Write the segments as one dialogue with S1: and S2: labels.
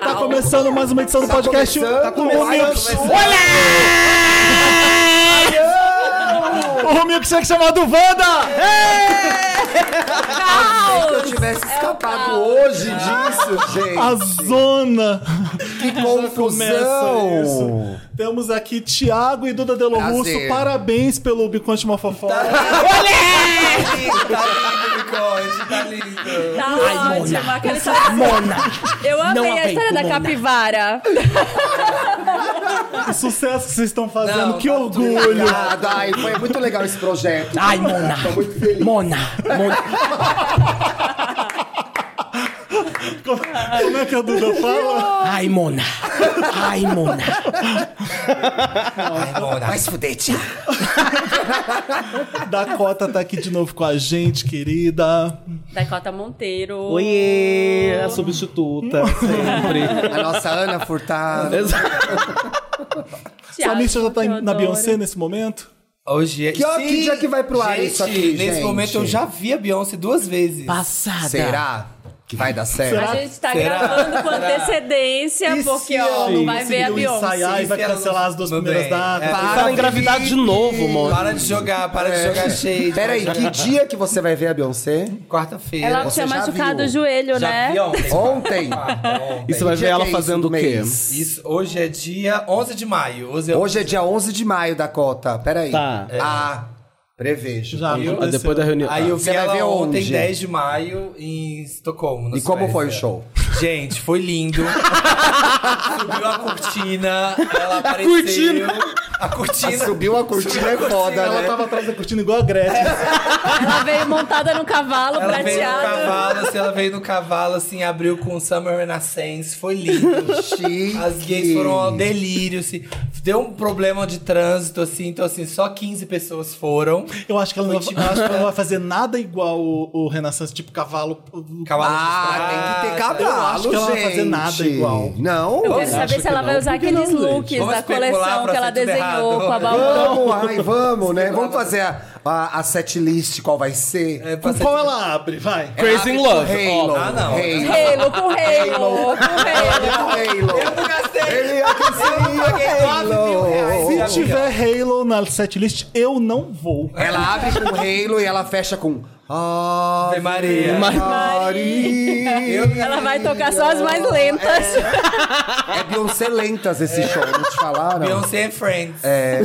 S1: Tá começando mais uma edição do podcast.
S2: Tá
S1: um, tá O
S2: começando, começando,
S1: Mix.
S2: começando.
S1: Olha! O Milkshake chamado Wanda! É.
S2: Se eu tivesse escapado hoje disso, gente.
S1: A zona!
S2: que
S1: Começa
S2: confusão!
S1: isso. Temos aqui Tiago e Duda Delo Russo.
S2: Prazer.
S1: Parabéns pelo Biconte uma fofoca.
S2: Tá lindo, bigode,
S3: Tá ótimo, aquela história. Eu amei a história da capivara.
S1: Que sucesso que vocês estão fazendo, que
S2: tá tudo
S1: orgulho!
S2: ligado. Ai, foi muito legal esse projeto.
S4: Tá
S5: Ai, Mona.
S2: Tô muito feliz.
S5: Mona. Mona.
S1: Como, como é que a Duda fala?
S5: Ai, Mona. Ai, Mona.
S2: Vai se fuder, Thiago.
S1: Dakota tá aqui de novo com a gente, querida.
S3: Dakota Monteiro.
S4: Oiê, a substituta, sempre.
S2: A nossa Ana Furtado.
S1: Sua
S3: Thiago
S1: mística já tá em- na
S3: Teodoro.
S1: Beyoncé nesse momento?
S6: Hoje é...
S2: Que hora- que dia que vai pro ar
S6: gente,
S2: isso aqui,
S6: Nesse
S2: gente?
S6: momento eu já vi a Beyoncé duas vezes.
S5: Passada.
S2: Será que vai dar certo?
S3: A gente tá
S6: Será?
S3: gravando com
S6: Será?
S3: antecedência,
S1: E se
S3: porque ó,
S1: eu
S3: não vai ver a
S1: conseguiu
S3: Beyoncé.
S1: ensaiar e
S6: Se
S1: vai
S6: ela
S1: cancelar
S6: não-
S1: as duas
S6: Tudo
S1: primeiras
S6: bem.
S1: datas.
S6: É.
S5: Para engravidar de novo, Mona.
S6: Para de jogar, para de jogar shade.
S2: É. Peraí, que dia que você vai ver a Beyoncé?
S6: Quarta-feira.
S3: Ela
S2: Você
S3: tinha
S2: já
S3: machucado
S2: viu?
S3: o joelho,
S6: Já
S3: né?
S6: vi ontem.
S2: Ontem.
S6: Quarta, ontem.
S5: E você vai
S2: Que dia
S5: ver ela
S2: que é
S5: fazendo
S2: isso
S5: o
S2: do
S5: quê?
S2: mês?
S6: Isso, hoje é dia 11 de maio. Hoje é,
S2: Hoje é dia 11 de maio, Dakota. Peraí.
S5: Tá.
S2: Ah, prevejo.
S1: Já
S6: Eu-
S5: Ah, Depois da reunião.
S6: Aí eu vi
S2: Você vai
S6: ela
S2: ver
S6: ontem,
S2: onde?
S6: 10 de maio, em Estocolmo, na
S2: E como
S6: Suécia.
S2: foi o show?
S6: Gente, foi lindo. Subiu a cortina, ela apareceu.
S5: cortina.
S6: A cortina.
S2: Subiu a cortina é foda,
S1: Ela
S2: né?
S1: tava atrás da cortina igual a Gretchen.
S3: Ela veio montada no cavalo,
S6: Ela veio no
S3: prateado.
S6: cavalo, assim, ela veio no cavalo, assim, abriu com Summer Renaissance, foi lindo.
S2: Chique.
S6: As gays foram ao delírio, assim. Deu um problema de trânsito, assim, então, assim, só 15 pessoas foram.
S1: Eu acho que ela não,
S6: Foi
S1: vai-
S6: tipo-
S1: eu acho que ela não vai fazer nada igual o, o Renaissance, tipo cavalo.
S6: Cavalo
S2: Ah, tem que ter
S6: cavalo.
S2: cavalo,
S1: acho que ela não vai
S2: gente.
S1: fazer nada igual.
S2: Não?
S3: Eu quero saber se ela vai usar aqueles looks
S6: Vamos
S3: da
S6: especular
S3: coleção
S6: pra
S3: que ela
S6: ser tudo
S3: desenhou
S6: errado.
S3: com a balão.
S2: Vamos, ai, vamos, né? Vamos fazer a, a, a set list, qual vai ser.
S6: É,
S1: Com
S6: pra ser-
S1: qual ela abre? Vai.
S3: É,
S5: Crazy in Love.
S2: Halo.
S5: ó.
S6: Ah, não.
S2: Halo.
S3: Halo, com Halo, com Halo.
S2: Halo.
S6: Eu não gastei.
S2: Ele aconselha
S6: paguei nove mil reais.
S2: Halo.
S1: Se
S6: Ela-
S1: tiver Halo na setlist, eu não vou.
S2: Ela abre com Halo e ela fecha com... Ave
S6: Ave Maria.
S2: Maria.
S3: Ela vai tocar só as mais lentas.
S2: É Beyoncé lentas esse show, não te falaram?
S6: Beyoncé and Friends. É.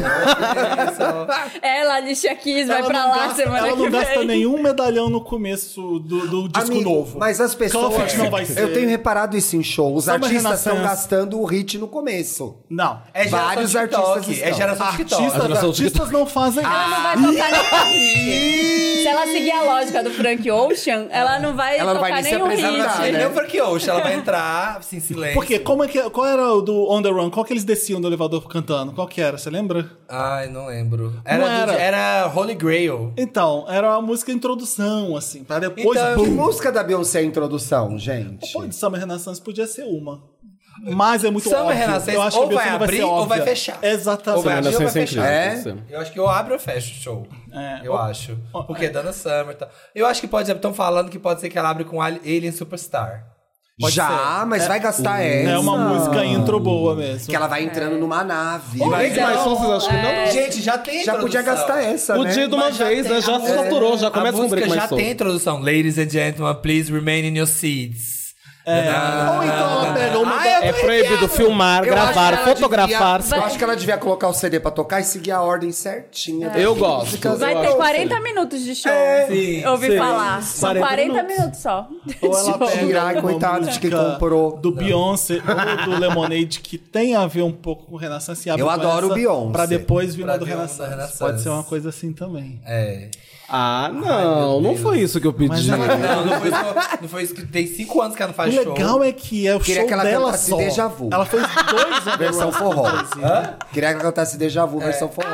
S3: Ela, Alicia É, Keys, vai
S1: Ela
S3: pra
S1: não
S3: lá
S1: gasta,
S3: semana
S1: Ela
S3: que
S1: não gasta
S3: vem.
S1: nenhum medalhão no começo do, do disco
S2: Amigo,
S1: novo.
S2: Mas as pessoas.
S1: Closet não vai ser.
S2: Eu tenho reparado isso em show. Os
S1: Só uma
S2: artistas estão
S1: renascença.
S2: gastando o hit no começo.
S1: Não.
S6: É geração
S2: Vários
S6: TikTok,
S2: artistas
S6: É
S2: estão.
S6: geração TikTok.
S1: Artistas,
S5: geração
S1: artistas não fazem.
S3: Ela não vai tocar nem... Se ela seguir a lógica do Frank Ocean, ela não vai
S2: Ela não
S3: tocar
S2: vai nem se
S3: nenhum
S6: Ela
S2: apresentar,
S6: não
S2: né?
S3: hit.
S6: entendeu porque hoje ela vai entrar, assim, em silêncio.
S1: Porque como é que, qual era o do On The Run? Qual que eles desciam do elevador cantando? Qual que era? Você lembra?
S6: Ai, não lembro. Era,
S1: Não
S6: do-
S1: era.
S6: era Holy Grail.
S1: Então, era a música introdução, assim, pra depois...
S6: Então,
S2: Que
S1: bum,
S2: música da Beyoncé é a introdução, gente?
S1: Pô, de Summer Renaissance podia ser uma. Mas é muito
S6: Summer
S1: óbvio.
S6: Renaissance
S1: Eu acho que
S6: ou
S1: a Beyoncé
S6: vai
S1: não ser
S6: abrir ou vai
S1: óbvia.
S6: fechar.
S1: Exatamente.
S6: Ou vai abrir.
S5: Renascença
S6: vai
S5: incrível.
S2: fechar.
S5: Isso.
S6: Eu acho que eu abro ou fecho o show.
S1: É,
S6: eu
S1: ó-
S6: acho. Porque é Dana Summer tá. Eu acho que pode. Estão falando que pode ser que ela abre com Ali- Alien Superstar. Pode
S2: Já, mas vai gastar essa.
S1: É uma música intro boa mesmo.
S2: Que ela vai entrando
S5: É.
S2: numa nave.
S5: Vamos
S2: Vai-
S5: ver que mais som vocês acham que
S2: É.
S5: não?
S6: ser. Gente, já tem
S2: Já
S6: introdução.
S2: podia gastar essa,
S5: O
S2: né?
S5: dia de uma
S6: Mas já
S5: vez,
S6: tem
S5: né?
S6: a
S5: Já se
S6: música.
S5: saturou, já
S6: a
S5: começa com
S6: música
S5: break
S6: já
S5: mais som.
S6: tem introdução. Ladies and gentlemen, please remain in your seats.
S1: É. Ou então ela pega uma...
S6: Ai, eu
S5: É
S6: tô
S5: proibido
S6: arrepiado.
S5: filmar,
S2: Eu acho
S5: gravar,
S2: que ela
S5: fotografar.
S2: devia- eu acho que ela devia colocar o CD pra tocar e seguir a ordem certinha.
S5: Eu
S2: das
S5: gosto.
S2: músicas.
S3: Vai
S5: Eu
S3: ter
S5: acho
S3: 40 minutos de show.
S6: sim,
S3: ouvi
S1: É, sim.
S3: falar. São
S1: 40
S3: 40,
S1: minutos.
S3: minutos. só.
S1: Ou ela
S3: Show.
S1: pega
S2: Tirar,
S1: uma
S2: coitado de quem
S1: música
S2: comprou.
S1: Do Beyoncé ou do Lemonade, que tem a ver um pouco com Renaissance. e abre
S2: Eu
S1: com
S2: adoro
S1: essa,
S2: Beyoncé.
S1: Pra depois vir
S6: Pra
S1: na do
S6: vir uma da
S1: Renaissance.
S6: Renaissance.
S1: Pode ser uma coisa assim também.
S6: É.
S5: Ah, não. Não foi isso que eu pedi.
S6: Não, não foi, isso, não foi isso que tem cinco anos que ela não
S1: O
S6: faz show.
S1: legal é que é o
S2: Queria
S1: show
S2: que ela
S1: dela
S2: cantasse
S1: só.
S2: Deja Vu.
S1: Ela fez dois On The
S2: Versão
S1: Runs.
S2: forró. Queria que ela cantasse Déjà
S5: É.
S2: Vu, versão forró.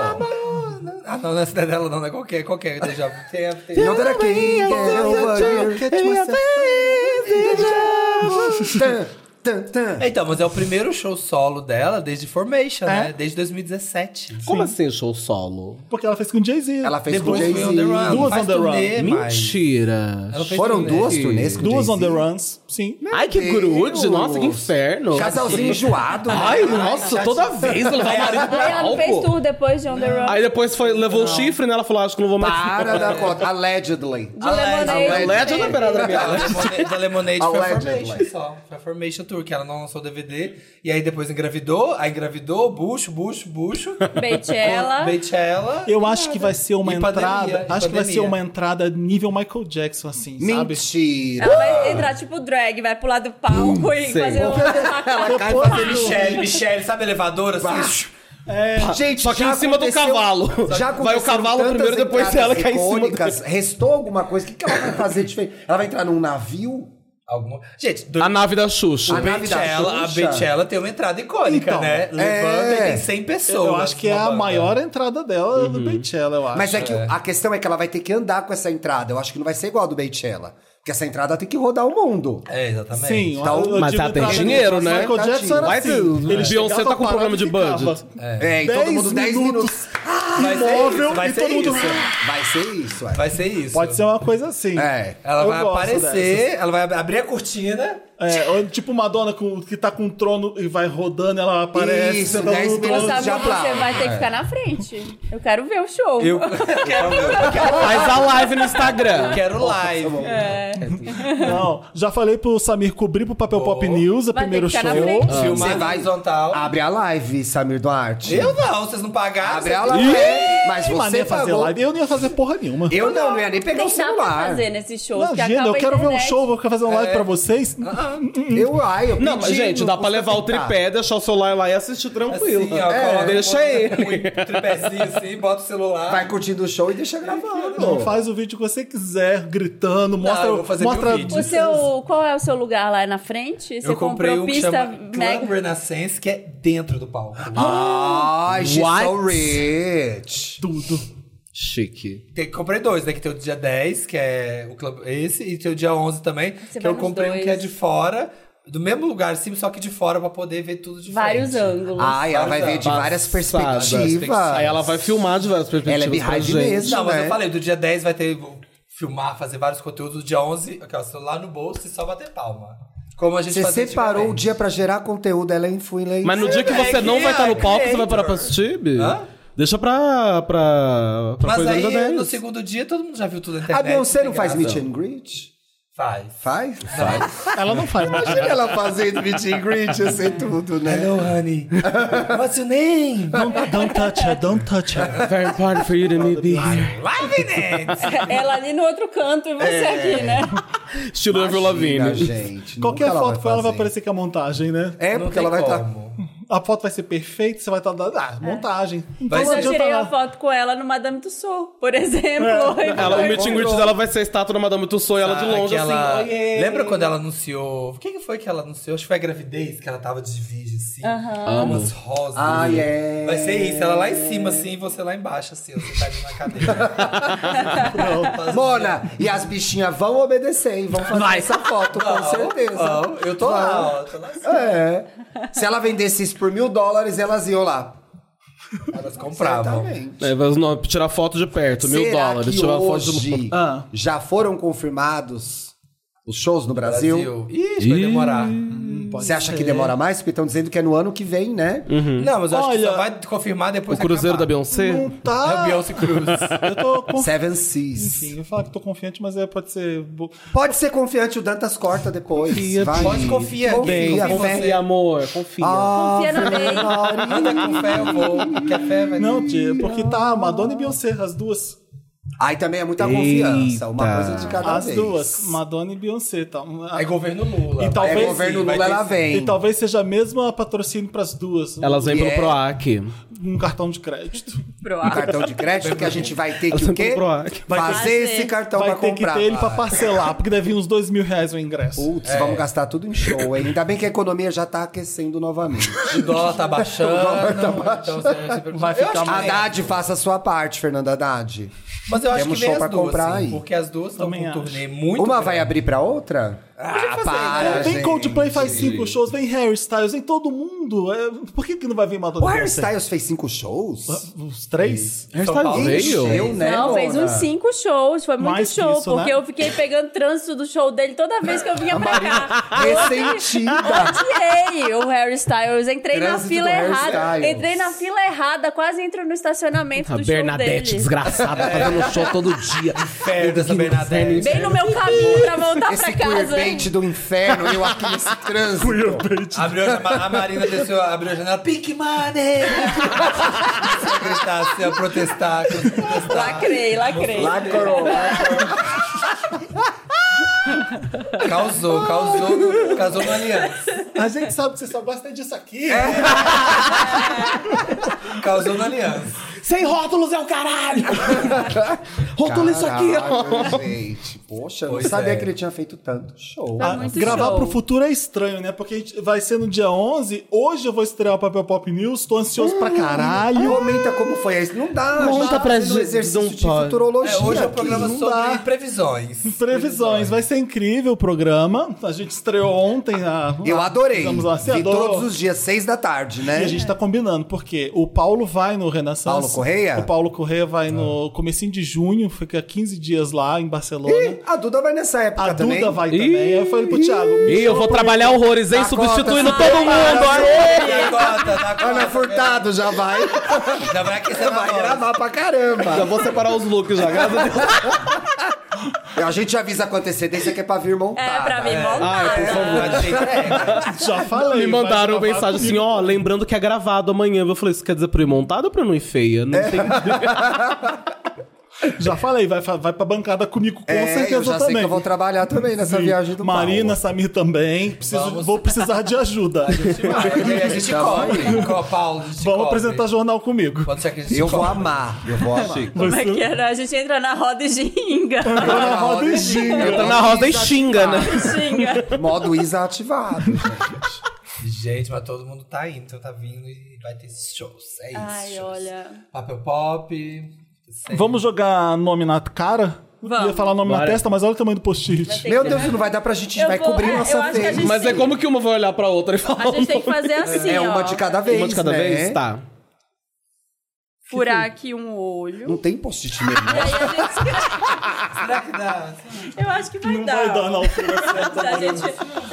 S6: Ah, não, não é cidade dela, não, não é qualquer, qualquer. Eu já tem, tem.
S2: Não era
S4: é
S5: é
S2: quem quer over here, catch myself. tan, tan.
S6: Então, mas é o primeiro show solo dela desde Formation, né? Desde 2017.
S5: Como assim show solo?
S1: Porque ela fez com Jay-Z.
S2: Ela fez
S6: Depois
S2: com
S6: foi On The
S2: Jay-Z.
S6: Run.
S1: Duas
S6: faz
S1: On The Run.
S6: turnê, mas-
S5: Mentira.
S6: Ela fez um-
S5: né?
S2: Foram
S6: turnê.
S2: duas turnês com
S1: Duas on the
S2: Jay-Z?
S1: runs, sim.
S5: Ai, que
S2: Deus.
S5: grude. Nossa, que inferno.
S2: Casalzinho enjoado. né?
S5: Ai, nossa, toda vez levar o marido
S3: Aí
S5: pra
S3: É, ela não fez
S5: álcool.
S3: tour depois de On The Run.
S5: Aí depois foi, levou o chifre, né? Ela falou, acho que não vou mais.
S2: Para da conta. Allegedly.
S3: De Lemonade.
S5: Legend
S3: fez.
S5: Operada
S6: Da
S5: Biela.
S6: Lemonade- da Lemonade foi a
S2: Allegedly.
S6: Formation só. Foi a Formation Tour, que ela não lançou DVD. E aí depois engravidou, aí engravidou, bucho, bucho, bucho.
S3: Beitella.
S6: Beitella.
S1: Eu acho que vai ser uma
S6: E pandemia,
S1: entrada.
S6: e
S1: acho que vai
S6: pandemia.
S1: ser uma entrada nível Michael Jackson, assim, sabe?
S2: Mentira.
S3: Ela vai entrar tipo drag, vai pular do palco e
S5: sei.
S3: fazer um...
S2: Cai fazendo
S6: Michelle, Michelle, sabe elevador assim?
S2: Gente,
S5: É. Só que
S2: já
S5: em cima do
S2: aconteceu-
S5: cavalo.
S2: Já
S5: Vai o
S2: aconteceram
S5: cavalo
S2: tantas
S5: primeiro, depois
S2: entradas
S5: ela cai em cima do-
S2: icônicas. Restou alguma coisa? O que, que ela vai fazer diferente? Ela vai entrar num navio?
S6: Alguma... Gente, do...
S5: A
S6: a,
S5: nave da Xuxa.
S2: A nave da
S6: Beitella, a
S2: Xuxa.
S6: Beitella tem uma entrada icônica,
S1: Então,
S6: né? Levanta
S2: é.
S6: e tem 100
S1: Eu,
S6: pessoas.
S1: acho que é
S6: na
S1: a
S6: banda.
S1: maior entrada dela
S5: Uhum.
S1: do Beitella, eu acho.
S2: Mas é que a questão é que ela vai ter que andar com essa entrada. Eu acho que não vai ser igual a do Beitella. Porque essa entrada tem que rodar o mundo.
S6: É, exatamente.
S1: Sim,
S2: Então,
S1: eu- eu
S5: mas
S1: digo
S5: ela tem
S1: entrada-
S5: dinheiro, né?
S1: Michael Jackson era
S5: Vai
S1: assim.
S5: ter-
S1: Ele
S5: Beyoncé tá
S1: chegava,
S5: com
S1: parava
S5: problema
S1: e
S5: de
S1: ficava.
S5: budget.
S2: né? É, e todo
S1: Dez
S2: mundo 10 minutos.
S6: vai ser
S1: é imóvel
S6: isso, vai
S1: e
S6: ser
S1: todo mundo-
S6: isso.
S2: Vai ser isso, é.
S6: Vai ser isso.
S1: Pode ser uma coisa assim.
S2: É.
S6: Ela
S1: Eu
S6: vai
S1: gosto
S6: aparecer, ela vai abrir a cortina.
S1: É, ou tipo Madonna com- que tá com um trono e vai rodando, ela aparece.
S2: Isso,
S1: sentada
S2: 10
S1: no trono.
S2: minutos.
S3: Gustavo,
S2: Já
S3: você
S2: aplaudo.
S3: vai ter que ficar na frente. Eu quero ver o show.
S6: Eu, eu
S2: Então,
S6: quero,
S5: Faz a live no Instagram.
S6: quero
S2: tá
S6: live.
S1: Não, já falei pro Samir cobrir pro Papel Pop News o
S3: Vai ter
S1: primeiro
S3: que
S1: show.
S3: ficar na frente.
S6: Filmar
S2: Você vai-
S6: horizontal.
S2: Abre a live, Samir Duarte.
S6: Eu não, vocês não pagaram.
S2: Abre a
S6: vocês-
S2: live.
S1: Mas
S2: Mas
S1: não
S2: você
S1: ia fazer
S2: pagou.
S1: live. Eu não ia fazer porra nenhuma.
S2: Eu não, não ia nem pegar
S3: Tem
S2: o
S3: nada pra
S2: celular.
S3: fazer nesses shows. que
S1: Imagina,
S3: acaba
S1: eu
S3: a
S1: quero ver um
S3: internet.
S1: show, vou fazer um live
S6: É.
S1: pra vocês.
S6: Ah,
S2: Eu, ai, eu
S5: Não, mas,
S2: pedi, assim,
S5: gente, dá
S2: não
S5: pra
S2: custa
S5: levar o
S2: tentar.
S5: tripé, deixar o celular lá e assistir tranquilo. É,
S6: Assim, ó,
S2: É,
S6: coloca
S5: deixa
S6: um-
S5: ele.
S6: Um tripézinho assim, bota o celular.
S2: Vai curtindo o show e deixa gravando.
S1: Não, faz o vídeo que você quiser, gritando, mostra.
S6: eu vou fazer
S1: mostra
S6: mil vídeos.
S3: O seu, qual é o seu lugar lá? É na frente? Você
S6: Eu comprei
S3: comprou
S6: um que
S3: pista
S6: chama Club
S3: mega...
S6: Renaissance, que é dentro do palco.
S2: Ah! Ai, she's
S5: What?
S2: so rich.
S1: tudo.
S5: Chique.
S6: Tem, comprei dois, né? Que tem o dia 10, que é o club, esse, e tem o dia 11 também, que
S3: vai
S6: eu
S3: nos
S6: comprei um
S3: dois.
S6: que é de fora, do mesmo lugar, sim, só que de fora, pra poder ver tudo de
S3: Vários
S6: frente. Ah.
S3: ângulos.
S2: Ai, ela vai ver de várias
S5: Passada.
S2: perspectivas.
S5: Aí ela vai filmar de várias perspectivas
S2: Ela é
S5: pra
S2: behind
S5: gente.
S2: mesmo.
S6: Não, mas
S2: né?
S6: eu falei, do dia 10 vai ter vou filmar, fazer vários conteúdos, do dia 11, aqui, ó, celular no bolso e só bater palma. Como a gente
S2: Você
S6: fazia
S2: separou o
S6: antigamente.
S2: dia pra gerar conteúdo, ela é influencer.
S5: Mas no dia que
S6: Você
S5: você
S6: é
S5: não vai estar no palco, você vai parar pra
S6: creator.
S5: assistir? Bi?
S6: Hã?
S5: Deixa pra, pra, pra
S6: Mas
S4: é
S5: coisa
S6: aí,
S5: ainda
S6: no
S5: 10.
S6: segundo dia, todo mundo já viu tudo na internet.
S2: A Ah, Beyoncé não
S6: tem
S2: faz
S6: graça.
S2: meet and greet?
S6: Faz.
S2: Faz? Faz.
S1: Ela não faz.
S2: Imagina ela fazendo meet and greet, ia ser tudo, né?
S6: Hello, honey. What's your name?
S1: don't, don't touch her, don't touch her.
S5: Very important for you to meet me.
S6: Live in it!
S3: Ela ali no outro canto e você
S6: É.
S3: aqui, né?
S5: Estilo Avril
S2: Imagina,
S5: Lavigne.
S2: gente.
S1: Qualquer
S2: nunca
S1: foto com ela vai
S2: fazer.
S1: parecer que é montagem, né?
S2: É,
S6: Não
S2: porque
S6: tem
S2: ela vai estar.
S6: como.
S1: A foto vai ser perfeita, você vai estar dando. Ah, montagem. Então não
S3: Mas
S6: Mas
S3: É. eu
S1: adianta
S3: tirei uma
S1: nada.
S3: foto com ela no Madame Tussauds, por exemplo.
S6: É.
S5: Ela, o meet and greet dela vai ser a estátua da Madame Tussauds e ela de longe
S6: Ah, Aquela-
S5: assim. oiê.
S6: Lembra quando ela anunciou? O que que foi que ela anunciou? Acho que foi a gravidez, que ela tava de virgem, assim. com Umas rosas. assim.
S2: Ah, é.
S6: Vai ser isso, ela lá em cima, assim, e você lá embaixo, assim, você tá ali na cadeira. Pronto.
S2: Mona, e as bichinhas vão obedecer e vão fazer essa foto, com certeza.
S6: Não, eu tô lá, ó, tô lá. assim.
S2: É. Se ela vendesse isso por mil dólares, elas iam lá.
S6: Elas compravam.
S5: É, mas não, tirar foto de perto, mil
S2: Será
S5: dólares.
S2: que
S5: Tirar foto de
S2: hoje
S1: Ah.
S2: já foram confirmados os shows no Brasil?
S6: Brasil. Ih, vai demorar. Hum.
S2: Você acha que demora mais? Porque estão dizendo que é no ano que vem, né?
S6: Não, mas eu acho que
S1: Olha,
S6: só vai confirmar depois
S5: O Um Cruzeiro da
S6: que
S5: Beyoncé?
S6: acabar. É o
S1: Tá.
S6: Beyoncé Cruz.
S1: Eu tô confiante.
S2: Seven Seas.
S1: Enfim, eu falo que tô confiante, mas é, pode ser. bo-
S2: Pode ser confiante, o Dantas corta depois.
S5: Confia,
S2: Vai.
S6: Pode confiar.
S2: Confia,
S6: Bem,
S2: fé.
S6: confia.
S5: amor, confia.
S2: Ah,
S3: Confia na lei.
S6: Anda com fé, eu vou. Que a fé vai
S1: Não, tia, porque tá Madonna e Beyoncé, as duas.
S2: Aí também é muita confiança. Uma coisa de cada
S1: As
S2: vez. Um
S1: duas, Madonna e Beyoncé. Tá.
S6: É governo Lula.
S1: E talvez-
S2: É governo
S6: Vai
S2: Lula,
S6: ter
S2: ela
S6: sim.
S2: vem.
S1: E talvez seja a mesma patrocínio pras duas.
S5: Elas vêm pelo
S2: Yeah.
S5: PROAC.
S1: Um cartão de crédito.
S3: Pro
S2: um
S3: ar.
S2: cartão de crédito que a gente vai ter que o quê?
S5: Pro Acre.
S2: Vai fazer
S3: ter-
S2: esse cartão
S1: Vai
S2: pra
S1: ter
S2: comprar.
S1: que ter ele pra parcelar, porque deve vir uns dois mil reais o ingresso.
S2: Putz, vamos gastar tudo em show, hein? Ainda bem que a economia já tá aquecendo novamente.
S6: O dólar tá baixando. Então, você- você-
S1: Vai
S6: Eu
S1: ficar
S6: acho que
S1: mais-
S6: vem.
S2: Haddad, faça a sua parte, Fernando Haddad.
S6: Mas eu acho
S2: Temos
S6: que vem
S2: show
S6: as
S2: pra
S6: duas,
S2: comprar
S6: sim,
S2: aí.
S6: porque as duas estão com
S1: Também
S6: um
S1: acho.
S6: turnê muito
S2: Uma vai
S6: grande.
S2: abrir pra outra? Ah, para,
S1: Vem
S2: gente.
S1: Coldplay faz cinco shows, vem Harry Styles, vem todo mundo. É, por que, que não vai vir Madonna?
S2: O Harry
S1: Beyoncé?
S2: Styles fez cinco shows?
S1: Os três?
S6: Paulo.
S2: Encheu,
S6: é
S2: né,
S3: Não, fez
S2: Mona?
S3: uns cinco shows, foi muito
S1: Mais que
S3: show,
S1: isso,
S3: porque
S1: né?
S3: eu fiquei pegando trânsito do show dele toda vez que eu vinha pra cá.
S2: Ressentida.
S3: Odiei o Harry Styles, entrei
S2: Trânsito
S3: na fila
S2: do Harry
S3: errada,
S2: Styles.
S3: entrei na fila errada, quase entro no estacionamento
S4: A
S3: do
S4: Bernadette,
S3: show dele.
S4: desgraçada,
S5: tá
S4: fazendo show todo dia.
S6: Inferno essa Bernadette.
S3: Bem no meu caminho pra voltar
S2: Esse
S3: pra casa. hein?
S2: queerbait do inferno, eu aqui nesse trânsito.
S6: Abriu a, janela- a Marina desceu, abriu a janela. Pink Money! Começou a gritar, assim, a protestar. começou a protestar.
S3: Lacrei, lacrei.
S2: Lacrou,
S6: Causou, causou, causou no aliança.
S1: A gente sabe que você só gosta disso aqui.
S6: Causou no aliança.
S4: Sem rótulos é o caralho! Rótulo isso aqui, ó.
S2: Caralho, gente. Poxa, eu não
S6: Pois
S2: sabia
S6: é.
S2: que ele tinha feito tanto show.
S3: Tá muito
S1: Gravar
S3: show.
S1: pro futuro é estranho, né? Porque a gente vai ser no dia 11. Hoje eu vou estrear o Papel Pop News. Tô ansioso pra
S2: E
S1: caralho.
S2: comenta como foi isso. Não dá,
S4: Conta
S2: já tá
S4: pra
S2: fazendo
S4: gente,
S2: exercício
S4: não
S2: de
S4: pode.
S2: futurologia.
S6: É, hoje é o
S2: aqui,
S6: programa
S2: não
S6: sobre
S2: dá.
S6: previsões.
S1: Previsões. Vai ser incrível o programa. A gente estreou ontem. A,
S2: Eu adorei.
S1: Vamos lá, você
S2: Vi
S1: adorou?
S2: todos os dias, seis da tarde, né?
S1: E a gente tá combinando, porque o Paulo vai no Renaissance.
S2: Paulo Correia? Ah.
S1: O Paulo Correia vai no comecinho de junho, fica 15 dias lá em Barcelona.
S2: Ih, a Duda vai nessa época
S1: a Duda
S2: também.
S1: vai também. Aí eu falei pro Thiago. me
S4: Ih, eu
S1: chama
S4: vou
S1: pro-
S4: trabalhar horrores, hein?
S2: Dakota,
S4: Substituindo
S2: sai,
S4: todo mundo! Aê!
S6: Tá cota, tá cota.
S2: Ana Furtado já vai.
S6: Já vai aquecer
S2: vai gravar pra
S5: Já
S2: caramba.
S5: vou separar os looks já, graças a Deus.
S2: A gente avisa com antecedência que é pra vir montar.
S3: É, pra mim,
S5: Ai,
S3: montar.
S5: por favor.
S1: Já falei.
S4: Me mandaram
S1: vai gravar
S4: mensagem assim, ó, lembrando que é gravado amanhã. Eu falei, isso quer dizer pra eu ir montado ou pra eu não ir feia? Não entendi.
S1: comigo. Já falei, vai, fa- vai pra bancada comigo com
S2: É,
S1: certeza
S2: eu já sei
S1: também.
S2: que eu vou trabalhar também nessa
S1: Sim.
S2: viagem do
S1: Marina, Samir também. Preciso-
S6: Vamos.
S1: Vou precisar de ajuda.
S6: A gente cobre. Com a Paulo, a
S1: Vamos
S6: gente cobre.
S1: apresentar jornal comigo.
S6: Pode ser que a gente
S2: Paulo. Eu vou
S6: cobre.
S2: amar. Eu vou amar.
S3: Como é que era? A gente entra na roda e ginga.
S1: Na roda e ginga.
S4: Entra Tá na roda e xinga, né?
S3: Xinga.
S2: Modo Isa ativado.
S6: Gente, mas todo mundo tá indo, então tá vindo e vai ter esses shows. É isso.
S3: Ai,
S6: shows.
S3: olha.
S6: Papel pop. sempre.
S1: Vamos jogar nome na cara?
S3: Vamos.
S1: Ia falar nome na
S4: Bora.
S1: testa, mas olha o tamanho do post-it.
S2: Meu Deus, não vai dar pra gente.
S3: Eu
S2: vai
S3: vou-
S2: cobrir
S3: é, eu
S2: nossa
S3: acho que a
S2: vez.
S3: gente-
S4: Mas é como que uma vai olhar pra outra e falar
S3: A gente tem que
S4: um nome?
S3: fazer assim,
S2: É
S3: ó.
S2: uma de cada vez.
S4: Uma de cada
S2: né?
S4: vez? Tá.
S3: Furar aqui um olho.
S2: Não tem post-it mesmo.
S3: E aí a gente
S6: Será Ah, que dá?
S3: Eu acho que vai
S1: Não
S3: dar.
S1: vai dar na altura.
S3: Se a gente, se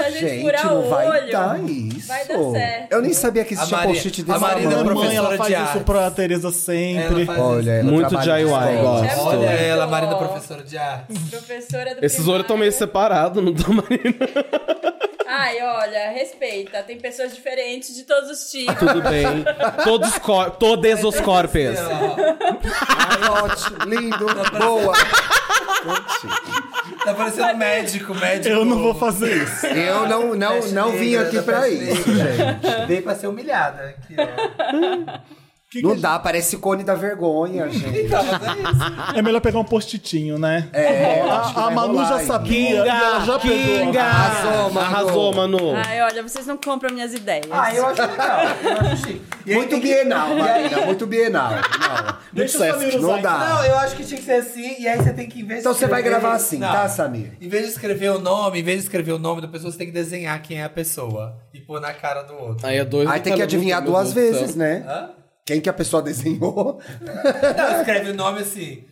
S3: a gente,
S2: né? Gente,
S3: furar
S2: não
S3: o
S2: vai
S3: olho.
S2: dar isso.
S3: vai dar certo.
S2: Eu nem sabia que
S6: A
S2: existia
S6: Maria-
S2: post-it
S6: a
S2: desse
S6: Maria
S1: Minha
S6: da
S2: tamanho.
S6: Pro-
S1: mãe, ela
S6: é professora
S1: faz
S6: de
S1: isso
S6: artes.
S1: pra Tereza
S6: Ela
S1: sempre.
S6: faz
S2: Olha, ela
S4: Muito
S2: trabalha
S4: DIY,
S2: escola.
S4: gosto.
S3: muito
S6: Olha
S3: bom.
S6: ela, Marina, professora de arte.
S3: Professora do
S4: Esses olhos estão meio
S3: primário.
S4: separados, não estão marindo.
S3: Ai, olha, respeita. Tem pessoas diferentes de todos os tipos.
S4: Tudo bem. Todos, cor... Todos os corpes.
S2: Ai, ótimo, lindo, boa. Gente,
S6: Tá parecendo um médico, médico.
S1: Eu não vou fazer isso.
S2: Eu não, não,
S6: Peste
S2: não vim
S6: negra,
S2: aqui
S6: da
S2: pra
S6: peste
S2: isso,
S6: negra.
S2: gente.
S6: Dei pra ser humilhada aqui, ó.
S1: Que é que
S2: Não dá, parece cone da vergonha, gente.
S6: Então, mas é isso.
S1: É melhor pegar um postitinho, né?
S2: É, acho que
S1: A, a
S2: vai
S1: Manu
S2: rolar
S1: já
S2: aí.
S1: sabia. e ela já pegou.
S2: Arrasou, Manu.
S4: Arrasou, Manu.
S3: Ai, olha, vocês não compram minhas ideias.
S6: Ah, eu acho legal. Eu acho chique. E aí
S2: Muito
S6: tem que-
S2: bienal, Marina, muito bienal. Não,
S1: Deixa o Samir
S2: não
S1: usar.
S2: dá.
S6: então. Não, eu acho que tinha que ser assim, e aí você tem que, em vez de
S2: Então você vai
S6: escrever-
S2: gravar assim,
S6: Não.
S2: tá, Samir?
S6: Em vez de escrever o nome, em vez de escrever o nome da pessoa, você tem que desenhar quem é a pessoa e pôr na cara do outro.
S4: Aí é dois.
S2: Aí tem que adivinhar duas vezes, né?
S6: Hã?
S2: Quem que a pessoa desenhou?
S6: Não, escreve o nome assim.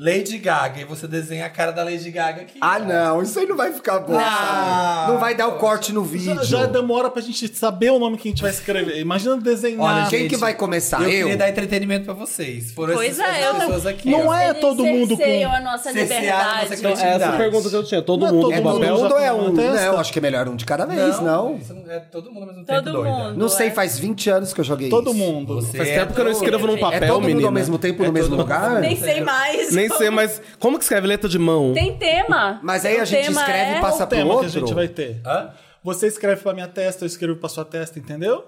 S6: Lady Gaga, e você desenha a cara da Lady Gaga aqui.
S2: Ah, não, isso aí não vai ficar bom,
S6: Ah.
S2: Samir. Não vai dar o corte no vídeo.
S1: Já, já demora pra gente saber o nome que a gente vai escrever. Imagina desenhar.
S6: Olha,
S2: Quem
S6: gente,
S2: que vai começar?
S6: Eu,
S2: Eu?
S6: queria dar entretenimento pra vocês. Foram
S3: Pois
S6: essas,
S3: é,
S6: essas
S3: eu não-
S6: pessoas aqui.
S1: Não é
S3: Eles
S1: todo mundo com-
S3: cerceiam a nossa
S6: Cercearam nossa
S3: liberdade.
S6: criatividade.
S4: Essa pergunta que eu tinha. Todo
S1: Não é
S4: mundo
S1: todo
S4: é
S2: É todo
S1: papel
S4: papel.
S1: mundo.
S2: mundo
S1: já
S2: é
S1: põe na
S2: um,
S1: testa?
S2: né? Eu acho que é melhor um de cada vez, não?
S6: isso não é todo mundo ao mesmo tempo
S3: Todo
S6: doida.
S3: mundo.
S2: Não sei,
S3: é.
S2: faz 20 anos que eu joguei
S1: Todo
S2: isso.
S1: mundo.
S6: Você
S4: Faz
S6: é
S4: tempo que eu não
S6: doida.
S4: escrevo num
S3: É
S4: papel,
S2: É todo mundo
S4: menina.
S2: ao mesmo tempo no mesmo lugar?
S3: Nem sei mais.
S4: Nem sei, mas como que escreve letra de mão?
S3: Tem tema.
S2: Mas aí a
S3: O
S2: gente
S3: tema
S2: escreve
S3: é-
S2: e passa
S1: o
S2: pro
S1: tema
S2: outro.
S1: que a gente vai ter.
S6: Hã?
S1: Você escreve pra minha testa, eu escrevo pra sua testa, entendeu?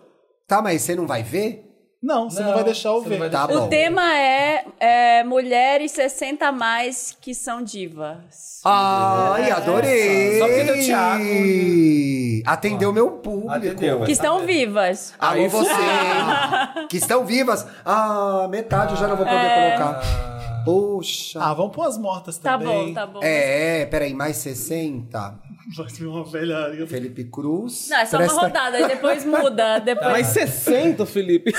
S2: Tá, mas você não vai ver?
S1: Não, você não,
S6: Não,
S1: vai deixar eu
S6: você não vai
S1: ver.
S2: Tá bom.
S3: O tema é, é mulheres 60 a mais que são divas.
S2: Ai, adorei!
S6: Só porque tem o Thiago.
S2: Atendeu meu público.
S6: Atendeu,
S3: que
S6: vai.
S4: tá
S3: estão vivas.
S2: Alô, vocês que estão vivas. Ah, metade eu já não vou poder
S3: É.
S2: colocar. Poxa.
S1: Ah, vamos pôr as mortas
S3: Tá
S1: também.
S3: bom, tá bom.
S2: É, é, peraí, mais 60.
S1: Vai ser uma velharia.
S2: Felipe Cruz.
S3: Não, é só uma
S2: Presta-
S3: rodada, aí depois muda.
S2: Ah.
S3: Depois...
S4: Mas 60, Felipe.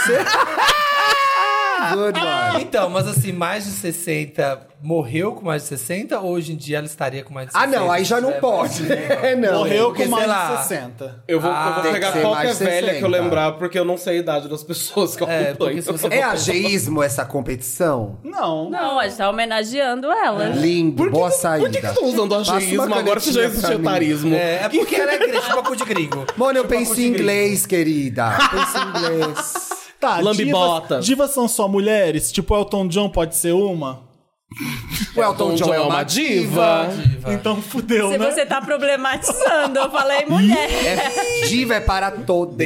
S2: Good
S3: Ah!
S2: one.
S6: Então, mas assim, mais de 60 morreu com mais de 60? Ou hoje em dia ela estaria com mais de 60?
S2: Ah, não, aí já
S6: É,
S2: não pode. É, não.
S1: Morreu
S6: porque,
S1: com mais
S6: sei lá,
S1: de 60.
S4: Eu vou,
S6: Ah,
S4: eu
S6: tem
S4: vou
S6: que
S4: pegar
S2: ser
S4: qualquer
S2: mais
S4: velha que eu
S2: 60.
S4: lembrar, porque eu não sei a idade das pessoas que
S6: É,
S4: acompanham.
S6: porque se você
S2: É ageísmo essa competição?
S1: Não.
S3: Não, a gente tá homenageando elas.
S2: Lindo, boa saída.
S4: Por que que estão usando
S2: Passa uma
S4: ageísmo agora se já
S2: canetinha
S4: existe
S2: pra mim.
S4: otarismo?
S6: É, é porque ela é crente, tipo a cu de gringo.
S2: Mano, eu
S6: Tipo a cu
S2: penso
S6: de
S2: em
S6: gringo.
S2: inglês, querida. Penso em inglês.
S1: Tá,
S4: Lambibota.
S1: Divas, divas são só mulheres? Tipo, Elton John pode ser uma?
S2: O Elton John é uma diva.
S1: Então fudeu,
S3: Se
S1: né?
S3: você tá problematizando, eu falei mulher.
S2: É, diva é para todos.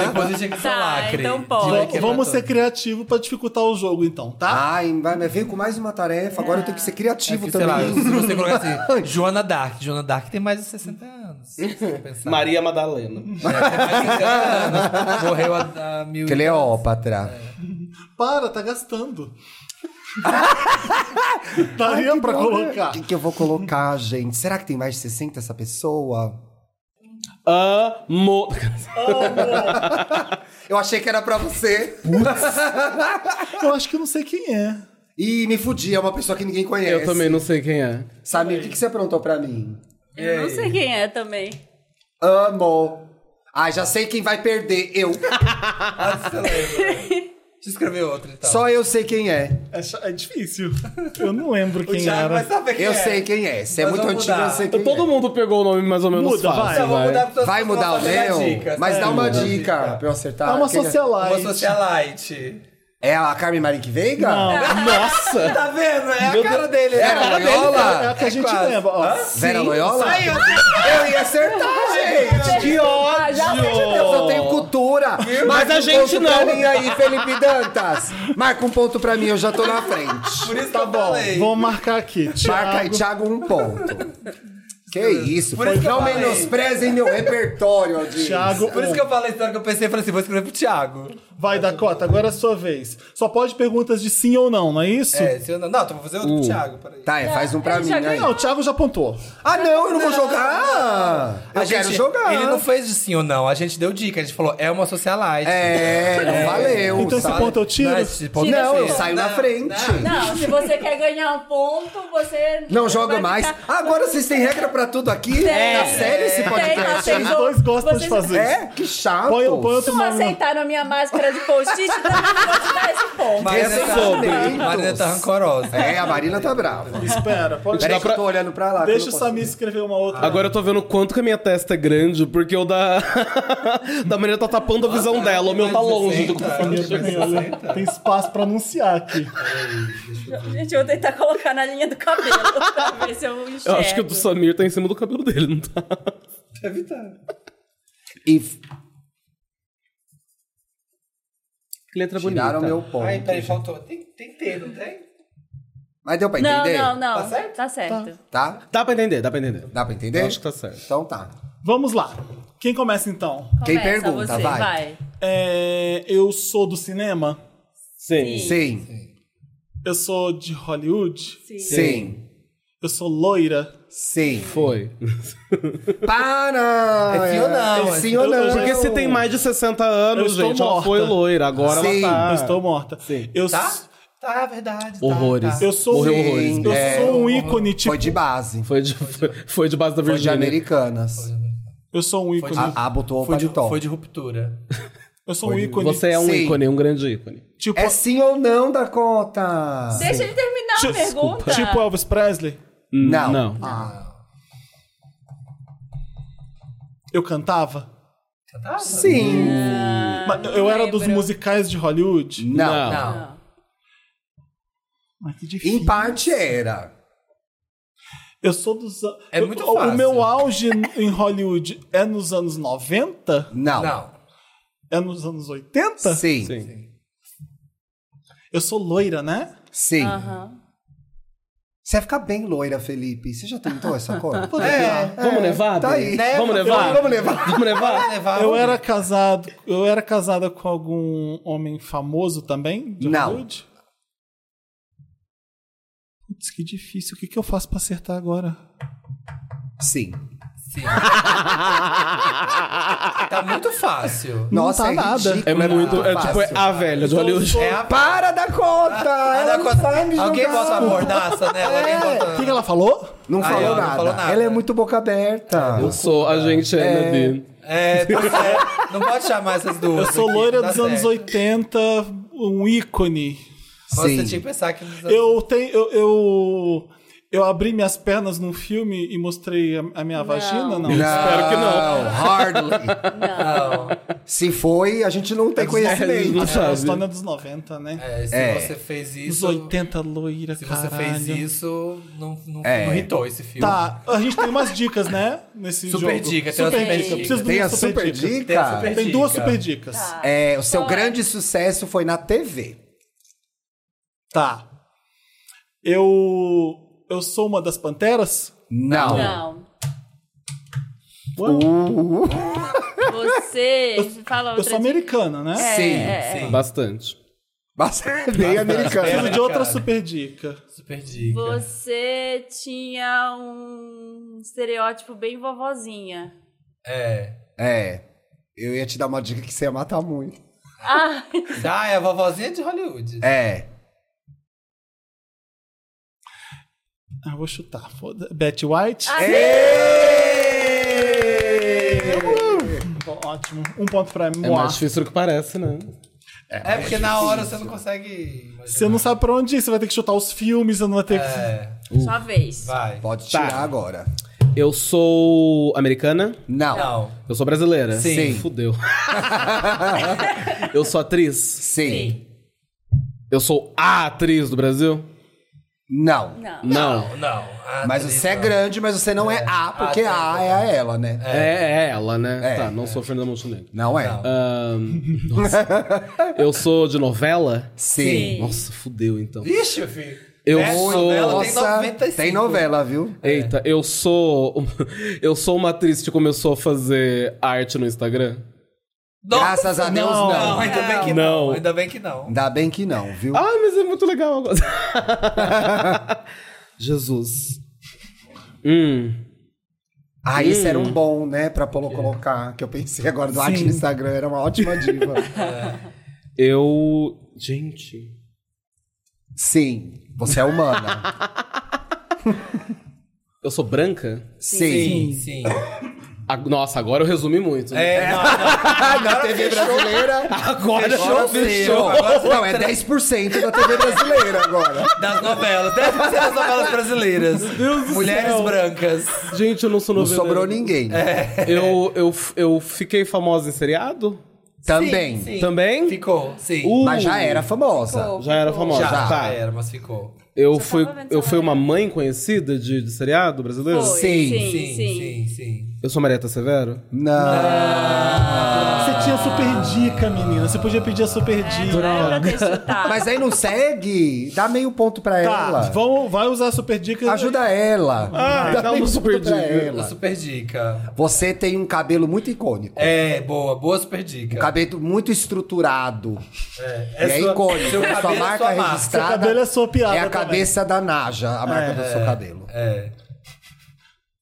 S6: Depois eu tinha que falar,
S3: Tá,
S6: crente.
S3: então pode.
S6: Vai
S1: Vamos-
S6: quebrar
S1: Vamos
S6: tudo.
S1: ser criativo pra dificultar o jogo, então, tá?
S2: Ai, vai, mas veio com mais uma tarefa. Agora eu tenho que ser criativo
S6: É Sei lá, se
S2: também.
S6: você colocar assim, Joana Dark. Joana Dark tem mais de 60 anos. se você pensar.
S4: Maria Madalena.
S6: Morreu a, a mil...
S2: é Cleópatra.
S1: Para, tá gastando. Daria pra
S2: O
S1: colocar.
S2: que, né? que eu vou colocar, gente? Será que tem mais de 60 essa pessoa?
S4: Amo.
S2: Eu achei que era pra você.
S1: Eu acho que eu não sei quem é.
S2: Ih, me fudi, é uma pessoa que ninguém conhece.
S4: Eu também não sei quem é.
S2: Samir, o que, que você aprontou pra mim?
S3: Eu não sei quem é também.
S2: Amo. Ai, já sei quem vai perder. Eu.
S6: Ah, você lembra. Deixa eu escrever outra, então.
S2: Só eu sei quem é.
S1: É, cha- é difícil. Eu não lembro
S6: o
S1: quem
S6: Thiago vai
S1: era.
S6: saber quem
S2: Eu
S6: é.
S2: sei quem é. Se é
S6: Mas
S2: muito
S6: vamos
S2: antigo,
S6: mudar.
S2: eu sei quem
S4: Todo
S2: é.
S4: mundo pegou o nome mais ou menos
S1: Muda, vai.
S4: fácil,
S6: Vou
S4: é. vai.
S6: mudar pra-
S2: Vai mudar o
S6: pra dar
S2: meu?
S6: dicas,
S2: Mas
S6: né?
S2: dá uma
S6: Muda a
S2: dica pra eu acertar.
S1: É uma
S2: Quem
S1: socialite.
S6: Uma socialite.
S2: É a Carmen Marik Veiga?
S1: Não.
S4: Nossa!
S6: Tá vendo? É a cara dele.
S2: Era
S6: né?
S2: a
S1: É a
S2: Loyola?
S1: que a gente
S6: quase.
S1: lembra. Ó.
S2: Vera Loyola?
S6: Saiu.
S2: Eu ia acertar, gente!
S4: Que
S3: Ah, já
S4: ódio!
S2: Eu só tenho cultura.
S4: Mas a
S2: um
S4: gente
S2: ponto pra
S4: não.
S2: mim aí, Felipe Dantas. Marca um ponto pra mim, eu já tô na
S6: Por
S2: frente.
S6: isso tá bom.
S1: Vamos marcar aqui.
S2: Marca aí,
S1: Thiago.
S2: Thiago, um ponto. Que isso,
S6: Por isso que eu
S2: não
S6: falei.
S2: menosprezem meu repertório, audiência.
S1: Thiago, um,
S6: Por isso que eu falei a história que eu pensei, falei assim, vou escrever pro Thiago.
S1: vai, Dakota, agora é a sua vez. Só pode perguntas de sim ou não, não é isso?
S6: É, se eu não... Não, então vou fazer outro pro Thiago, peraí.
S2: Tá, é, faz um pra
S3: Ele
S2: mim
S3: já
S2: aí.
S1: Não, o Thiago já apontou.
S2: Ah, não, eu não vou jogar. Eu
S6: A
S2: quero
S6: gente-
S2: jogar.
S6: Ele não fez de sim ou não, a gente deu dica, a gente falou, é uma socialite.
S2: É, não valeu.
S1: Então esse
S6: assim,
S2: sabe?
S1: ponto eu tiro?
S6: Não, esse ponto
S3: Tira
S2: Não,
S6: eu
S2: eu
S6: tiro.
S2: saio na frente.
S3: Não, se você quer ganhar um ponto, você.
S2: Não joga
S3: vai
S2: mais.
S3: ficar-
S2: Agora vocês têm regra pra tudo aqui? Tá sério esse
S3: Tem,
S2: podcast?
S3: vocês
S1: Os
S3: vão-
S1: dois gostam de
S3: vocês-
S1: fazer.
S2: É? Que chato.
S1: Põe, põe outro
S3: Se não
S1: nome. na-
S3: aceitaram a minha máscara de post-it, também não vou te dar esse ponto.
S6: Marina tá,
S2: Exatamente.
S6: Marina tá rancorosa.
S2: É, a Marina tá brava.
S1: Espera, pode.
S2: Peraí
S4: Dá
S2: que eu
S4: pra-
S2: tô olhando pra lá. que
S1: Deixa
S2: eu
S1: o
S2: não posso
S1: Samir escrever uma outra.
S4: Agora eu tô vendo o quanto que a minha testa é grande, porque o da. da maneira tá tapando a visão dela, o meu tá longe do
S1: Samir, tem espaço pra anunciar aqui.
S3: Gente, eu vou tentar colocar na linha do cabelo pra ver se eu
S4: Eu
S3: enxergo.
S4: acho que o do Samir tá em cima do cabelo dele, não tá?
S2: If
S4: Que letra
S2: tiraram meu ponto.
S6: Ai, peraí, faltou. Tem, tem T, não tem?
S2: Mas deu pra
S3: Não,
S2: entender?
S3: não, não.
S6: Tá certo?
S3: Tá certo.
S2: Tá?
S4: Dá pra entender, dá pra entender.
S2: Dá pra entender?
S4: Eu acho que tá certo.
S2: Então tá.
S1: Vamos lá. Quem começa então?
S2: Quem
S3: Começa
S2: pergunta,
S3: você,
S2: vai.
S1: É, eu sou do cinema?
S4: Sim.
S2: Sim.
S1: Eu sou de Hollywood?
S2: Sim.
S1: Eu sou loira?
S2: Sim.
S4: Foi.
S2: Para!
S6: É sim ou não,
S2: É
S6: é
S2: sim ou não.
S4: Porque se tem mais de 60 anos,
S1: Eu estou
S4: gente, ela
S1: morta.
S4: foi loira. Agora
S2: Sim.
S4: ela tá.
S1: Eu estou morta.
S4: Sim.
S1: Eu,
S6: Tá?
S1: s-
S6: Tá, é verdade. tá,
S4: Horrores.
S1: eu sou, um,
S4: Morreu
S1: eu
S4: horrores.
S2: Sim, é.
S1: sou um ícone tipo.
S2: Foi de base.
S4: Foi de, foi, foi de base da
S2: Foi de
S4: Virgínia.
S2: americanas.
S1: Eu sou um ícone.
S2: A, a botou
S6: Foi
S2: o
S6: de,
S2: paletó.
S6: foi de ruptura.
S1: Eu sou um ícone
S4: Você é um
S2: Sim.
S4: ícone, um grande ícone.
S1: tipo,
S2: É sim ou não, Dakota?
S3: Deixa ele terminar a pergunta.
S1: tipo Elvis Presley.
S2: Não. Ah.
S4: Não.
S1: Eu cantava?
S6: Ah,
S2: Sim.
S1: Mas eu era dos
S3: lembro.
S1: musicais de Hollywood?
S2: Não.
S6: Não.
S3: Ah,
S1: Mas que difícil.
S2: Em parte era.
S1: Eu sou dos. an-
S6: É
S1: eu-
S6: muito
S1: o-
S6: fácil.
S1: O meu auge em Hollywood é nos anos 90?
S2: Não.
S6: Não.
S1: É nos anos 80?
S2: Sim. Sim.
S4: Sim.
S1: Eu sou loira, né?
S3: Aham.
S2: Você vai ficar bem loira, Felipe. Você já tentou essa cor?
S1: É.
S4: Vamos levar?
S2: tá
S4: Bia?
S2: aí.
S4: Vamos levar?
S2: Vamos levar.
S4: Vamos levar?
S6: Levar
S1: Eu
S6: um-
S1: era casado. Eu era casada com algum homem famoso também? De
S2: Não.
S1: Hollywood? Putz, que difícil. O que, que eu faço pra acertar agora?
S2: Sim.
S6: Tá muito fácil.
S2: Nossa,
S4: tá
S2: é
S4: nada.
S2: ridículo,
S4: É muito. É tipo, é
S2: fácil.
S4: a velha do Hollywood.
S6: É a
S2: Para da conta!
S6: Ah,
S2: ela
S6: dá
S2: não
S6: conta-
S2: vai me
S6: Alguém
S2: julgar.
S6: bota a mordaça nela? Alguém
S1: O que,
S6: bota...
S1: que ela falou?
S2: Não
S6: Aí,
S2: falou,
S6: ó, não
S2: nada.
S6: falou nada.
S2: Ela é muito boca aberta.
S4: Eu sou, a gente é, né, Bi?
S6: É, tá certo. Não pode chamar essas duas.
S1: Eu sou
S6: aqui,
S1: loira
S6: tá
S1: dos anos
S6: certo.
S1: 80, um ícone.
S6: Nossa,
S2: Sim.
S6: Você tinha que pensar que... nos anos-
S1: Eu tenho. Eu, eu, eu abri minhas pernas num filme e mostrei a, a minha vagina, não.
S2: Espero
S4: que
S2: não. Hardly.
S6: Não.
S2: Se foi, a gente não tem
S4: É, não
S2: conhecimento.
S1: A
S4: sabe.
S1: história dos 90, né?
S6: É, se
S2: É.
S6: você fez
S1: Dos
S6: isso...
S1: 80, loira,
S6: Se você
S1: caralho.
S6: fez isso, não, não,
S2: É.
S6: não irritou esse filme.
S1: Tá, a gente tem umas dicas, né? Nesse
S6: Super
S1: jogo.
S6: dica, tem uma super dica.
S1: Preciso de
S2: Tem a
S1: duas super,
S2: super
S1: dicas.
S6: Tem a
S2: dica.
S6: super
S1: Tem duas
S6: dica.
S1: super dicas.
S3: Tá.
S2: É, o seu grande sucesso foi na TV.
S1: Tá. Eu. Eu sou uma das panteras?
S2: Não.
S3: Não.
S1: Ué,
S3: Você fala outra É,
S1: eu sou americana, né?
S2: Sim,
S6: Sim.
S4: Bastante.
S2: Bastante é bem americano.
S6: É,
S1: Preciso de outra super dica.
S6: Super dica.
S3: Você tinha um estereótipo bem vovozinha.
S6: É.
S2: É. Eu ia te dar uma dica que você ia matar muito.
S6: Ah, é a vovozinha de Hollywood.
S2: É.
S1: Ah, eu vou chutar. Foda Betty White?
S3: Ah,
S2: Ah,
S3: é?
S1: Bom, Ótimo. Um ponto pra mim.
S4: É mais difícil do que parece, né?
S6: É, porque na hora você não consegue. imaginar.
S1: Você não sabe pra onde ir, você vai ter que chutar os filmes, você não vai ter que.
S6: É,
S3: Sua vez.
S6: vai.
S2: Pode tirar agora.
S4: Eu sou americana?
S2: Não.
S6: Não.
S4: Eu sou brasileira?
S2: Sim.
S4: Fudeu. eu sou atriz?
S2: Sim.
S4: Eu sou a atriz do Brasil?
S2: Não.
S3: Não.
S4: Não.
S6: Não, não. Ah,
S2: Mas
S6: três,
S2: você é
S6: não.
S2: grande, mas você não é, A, porque
S6: Ah, tá.
S2: A é a ela, né?
S4: É, é ela, né?
S2: É.
S4: tá, não sou Fernanda Montenegro.
S2: Não é.
S6: Não. Ah.
S4: Ahn, nossa. eu sou de novela?
S2: Sim.
S4: Nossa, fudeu então.
S6: Ixi, meu filho.
S4: Eu
S6: É,
S4: sou.
S6: novela tem
S2: Nossa,
S6: 95.
S2: tem novela, viu?
S4: Eita, eu sou. Eu sou uma atriz que começou a fazer arte no Instagram?
S6: Nossa,
S2: Graças a Deus,
S6: não.
S2: não.
S6: ainda bem que não.
S4: Não.
S6: Ainda bem que não.
S2: Ainda bem que não, viu?
S4: Ah, mas é muito legal agora. Jesus. Hum.
S2: Ah, esse era um bom, né, pra polo- colocar, que eu pensei agora do arte no Instagram, era uma ótima diva.
S4: Eu. Gente.
S2: Sim, você é humana.
S4: Eu sou branca?
S2: Sim.
S6: Sim, sim.
S4: Ah, nossa, agora eu resumi muito. né?
S6: É, não, não.
S2: Na TV brasileira,
S4: Agora
S6: Fechou, fechou.
S2: fechou.
S6: Agora você
S2: Não, é
S6: tá-
S2: 10% da TV brasileira agora.
S6: Das novelas. 10% das novelas brasileiras. Mulheres brancas.
S4: Gente, eu não sou
S2: Não
S4: noveleiro.
S2: sobrou ninguém.
S4: Eu, eu, eu fiquei famosa em seriado?
S2: Também.
S6: Sim, sim.
S4: Também?
S6: Ficou, sim.
S4: Uh,
S2: Mas já era famosa. É.
S3: Ficou.
S4: Já era famosa.
S6: já, já
S4: tá.
S6: era, mas ficou.
S4: Eu
S3: Já
S4: fui,
S3: tava vendo
S4: eu
S3: essa
S4: fui uma
S3: live.
S4: mãe conhecida de, de seriado brasileiro?
S3: Foi.
S2: Sim,
S3: sim,
S6: Sim, sim, sim.
S4: Eu sou Marieta Severo?
S2: Não.
S1: Você tinha super dica, menina. Você podia pedir a super dica.
S3: Era pra ter chutado.
S2: Mas aí não segue? Dá meio ponto pra
S1: Tá,
S2: ela.
S1: vamos, vai usar a super dica.
S2: Ajuda ela.
S4: Ah, dá uma super
S2: pra
S4: dica.
S6: Uma
S2: ela.
S6: Super dica.
S2: Você tem um cabelo muito icônico.
S6: É, boa, boa super
S2: Um
S6: dica.
S2: cabelo muito estruturado.
S6: É,
S2: e é
S6: sua-
S2: icônico.
S6: seu
S2: sua
S6: cabelo é
S2: marca
S6: sua marca.
S2: registrada.
S1: Seu cabelo é sua piada
S2: É a
S1: também.
S2: cabeça da Naja, a marca do seu cabelo.
S6: É.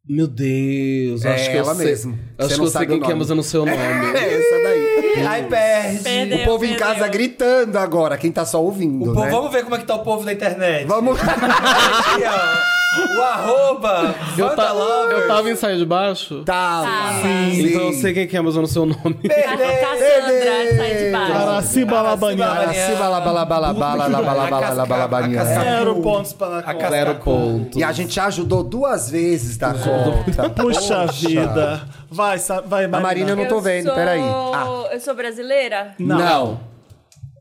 S4: Meu Deus,
S2: É
S4: acho que
S2: ela
S4: eu sei.
S2: mesmo. Você
S4: Acho que
S2: não
S4: eu sei
S2: sabe
S4: quem
S2: o
S4: que é,
S2: nome.
S4: mas eu não sei o nome.
S2: É essa daí.
S6: Ai, perde.
S3: Perdeu.
S2: O povo em
S3: Entendeu?
S2: casa gritando agora, quem tá só ouvindo,
S6: O povo-
S2: né?
S6: Vamos ver como é que tá o povo na internet.
S2: Vamos...
S6: Aqui, ó. O arroba
S4: eu, ta- eu
S6: Vandalovers.
S4: tava em saia de baixo?
S2: Tá, sim,
S4: Então eu
S2: sim.
S4: sei quem que é, mas eu não sei o nome.
S3: Cassandra, sai de baixo.
S1: Araciba Labanian.
S2: Araciba, labala, labala, labala, labala, labala,
S6: casca-
S2: labala.
S1: Zero pontos pra na conta.
S4: Zero ponto.
S2: E a gente já ajudou duas vezes da conta.
S1: Puxa
S2: Poxa.
S1: vida. Vai, sa- vai, Marina.
S2: Marina Eu não tô vendo,
S3: sou-
S2: peraí. Ah.
S3: Eu sou brasileira?
S2: Não. Não.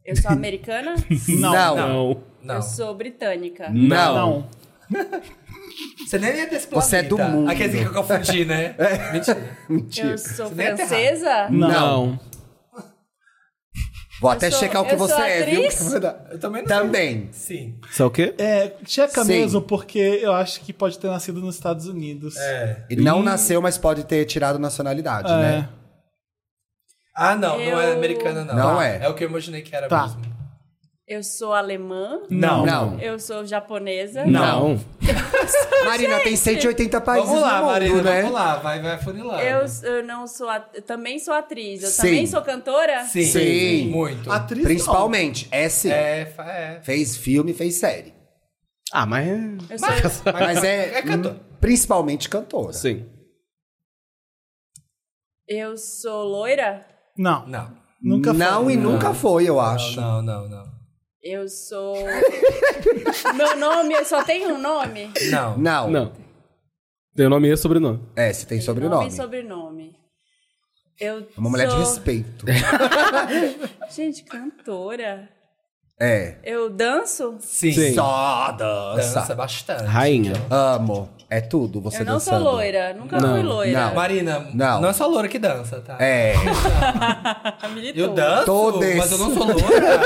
S3: Eu sou americana?
S1: Não.
S2: Não.
S4: Não.
S6: Não.
S3: Eu sou britânica.
S1: Não.
S6: Você nem é desse planeta.
S2: Você é do mundo. É.
S6: Aqueles que eu confundi, né? Mentira.
S3: Eu
S2: Mentira.
S3: sou
S6: nem é
S3: francesa?
S4: Não.
S2: Vou até
S3: sou-
S2: checar o que
S3: eu sou
S2: você é, viu?
S3: atriz?
S6: Eu também não
S2: Também.
S6: sei. Sim.
S4: Isso é o quê?
S1: É, checa
S2: Sim.
S1: mesmo, porque eu acho que pode ter nascido nos Estados Unidos.
S6: É.
S2: Ele não nasceu, mas pode ter tirado nacionalidade,
S1: É.
S2: né?
S6: Ah, não. Não é
S3: Eu-
S6: americana, não. Tá.
S2: Não é.
S6: É o que eu imaginei que era
S1: Tá.
S6: mesmo.
S3: Eu sou alemã.
S1: Não.
S2: Não.
S3: Eu sou japonesa.
S1: Não.
S2: Marina, tem 180 países
S6: Vamos lá,
S2: no mundo,
S6: Marina,
S2: né?
S6: vamos lá, vai, vai funilar.
S3: Eu, eu não sou at- eu também sou atriz. Eu
S2: Sim.
S3: também sou cantora?
S6: Sim,
S2: Sim.
S6: muito.
S1: Atriz
S2: Principalmente, é sim.
S6: É, fa- é.
S2: Fez filme, fez série.
S4: Ah, mas.
S3: Eu sou,
S2: Mas é,
S6: É cantora.
S2: hum, principalmente cantora.
S4: Sim.
S3: eu sou loira?
S1: Não. não.
S6: Não.
S1: Nunca foi.
S2: não, e nunca foi, eu acho.
S6: Não, não, não.
S3: Eu sou. Meu nome, eu só tenho um nome?
S6: Não.
S2: Não.
S4: Não. Tem nome e sobrenome.
S2: É, você tem
S3: Nome
S2: sobrenome.
S3: e sobrenome. Eu
S2: É Uma mulher
S3: sou...
S2: de respeito.
S3: Gente, cantora.
S2: É.
S3: Eu danço?
S6: Sim.
S4: Sim.
S2: Só dança.
S6: Dança bastante.
S4: Rainha.
S2: Amo. É tudo você
S3: eu não
S2: dançando.
S3: sou loira. Nunca fui loira.
S2: não.
S6: Marina,
S2: Não.
S6: não. é só loura que dança, tá?
S2: É.
S3: A militou.
S6: Eu danço,
S2: Todes.
S6: mas eu não sou loura.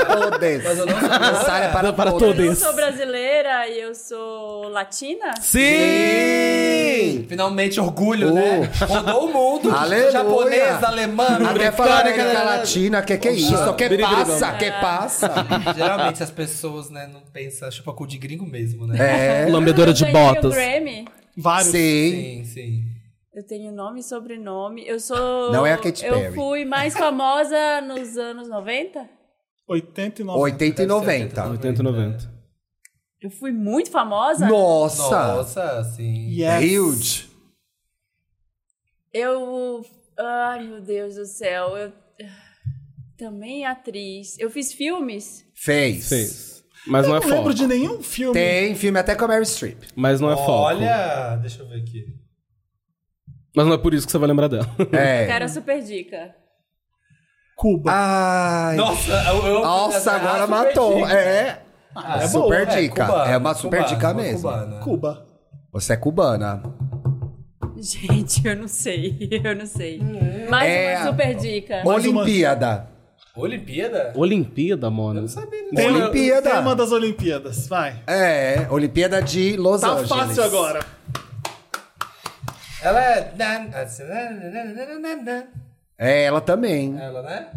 S2: Todes.
S6: Mas eu não sou
S2: Dançar é para,
S4: Para
S3: Eu não
S4: todos.
S3: sou brasileira e eu sou latina?
S4: Sim!
S6: Finalmente, orgulho,
S2: Oh.
S6: né? Rodou o mundo.
S2: Aleluia.
S6: Japonesa, alemã,
S2: Até falar América Latina, que que é isso? Que
S4: Biribiri,
S2: passa, que passa.
S6: Geralmente as pessoas, né, não pensam, chupa cu de gringo mesmo, né?
S2: É.
S4: Lambedora de
S3: eu ganhei o
S4: botas.
S3: Grammy.
S1: Vários.
S2: Sim.
S6: Sim, sim.
S3: Eu tenho nome e sobrenome. Eu sou.
S2: Não é a Katy
S3: Eu
S2: Perry.
S3: fui mais famosa nos anos 90?
S1: 89.
S2: 80 e 90.
S4: 80 e 90.
S3: Eu fui muito famosa?
S2: Nossa.
S6: Nossa, sim.
S2: é
S1: Yes.
S2: Huge.
S3: Eu. Ai, meu Deus do céu. Eu. Também atriz. Eu fiz filmes?
S2: Fez.
S4: Fez. Mas não é
S1: Eu não lembro
S4: foco.
S1: de nenhum filme.
S2: Tem filme até com a Mary Streep.
S4: Mas não é foco.
S6: Olha, deixa eu ver aqui.
S4: Mas não é por isso que você vai lembrar dela.
S2: É.
S3: Cara, super dica.
S1: Cuba.
S2: Ai.
S6: Nossa, eu, eu
S2: Nossa,
S6: Ah,
S2: agora
S6: super
S2: matou.
S6: chique.
S2: É.
S1: Ah, é boa.
S2: super dica. É,
S6: cubana,
S2: uma super
S6: cubana,
S2: dica
S6: uma
S2: mesmo.
S6: cubana.
S1: Cuba.
S2: Você é cubana.
S3: Gente, eu não sei. Eu não sei. Mais
S2: É.
S3: uma super dica.
S1: Mais uma-
S2: Olimpíada.
S6: Olimpíada?
S4: Olimpíada, Mona.
S1: Tem uma-
S2: Olimpíada.
S1: Tem uma das Olimpíadas. Vai.
S2: É, Olimpíada de Los
S1: Tá
S2: Angeles.
S1: fácil agora.
S6: Ela é. nan- assim, nan- nan- nan- nan- nan.
S2: É, ela também.
S6: né, Ela, né?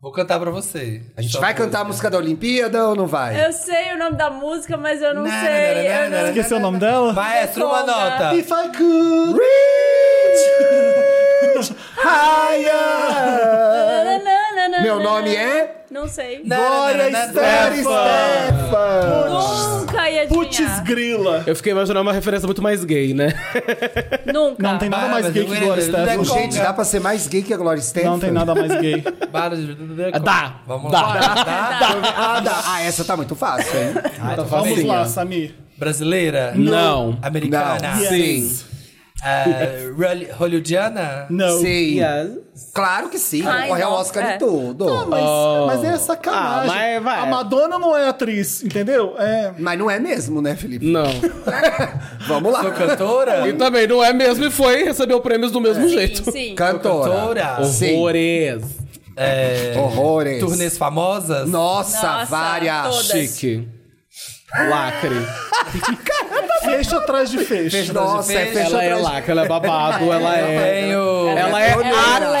S6: Vou cantar pra você.
S2: A gente
S6: Só
S2: vai
S6: pra-
S2: cantar a música da Olimpíada ou não vai?
S3: Eu sei o nome da música, mas eu não
S6: Não,
S3: sei.
S6: não, não,
S3: eu
S6: não,
S3: não-
S6: não.
S1: Esqueceu o nome dela?
S6: Maestro, uma
S3: Responda.
S6: nota.
S1: If I could reach higher.
S3: Não, não, não, não,
S2: Meu
S3: não,
S2: nome
S3: não.
S2: é?
S3: Não sei.
S6: Não.
S2: Glória Esther Stefan.
S3: Nunca ia
S1: Putz
S3: adivinhar.
S1: grila.
S4: Eu fiquei imaginando uma referência muito mais gay, né?
S3: Nunca.
S1: Não tem nada
S6: Vai,
S1: mais
S6: mas
S1: gay
S6: eu
S1: que
S6: lembro,
S1: Gloria
S6: ele é
S1: Estefan.
S6: gay.
S2: Gente, dá pra ser mais gay que a Glória Estefan?
S1: Não tem nada mais gay.
S6: Barra de-
S4: Ah, Dá.
S6: Vamos
S4: Dá.
S6: lá. Dá.
S2: Ah, dá. Ah, essa tá muito fácil, hein? Tá
S1: Então vamos
S4: facinha.
S1: lá, Samir.
S6: Brasileira?
S4: Não.
S6: Americana?
S2: Não.
S1: Yes.
S4: Sim.
S6: Ah, roli- hollywoodiana?
S1: Não.
S2: Sim. Claro que sim.
S3: Ai,
S2: Concorre ao
S3: não,
S2: Oscar
S3: é.
S2: e tudo. Oh. mas...
S1: Mas, mas é sacanagem.
S4: Oh. Ah, mas vai.
S1: A Madonna não é atriz, entendeu? É.
S2: não é mesmo, né, Felipe?
S4: Não.
S2: Vamos lá.
S6: Sou cantora?
S4: E também não é mesmo e foi recebeu prêmios do mesmo jeito.
S3: Sim, sim.
S2: Cantora.
S6: Cantora?
S2: Sim.
S4: Horrores.
S6: É,
S2: Horrores.
S6: Turnês famosas?
S2: Nossa,
S3: Nossa,
S2: várias.
S3: todas.
S4: Chique. Lacre.
S1: Fecho atrás de fecho.
S2: Nossa, é
S6: Fecha
S4: Ela é
S2: atrás-
S4: lacre, ela é babado, ela
S6: Eu
S4: é.
S6: tenho.
S4: Ela é
S3: Ela
S4: a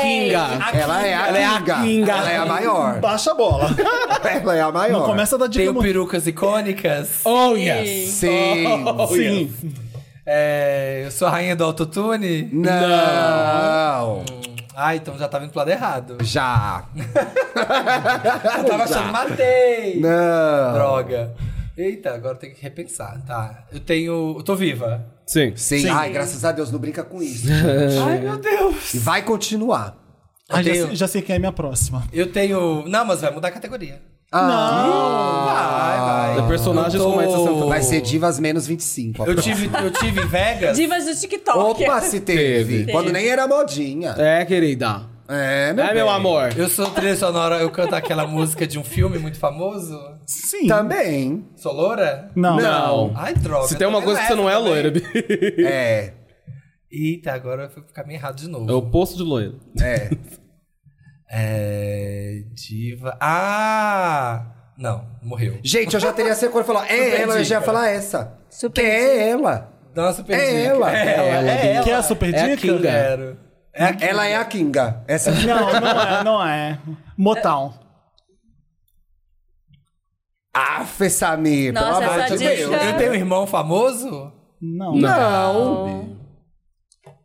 S3: é-
S4: Kinga.
S2: Ela é a
S4: Ela é a
S2: Kinga.
S4: Kinga.
S2: Ela é a maior.
S1: Baixa a bola.
S2: Ela é a maior.
S1: Não começa a dar dica
S6: Tenho
S1: muito.
S6: perucas icônicas.
S4: Oh,
S3: Sim.
S4: yes.
S2: Sim.
S4: Oh.
S1: Sim.
S6: É, eu sou a rainha do autotune.
S2: Não.
S6: Ah, então já tava indo pro lado errado.
S2: Já.
S6: Eu tava achando, matei!
S2: Não.
S6: Droga. Eita, agora tem que repensar, tá? Eu tenho. Eu tô viva.
S4: Sim.
S2: Sim. Ai, graças a Deus, não brinca com isso. Ai, meu Deus. E vai continuar.
S6: Eu
S1: Ah, já,
S6: tenho.
S1: sei, já sei quem é minha próxima.
S6: Eu tenho. Não, mas vai mudar a categoria.
S4: É personagens
S6: Eu tô-
S4: com mais de 60.
S2: Ah, Vai ser divas menos 25.
S6: Eu tive, eu tive em Vegas.
S3: Divas do TikTok.
S2: Opa, se teve.
S4: Teve.
S2: Quando nem era modinha.
S4: É, querida.
S2: É, meu,
S4: É, meu
S2: bem.
S4: amor.
S6: Eu sou trilha sonora, eu canto aquela música de um filme muito famoso.
S1: Sim.
S2: Também.
S6: Sou loura?
S1: Não.
S4: Não.
S6: Ai, droga.
S4: Se tem uma
S6: também
S4: coisa que você não é
S6: também.
S4: loira, Bi.
S2: É,
S6: Eita, agora eu fui pro caminho errado de novo.
S4: É o oposto de loira.
S2: é.
S6: É. Diva. Ah! Não, morreu.
S2: Gente, eu já teria essa cor falar, é
S6: Super
S2: ela, eu já ia
S6: dica.
S2: falar essa.
S3: Super
S2: que é ela.
S6: Nossa, eu perdi.
S2: É ela.
S6: É ela. É ela.
S1: Quer a super
S4: É a
S1: dica?
S4: Kinga.
S6: Quero. É aqui.
S2: Ela é a Kinga. Essa
S1: Não, não é, não é. Motown.
S2: Aff, Samir, pelo
S3: Nossa,
S2: amor
S3: essa
S2: de
S3: dica-
S2: Deus.
S6: Eu tenho um irmão famoso?
S1: Não.
S2: Não.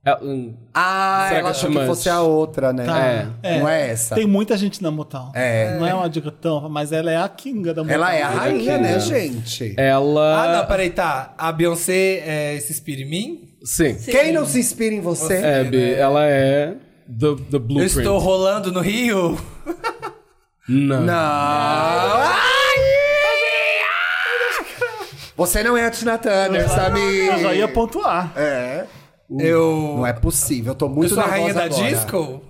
S4: É, hum,
S2: Ah,
S4: Será
S2: ela
S4: que é
S2: achou que
S4: chamante?
S2: fosse a outra, né?
S4: Tá.
S2: Não é essa.
S1: Tem muita gente na Motown.
S2: É.
S1: Não é uma dica tão, mas ela é a kinga da Motown.
S2: Ela é a rainha,
S4: aqui,
S2: né,
S4: né?
S2: gente?
S4: ela.
S6: Ah, não, peraí, tá. A Beyoncé é, se inspira em mim?
S4: Sim.
S2: Quem não se inspira em você?
S4: É, Bi, ela é. The, the
S6: Eu
S4: Blueprint.
S6: estou rolando no Rio?
S4: Não.
S2: Não. Ai! Você não é a Tina Turner,
S1: Eu já ia
S2: Samir.
S1: pontuar.
S2: É.
S6: Eu.
S2: Não é possível, eu tô
S6: eu
S2: muito
S6: sou a
S2: nervosa
S6: rainha da
S2: agora.
S6: disco?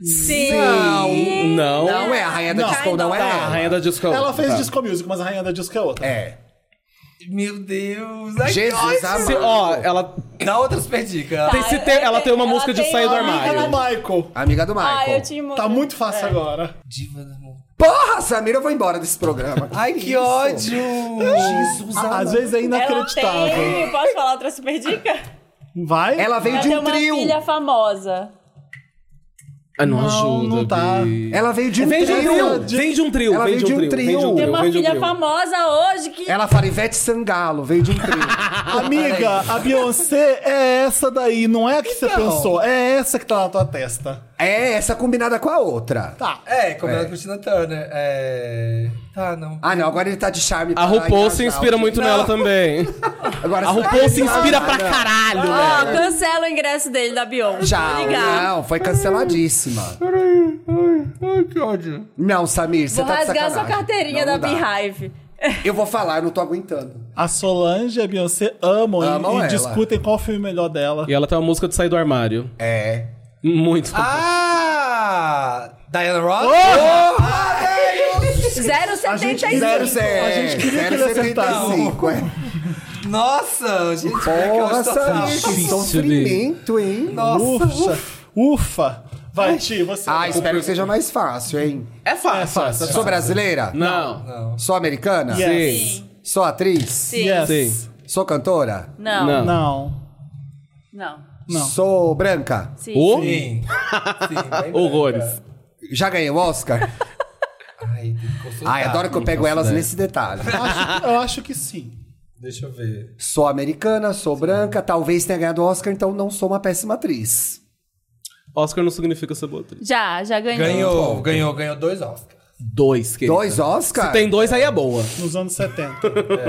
S3: Sim.
S4: Não.
S2: Não é, a rainha da
S1: Não.
S2: disco não é
S4: Tá, a
S2: ela.
S4: rainha da disco.
S1: Ela fez
S4: tá.
S1: disco music, mas a rainha da disco é outra.
S2: É.
S6: Meu Deus. Ai,
S2: Jesus
S6: que ótimo.
S4: Se- ó, ela
S6: Dá outras perdidas.
S3: Tá.
S4: tem, se tem- ela tem uma música de
S3: tem
S4: sair do
S3: uma-
S1: Amiga do
S4: armário.
S1: é Michael.
S2: Amiga do Michael.
S3: Ah, eu te muito...
S1: Tá muito fácil agora.
S6: Diva do mundo.
S2: Porra, Samir, eu vou embora desse programa.
S6: Ai, que ódio.
S2: Jesus,
S1: Ah, Às
S2: amado.
S1: vezes é
S3: Ela
S1: inacreditável.
S3: tem... Posso falar outra super dica?
S1: Vai?
S2: Ela veio
S3: Ela
S2: de
S3: tem
S2: um
S3: uma
S2: trio.
S3: filha famosa.
S4: Ah, não, ajuda.
S1: não tá.
S4: Bi.
S2: Ela veio de um
S4: Vem de um
S2: trio.
S4: trio, vem de um trio,
S2: Ela
S4: vem de um trio, vem de um
S2: Tem
S3: Tem
S4: trio,
S3: uma
S4: vem de um
S3: filha
S4: trio.
S3: famosa hoje que...
S2: Ela fala Ivete Sangalo, veio de um trio.
S1: Amiga, a Beyoncé é essa daí, não é a que você
S4: Então.
S1: pensou. É essa que tá na tua testa.
S2: É essa combinada com a outra.
S1: Tá.
S6: É, como
S2: É.
S6: ela curtindo a Turner. É. Tá, não.
S2: Ah, não, agora ele tá de charme. pra
S4: A RuPaul se
S2: engasgar
S4: inspira
S2: o-
S4: muito nela também.
S2: Agora
S4: A
S2: você-
S4: RuPaul se
S2: Ah,
S4: inspira
S2: não.
S4: pra caralho,
S3: Ó,
S4: né?
S3: Ah, cancela o ingresso dele da Beyoncé. tá
S2: Tchau.
S3: Obrigada.
S2: Não, foi canceladíssima.
S6: Ai, que ódio.
S2: Não, Samir, você
S3: Vou
S2: tá de
S3: rasgar sua
S2: sacanagem.
S3: carteirinha
S2: Não,
S3: da
S2: não dá.
S3: Beehive.
S2: Eu vou falar, eu não tô aguentando.
S1: A Solange e a Beyoncé amam, e-
S2: Amam
S1: e,
S2: ela.
S1: discutem qual filme melhor dela.
S4: E ela tem uma música de sair do armário.
S2: É.
S4: Muito.
S6: Ah! Diana Ross?
S2: Oh!
S1: A gente
S3: 0,75.
S1: quiser-
S2: Zero, zero.
S1: A gente queria que ele acertasse.
S2: 0,75, é.
S6: Nossa, gente, como é que eu
S2: Porra,
S6: estou
S2: Samir,
S6: safo?
S2: que
S4: difícil,
S2: sofrimento, hein?
S1: Ufa, ufa. Vai, Ti, você.
S2: Ah, espero que seja mais fácil, hein?
S4: É fácil.
S1: É fácil. é
S2: Sou
S1: fácil.
S2: brasileira?
S4: Não.
S2: Sou americana?
S1: Yes.
S3: Sim.
S2: Sou atriz?
S3: Sim.
S1: Yes.
S4: Sim.
S2: Sou cantora?
S3: Não. Não.
S4: Não.
S1: Não. Não.
S2: Sou branca?
S3: Sim.
S4: O?
S6: Sim. Sim, vai embora.
S4: Horrores.
S2: Já ganhei o Oscar?
S6: Ai, tem que consultar.
S2: Ai, adoro que eu pego elas nesse detalhe.
S1: Acho que- eu acho que sim.
S6: Deixa eu ver.
S2: Sou americana, sou branca, talvez tenha ganhado o Oscar, então não sou uma péssima atriz.
S4: Oscar não significa ser boa atriz.
S3: Já, já ganhou.
S6: Ganhou, ganhou, ganhou dois Oscars.
S4: Dois, querida.
S2: Dois ah. Oscars?
S4: Tem dois, aí é boa.
S1: Nos anos 70.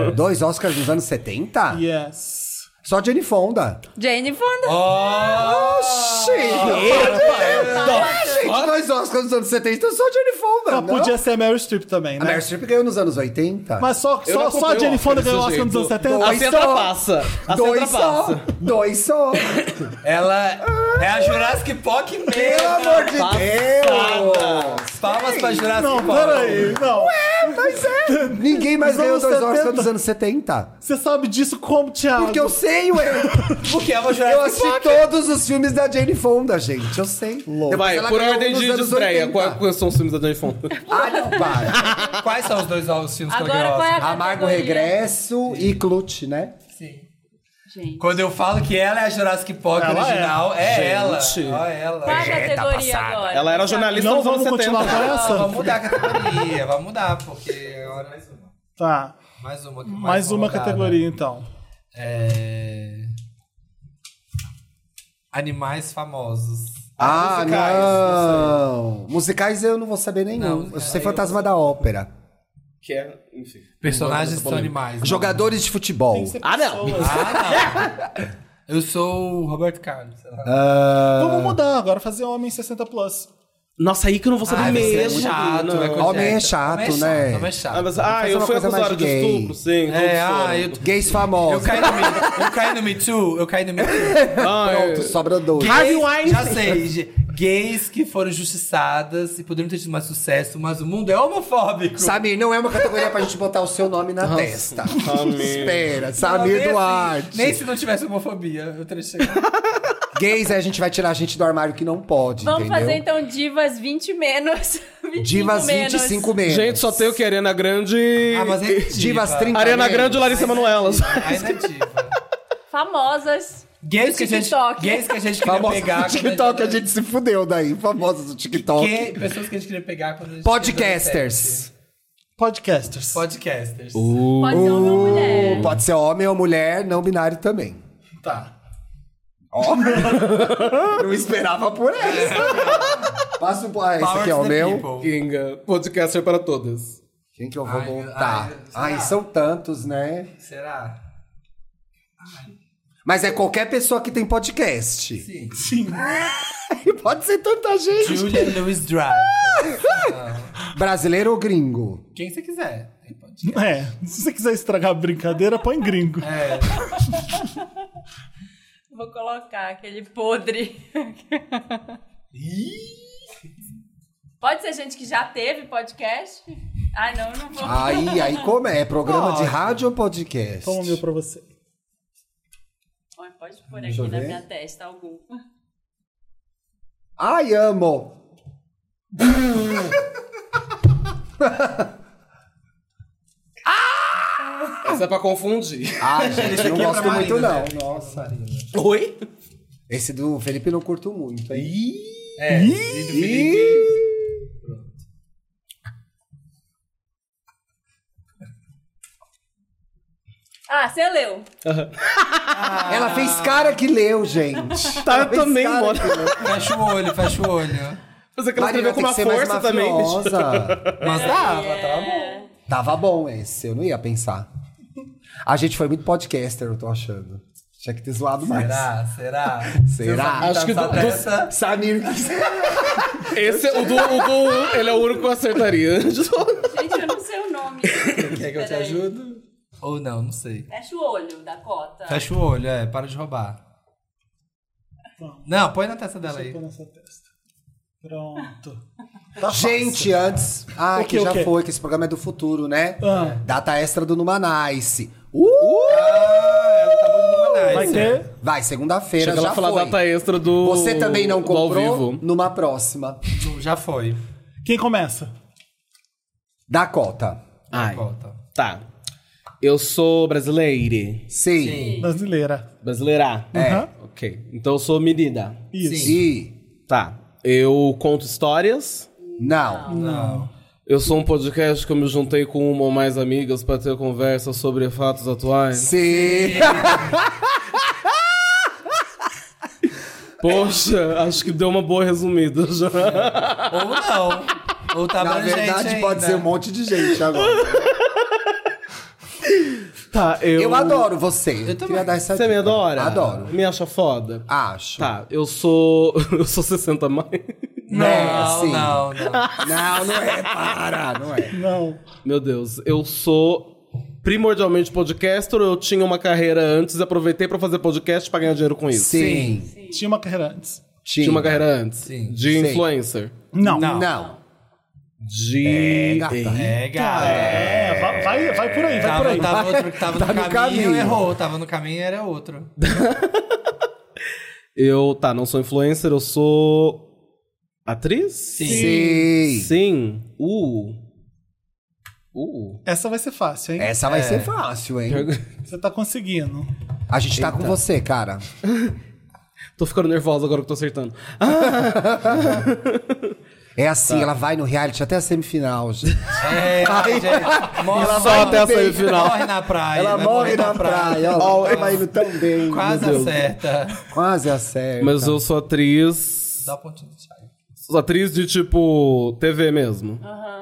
S2: É. Dois Oscars nos anos 70?
S1: Yes.
S2: Só Jenny Fonda.
S3: Jane Fonda.
S6: Oh!
S2: Ah, gente, dois Oscars nos anos 70, só Jenny Fonda.
S1: Ela
S2: não?
S1: podia ser a Meryl Streep também,
S2: A
S1: né?
S2: Meryl Streep ganhou nos anos 80.
S1: Mas só, só,
S4: não
S1: só a
S4: acompanho
S1: Jenny
S4: Oscar
S1: Fonda
S4: desse
S1: ganhou Oscar
S4: jeito.
S1: nos anos 70?
S4: A
S2: Dois
S4: Sandra
S2: só.
S4: passa. A Sandra
S2: Dois só.
S4: passa.
S2: Dois só.
S6: Ela é a Jurassic Park
S2: Pelo
S6: mesmo.
S2: amor de Deus.
S6: Palmas pra Jurassic
S1: Não,
S6: Park.
S1: peraí, não.
S2: Mas é. Ninguém mais
S1: Nos
S2: ganhou
S1: anos
S2: dois Oscars
S1: 70.
S2: nos anos 70.
S1: Você sabe disso como, Thiago?
S2: Porque eu sei, ué.
S6: Porque é uma
S2: Eu
S6: Jurassic
S2: assisti
S6: Park.
S2: todos os filmes da Jane Fonda, gente. Eu sei. Louco.
S4: Vai, por
S2: um
S4: ordem de de estreia, qual- é- quais são os filmes da Jane Fonda?
S2: Ah, não, para.
S6: Quais são os dois os filmes que ela
S3: Agora
S6: ganhou
S3: qual é
S6: Oscar?
S3: a
S2: Amargo
S3: categoria?
S2: Regresso e Clute, né?
S6: Sim.
S3: Gente.
S6: Quando eu falo que ela é a Jurassic Park
S1: Ela é.
S6: original, é, ela.
S4: Gente.
S6: Ó, ela.
S3: Qual a
S2: É, tá
S3: categoria
S2: passada.
S3: agora?
S4: Ela era jornalista
S1: Não
S4: nos anos
S1: vamos
S4: 70.
S1: continuar com
S6: Ah,
S1: essa?
S6: vamos mudar a categoria, vamos mudar, porque agora mais uma.
S1: Tá.
S6: Mais uma, que-
S1: Mais uma
S6: rodada.
S1: categoria, então.
S6: É... Animais famosos.
S2: Ah,
S6: musicais,
S2: não. Musicais eu não vou saber nenhum. eu sei Fantasma da Ópera.
S4: Que é, enfim.
S6: Personagens são animais. né?
S2: Jogadores de futebol.
S4: Ah, não.
S6: Ah, não. Eu sou o Roberto Carlos. sei lá.
S1: Vamos mudar agora, fazer homem 60 plus.
S4: Nossa, aí que eu não vou saber
S6: Ah, você é
S4: mesmo.
S6: muito chato,
S4: não.
S6: vai coisa-
S2: Homem é chato,
S6: Homem é
S2: né?
S6: Homem é chato.
S4: Ah, mas- ah,
S2: Fazer
S4: eu
S2: uma
S4: fui
S2: coisa mais
S4: acusado de
S2: gay.
S4: estupro, sim. todos
S6: É, ah,
S4: foram.
S6: eu,
S2: Gays
S6: eu
S2: famosos.
S6: caí no Me- eu caí no Me Too, eu caí no Me Too.
S4: Ah, eu-
S2: Pronto, sobrou dois.
S6: Gays-
S4: Harvey Weinstein.
S6: Já sei. ge- Gays que foram justiçadas e poderiam ter tido mais sucesso, mas o mundo é homofóbico.
S2: Samir, não é uma categoria pra gente botar o seu nome na testa. Espera, Samir
S6: nem
S2: Duarte.
S6: Se, nem se não tivesse homofobia, eu teria chegado.
S2: Gays, aí a gente vai tirar a gente do armário que não pode,
S3: Vamos
S2: entendeu?
S3: fazer então divas 20 menos. 25
S2: Divas
S3: menos.
S2: 25 menos.
S4: Gente, só tem o que? Ariana Grande.
S6: Ah, mas é
S2: Divas 30
S4: Ariana
S2: menos.
S4: Grande e Larissa Manoela.
S6: Aí não é diva.
S3: Famosas.
S6: Gays que a gente,
S3: TikTok.
S6: gays que a gente queria
S2: Famosa
S6: pegar.
S2: do
S6: quando
S2: TikTok, a gente se fudeu daí. Famosos do TikTok.
S6: Que- pessoas que a gente queria pegar quando a gente.
S2: Podcasters. Uh.
S6: tinha
S1: Podcasters.
S6: Podcasters.
S3: Pode ser homem ou mulher.
S2: Pode ser homem ou mulher, não binário também.
S6: Tá.
S2: Eu esperava por essa. Passa um. Ah, esse
S6: Power
S2: aqui é
S6: to
S2: o
S6: the
S2: meu.
S6: people.
S4: Kinga, podcaster é para todas.
S2: Quem que eu vou
S6: Ai,
S2: montar?
S6: ai, será?
S2: Ai, são tantos, né?
S6: Será?
S2: Mas é qualquer pessoa que tem podcast.
S6: Sim.
S1: Sim.
S2: Pode ser tanta gente.
S6: Julia Lewis Drive.
S2: Brasileiro ou gringo?
S6: Quem você quiser. Tem podcast.
S1: É, se você quiser estragar a brincadeira, põe gringo.
S6: É,
S3: Vou colocar aquele podre. Pode ser gente que já teve podcast? Ai, não, não vou.
S2: Aí, aí como é? É programa de rádio ou podcast?
S1: Toma o meu pra você.
S3: Põe- Pode pôr
S2: Deixa
S3: aqui
S2: eu
S3: na
S2: ver.
S3: minha testa algum.
S2: Ai, amo!
S4: Isso é pra confundir.
S2: Ai, gente, não
S6: aqui é
S2: gosto
S6: pra
S2: muito, não.
S6: Marina,
S2: Nossa.
S4: Oi?
S2: Esse do Felipe não curto muito, hein?
S6: é. E do Felipe.
S3: Ah, você leu.
S2: Ela fez cara que leu, gente.
S4: Tá,
S2: Ela
S4: eu
S2: fez
S4: também
S2: cara
S4: gosto.
S2: que leu.
S6: Fecha o olho, fecha o olho.
S4: Mas é que ela
S2: Marina,
S4: escreveu com
S2: tem que
S4: uma
S2: ser mais
S4: força também. bicho.
S2: mafiosa.
S6: Mas tava, tava bom.
S2: Tava bom esse, eu não ia pensar. A gente foi muito podcaster, eu tô achando. Tinha que ter zoado mais.
S6: Será? Será?
S2: Será?
S4: Acho que
S6: Tá
S4: do-
S6: dessa?
S2: Samir, o que você
S4: Esse, o do, o do- Ele é o único que eu acertaria.
S3: Gente, eu não sei o nome.
S6: Quer que eu te
S3: Peraí.
S6: ajude? Ou não, não sei.
S3: Fecha o olho da cota.
S6: Fecha o olho, é, para de roubar. Não, põe na testa dela aí.
S1: Põe nessa testa. Pronto.
S2: Gente, antes. Ah,
S1: O
S2: que
S1: quê, o
S2: já
S1: quê?
S2: foi, que esse programa é do futuro, né?
S1: Ah.
S2: Data extra do Numanice. Uh!
S6: Ah, ela tá mandando uma nice.
S1: É. Vai ter?
S2: Vai, segunda-feira
S4: Chega lá
S2: já
S4: a falar
S2: foi.
S4: a data extra do.
S2: Você também não
S4: do ao
S2: comprou?
S4: vivo.
S2: Numa próxima.
S6: Já foi.
S1: Quem começa?
S2: Dakota.
S4: Ai.
S6: Volta.
S4: Tá. Eu sou brasileira.
S2: Sim.
S1: Brasileira.
S4: Brasileira.
S1: Aham.
S4: Ok. Então eu sou medida.
S1: Isso.
S2: E.
S4: Tá. Eu conto histórias.
S2: Não.
S4: Eu sou um podcast que eu me juntei com uma ou mais amigas pra ter conversa sobre fatos atuais.
S2: Sim.
S4: Poxa, acho que deu uma boa resumida já.
S6: Ou não. Ou tá
S2: Na
S6: abrangente
S2: verdade, pode
S6: ainda.
S2: ser um monte de gente agora.
S4: Tá,
S2: Eu,
S4: eu.
S2: adoro você. Eu
S6: também.
S2: queria dar essa
S4: Você é me
S2: dica.
S4: adora?
S2: Adoro.
S4: Me acha foda?
S2: Acho.
S4: Tá, eu sou. Eu sou 60 a mais.
S6: Não,
S2: É, sim.
S6: não, não.
S2: Não, não é. Para, não é.
S1: Não.
S4: Meu Deus, eu sou primordialmente podcaster. Eu tinha uma carreira antes e aproveitei pra fazer podcast pra ganhar dinheiro com isso.
S2: Sim.
S1: Tinha uma carreira antes.
S4: Tinha uma
S2: Tinha.
S4: carreira antes.
S6: Sim.
S4: De
S2: Sim.
S4: influencer.
S1: Não.
S2: Não.
S4: De.
S2: gata.
S4: Ei,
S6: É, galera.
S1: É, vai, vai- vai por aí, vai por
S6: Tava,
S1: aí.
S6: tava outro, tava
S2: Tá
S6: no,
S2: no
S6: caminho,
S2: caminho.
S6: errou. Tava no caminho era outro.
S4: Eu, tá, não sou influencer, eu sou. Atriz?
S2: Sim.
S4: Sim. Uh. Uh.
S1: Essa vai ser fácil, hein?
S2: Essa
S4: É.
S2: vai ser fácil, hein?
S1: Você tá conseguindo.
S2: A gente tá com você, cara.
S4: Tô ficando nervosa agora que tô acertando. Ah,
S2: É assim,
S4: Tá.
S2: ela vai no reality até a semifinal. gente.
S6: É, gente, morre,
S4: Ela
S6: morre-
S4: vai até a semifinal.
S6: Morre na praia.
S2: ela
S6: vai
S2: morre
S6: morrer
S2: na praia. Ó, ela tava indo tão bem.
S6: Quase
S2: meu Deus.
S6: acerta.
S2: Quase acerta.
S4: mas eu sou atriz.
S6: Dá um pontinho de chave.
S4: Sou atriz de tipo. TV mesmo.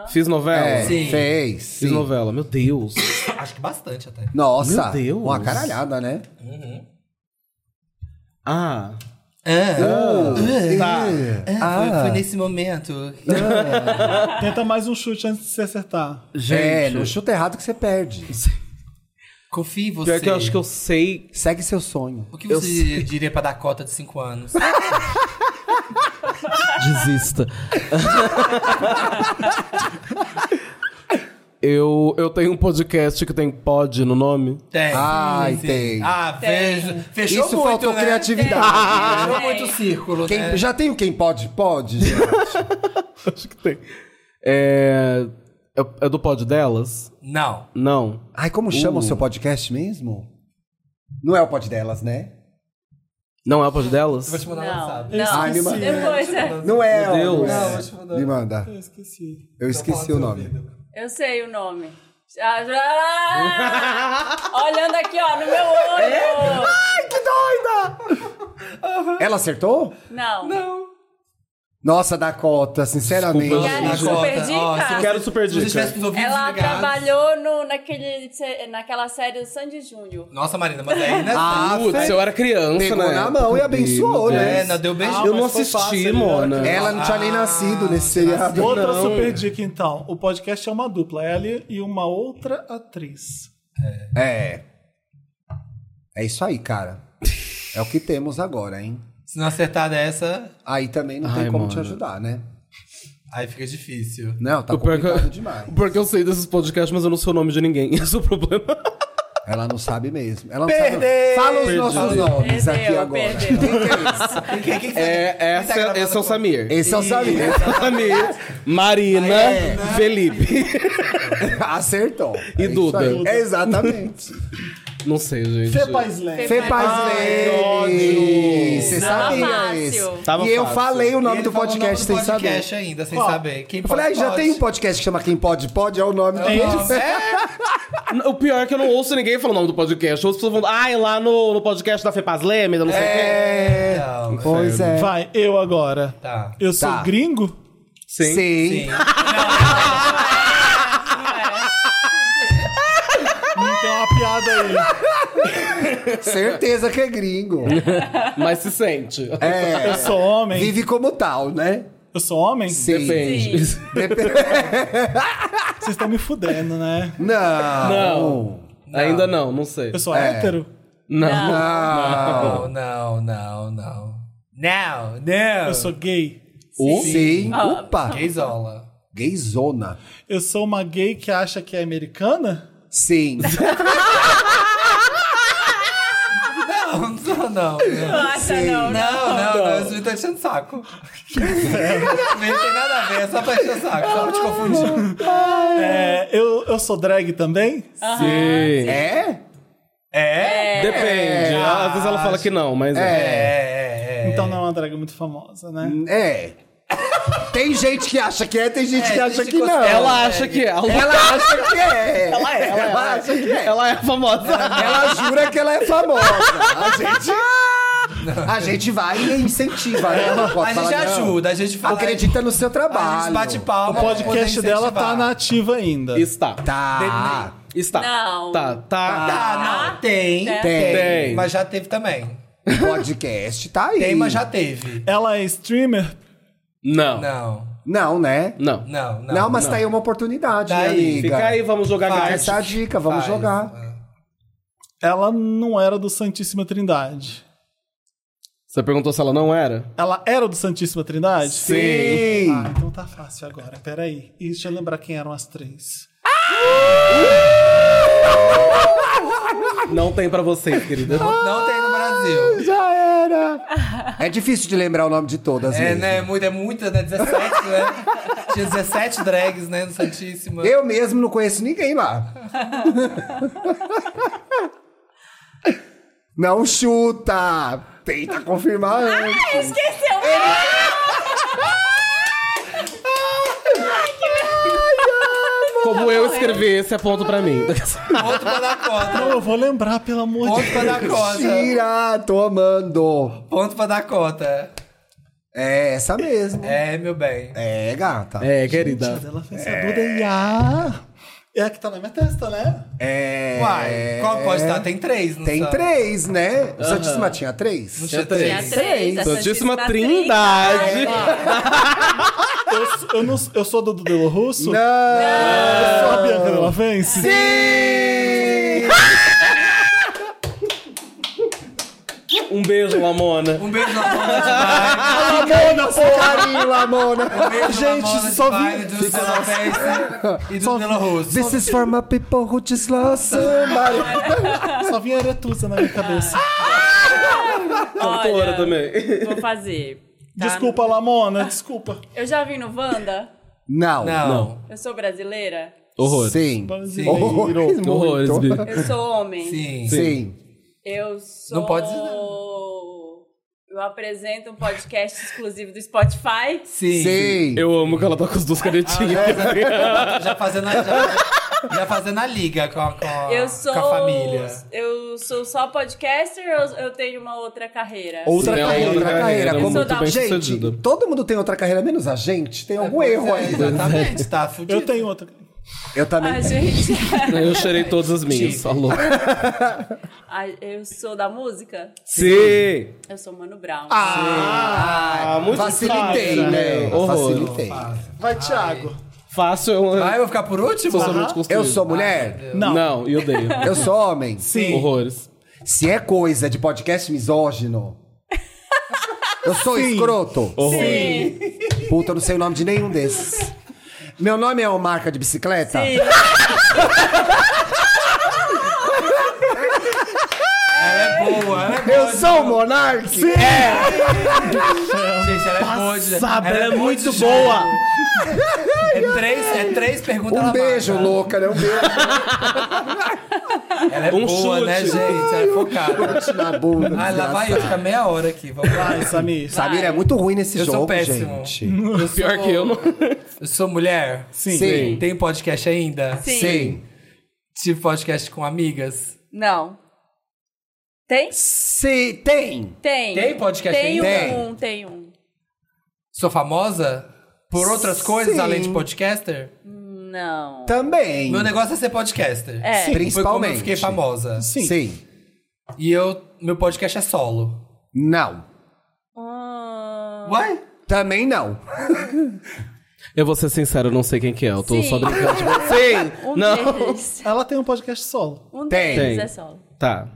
S4: Fiz novela?
S2: É,
S6: Sim.
S2: fez.
S4: Fiz
S2: sim.
S4: novela. Meu Deus.
S6: Acho que bastante até.
S2: Nossa,
S4: Meu Deus.
S2: uma caralhada, né?
S4: Ah.
S2: Tá.
S6: Ah. Foi, foi nesse momento.
S2: Ah.
S1: Tenta mais um chute antes de você acertar.
S2: É, no chuta errado que você perde.
S6: Confie em você.
S4: Pior que eu acho que eu sei.
S2: Segue seu sonho.
S6: O que você diria pra Dakota de 5 anos?
S2: Ah.
S4: Desista. eu, eu tenho um podcast que tem pod no nome.
S6: Tem.
S2: Ai,
S6: é? sim.
S2: tem.
S6: Ah,
S3: Tem.
S6: vejo. Fechou
S2: Isso
S6: muito,
S2: faltou
S6: né?
S2: criatividade.
S6: Fechou
S3: Tem.
S6: muito o círculo,
S2: Quem-
S6: né?
S2: já tem o quem pode, pode. gente.
S4: acho que tem. É. É é do pod delas?
S6: Não.
S4: Não.
S2: Ai, como chama o seu podcast mesmo? Não é o pod delas, né?
S4: Não é o pod delas?
S6: Vou te mandar um
S3: Não,
S6: WhatsApp.
S1: Ah, me
S3: não.
S1: manda.
S3: Depois, é.
S2: Não é,
S4: Meu
S2: ó, não
S4: Deus.
S2: é.
S6: Não, vou te mandar.
S2: Me manda.
S1: Eu esqueci.
S2: Eu esqueci o nome.
S3: Eu sei o nome. Ah, já- Olhando aqui, ó, no meu olho.
S2: Ela acertou?
S3: Não.
S2: Nossa, Dakota, sinceramente.
S3: Desculpa. Cara, super dica.
S4: Quero super
S6: Se você
S4: dica.
S6: tivesse nos ouvidos
S3: Ela
S6: ligados-
S3: trabalhou no, naquele, se- naquela série do Sandy Júnior.
S6: Nossa, Marina, mas aí, né?
S2: Ah,
S4: Putz,
S2: fé.
S4: eu era criança,
S2: Pegou
S4: né?
S2: na mão e abençoou, né?
S6: é, não deu beijo.
S1: Ah,
S4: Eu não
S1: mas foi
S4: assisti,
S1: fácil,
S4: mona.
S1: né?
S2: Ela não tinha nem nascido nesse seriado.
S1: Outra
S4: Não.
S1: super dica, então. O podcast é uma dupla, ela e uma outra atriz.
S2: É. É isso aí, cara. É o que temos agora, hein?
S6: Se não acertar dessa,
S2: Aí também não tem
S4: Ai,
S2: como
S4: mano.
S2: te ajudar, né?
S6: aí fica difícil.
S2: Não, tá
S4: O pior que eu-
S2: complicado demais.
S4: Porque eu sei desses podcasts, mas eu não sei o nome de ninguém. Esse é o problema.
S2: Ela não sabe mesmo. Ela não
S6: Perdeu!
S2: sabe. Fala os
S4: Perdeu.
S2: nossos nomes
S3: Perdeu,
S2: aqui agora. Quem
S3: perdeu.
S2: que é
S6: Quem, quem, quem foi?
S4: É,
S6: Quem tá
S4: essa,
S6: gravando
S4: esse é o
S6: com-
S4: Samir.
S2: esse? Esse é o Samir.
S4: Samir, Marina,
S2: É.
S4: Felipe.
S2: Acertou.
S4: E
S2: isso
S4: Duda.
S2: aí. É exatamente.
S4: Não sei, gente.
S1: Fepa Slam.
S3: Fe-
S2: Fepaz
S4: ódio.
S2: Leme. Você
S3: Tava
S2: sabia
S3: fácil.
S2: isso.
S4: Tava
S2: E eu
S4: fácil.
S2: falei o
S6: E
S2: nome
S6: ele
S2: do
S6: falou o
S2: podcast sem
S6: do podcast
S2: saber.
S6: ainda, sem
S1: Ó,
S6: saber. Quem
S2: Eu falei, ah,
S6: pode,
S2: já
S6: pode.
S2: tem um podcast que chama Quem Pode Pode, é o nome do
S1: Tem.
S2: podcast.
S4: O pior é que eu não ouço ninguém falando o nome do podcast. Outras pessoas falando, ai, lá no, no podcast da Fepaz Leme, da não sei o quê.
S2: É.
S6: Não,
S2: Pois é.
S1: Vai, eu agora.
S6: Tá.
S1: Eu sou
S2: Tá.
S1: gringo?
S2: Sim.
S6: Sim.
S2: um
S1: Não Hum, tem uma piada
S2: Certeza que é gringo.
S4: Mas se sente.
S1: aí. Eu
S2: É.
S1: sou homem?
S2: Vive como tal, né?
S1: Eu sou homem?
S4: Depende.
S1: Vocês estão me fudendo, né?
S2: Não.
S4: Não. Ainda não, não sei.
S1: Eu sou
S2: É.
S1: hétero?
S4: Não.
S2: Não.
S6: Não, não, não, não. Não, não.
S1: Eu sou gay?
S2: Sim. Ah. Opa.
S6: Gayzola.
S2: Gayzona.
S1: Eu sou uma gay que acha que é americana?
S2: Sim.
S6: Não, não sou, não. Não,
S3: Nossa, não, não.
S6: não, não, não. Isso me tá enchendo o saco. Não tem nada a ver, é só pra encher o saco, só pra te confundir.
S1: É, eu, eu sou drag também?
S4: Sim.
S2: É?
S6: É?
S4: Depende. Às vezes ela fala que não, mas. É.
S6: É, é, é.
S1: Então não é uma drag muito famosa, né?
S2: É. Tem gente que acha que é, tem gente
S6: É,
S2: que
S6: tem
S2: acha
S6: gente
S2: que
S6: que
S2: não.
S4: Ela acha que é. Ela,
S2: Ela acha que é. Ela é. Ela, acha que é. Ela...
S4: ela é famosa.
S2: jura que ela é famosa. A gente. A gente vai e incentiva né? ela.
S6: A gente ajuda, a gente fala.
S2: Acredita no seu trabalho.
S6: A gente bate
S1: O
S6: palma. pra
S1: podcast
S6: poder
S1: dela
S6: incentivar.
S1: tá na ativa ainda.
S4: Está.
S2: é. Tá.
S4: Está.
S3: Não.
S4: Tá, tá.
S6: Tá, não, tem.
S2: Tem.
S4: Tem.
S6: Mas já teve também.
S2: Podcast tá aí.
S6: Tem, mas já teve.
S1: Ela é streamer?
S4: Não. Não.
S6: Não,
S2: Não, né?
S4: Não.
S6: não, não.
S2: Não, mas tá aí uma oportunidade,
S6: Tá
S2: minha
S6: aí,
S2: amiga.
S4: Fica aí, vamos jogar
S6: Faz.
S4: cartas.
S2: Essa é a dica, vamos
S6: Faz.
S2: jogar.
S1: Ela não era do Santíssima Trindade.
S4: Você perguntou se ela não era?
S1: Ela era do Santíssima Trindade?
S2: Sim.
S1: Ah, então tá fácil agora. Peraí. E deixa eu lembrar quem eram as três.
S4: Não tem pra vocês, querida.
S6: Não tem no Brasil.
S2: Já era. É difícil de lembrar o nome de todas.
S6: É,
S2: mesmo.
S6: né? Muito, é muita, né? 17, né? Tinha 17 drags, né? No Santíssima.
S2: Eu mesmo não conheço ninguém lá. não chuta. Tenta confirmar. antes.
S3: Esqueceu o nome.
S4: Como eu escrevi, esse é ponto pra mim.
S6: Outro pra dar
S1: Não,
S6: conta.
S1: Então, eu vou lembrar, pelo amor de
S6: Ponto pra dar conta.
S2: Mentira, tô amando.
S6: Ponto pra dar conta.
S2: É essa mesmo.
S6: É, meu bem.
S2: É, gata.
S4: É, querida.
S1: Deus. Ela fez a Duda e a... É a que tá na minha testa, né?
S2: É.
S6: Uai, qual pode estar? Tem três, não
S2: Tem
S6: são?
S2: três, né? O Santíssima tinha três?
S6: Não tinha
S3: Tinha
S6: três.
S3: três. a
S4: Santíssima
S3: Santíssima
S4: Trindade.
S1: Eu, sou- eu, não, eu sou do Dudu Russo?
S2: Não!
S1: Eu sou a Bianca Della Fence?
S2: Sim!
S4: Um beijo, Lamona.
S6: Um beijo na mão de
S2: Lamona, seu carinho, Lamona!
S6: Beijo
S1: Gente,
S6: na
S1: só vi-
S6: Do Dela Fence e do
S1: Só-
S6: Dela Russo.
S2: This is for my people who just love somebody.
S1: Só vinha Aretusa na minha cabeça.
S4: Cantora
S3: Olha,
S4: também.
S3: Vou fazer. tá?
S1: Desculpa, Lamona, desculpa.
S3: Eu já vim no Wanda.
S2: Não.
S6: Não.
S3: Eu sou brasileira.
S4: Horror.
S2: Sim.
S1: Brasileiro.
S2: Horrores, muito.
S4: Horrores, Bi.
S3: Eu sou homem.
S6: Sim.
S2: Sim.
S3: Eu sou.
S6: Não pode dizer
S3: Eu Eu apresento um podcast exclusivo do Spotify.
S6: Sim.
S2: Sei.
S4: Eu amo que ela tá com as duas canetinhas.
S6: Já fazendo a, já, já fazendo a liga com a, com a-
S3: Eu sou.
S6: com a família.
S3: Eu sou só podcaster ou eu tenho uma outra carreira?
S2: Outra
S4: Sim, é
S2: carreira, outra carreira.
S3: Eu
S2: Como
S3: sou da-
S2: gente,
S4: bem-sucedida.
S2: todo mundo tem outra carreira, menos a gente. Tem algum erro
S6: É,
S2: aí.
S6: Exatamente, tá fudido.
S1: Eu tenho outra.
S2: Eu também.
S3: A gente.
S4: Eu cheirei todas as minhas.
S6: Tive.
S4: Alô.
S3: a- eu sou da música?
S4: Sim!
S3: Eu sou Mano Brown.
S4: Ah, muito
S2: Facilitei,
S4: fácil,
S2: né?
S4: Horror.
S2: Facilitei.
S1: Vai, Thiago.
S4: Fácil é uma...
S6: Ah, eu vou ficar por último?
S4: socialmente
S2: Eu
S4: construído.
S2: sou mulher?
S1: Não.
S4: Não, e odeio.
S2: Eu sou homem?
S1: Sim.
S4: Horrores.
S2: Se é coisa de podcast misógino. Eu sou escroto.
S3: Sim.
S2: Puta, eu não sei o nome de nenhum desses. Meu nome é uma marca de bicicleta?
S3: Sim.
S6: Ela é boa, ela é boa.
S2: Eu sou o Monark?
S6: Gente, ela é boa. de-
S5: Sabe, ela é muito
S6: de-
S5: boa.
S6: É três, é três perguntas
S2: Um
S6: ela
S2: beijo,
S6: mata.
S2: louca, né? Um beijo
S6: Ela é
S4: Um
S6: boa,
S4: chute.
S6: né, gente? Ela é focada.
S2: na bunda.
S6: Ah, lá vai eu
S2: desgraçado.
S6: ficar meia hora aqui. Vamos lá.
S1: Vai, Samir.
S2: Samir é muito ruim nesse
S6: Eu sou
S2: jogo,
S6: péssimo.
S2: gente.
S4: Pior que eu não.
S6: Eu sou mulher?
S1: Sim.
S2: Sim.
S6: Tem podcast ainda?
S3: Sim.
S2: Sim.
S6: Tive podcast com amigas?
S3: Não. Tem?
S2: Sim, tem.
S3: Tem.
S6: Tem podcast
S3: Tem um,
S2: ainda?
S3: tem um.
S6: Sou famosa? Por outras coisas
S2: Sim.
S6: além de podcaster?
S3: Não.
S2: Também.
S6: Meu negócio é ser podcaster.
S2: Tá. Sim.
S3: É.
S6: Foi como eu
S2: Principalmente.
S6: fiquei famosa.
S2: Sim.
S6: E eu, meu podcast é solo.
S2: Não.
S3: Ah,
S6: Ué?
S2: Também não.
S4: Eu vou ser sincero, eu não sei quem que é. Eu tô
S3: Sim.
S4: só brincando. Tipo, sim!
S3: um
S4: não!
S3: deles.
S1: Ela tem um podcast solo.
S3: Um
S2: Tem.
S3: deles
S4: Tem.
S3: é solo.
S4: Tá.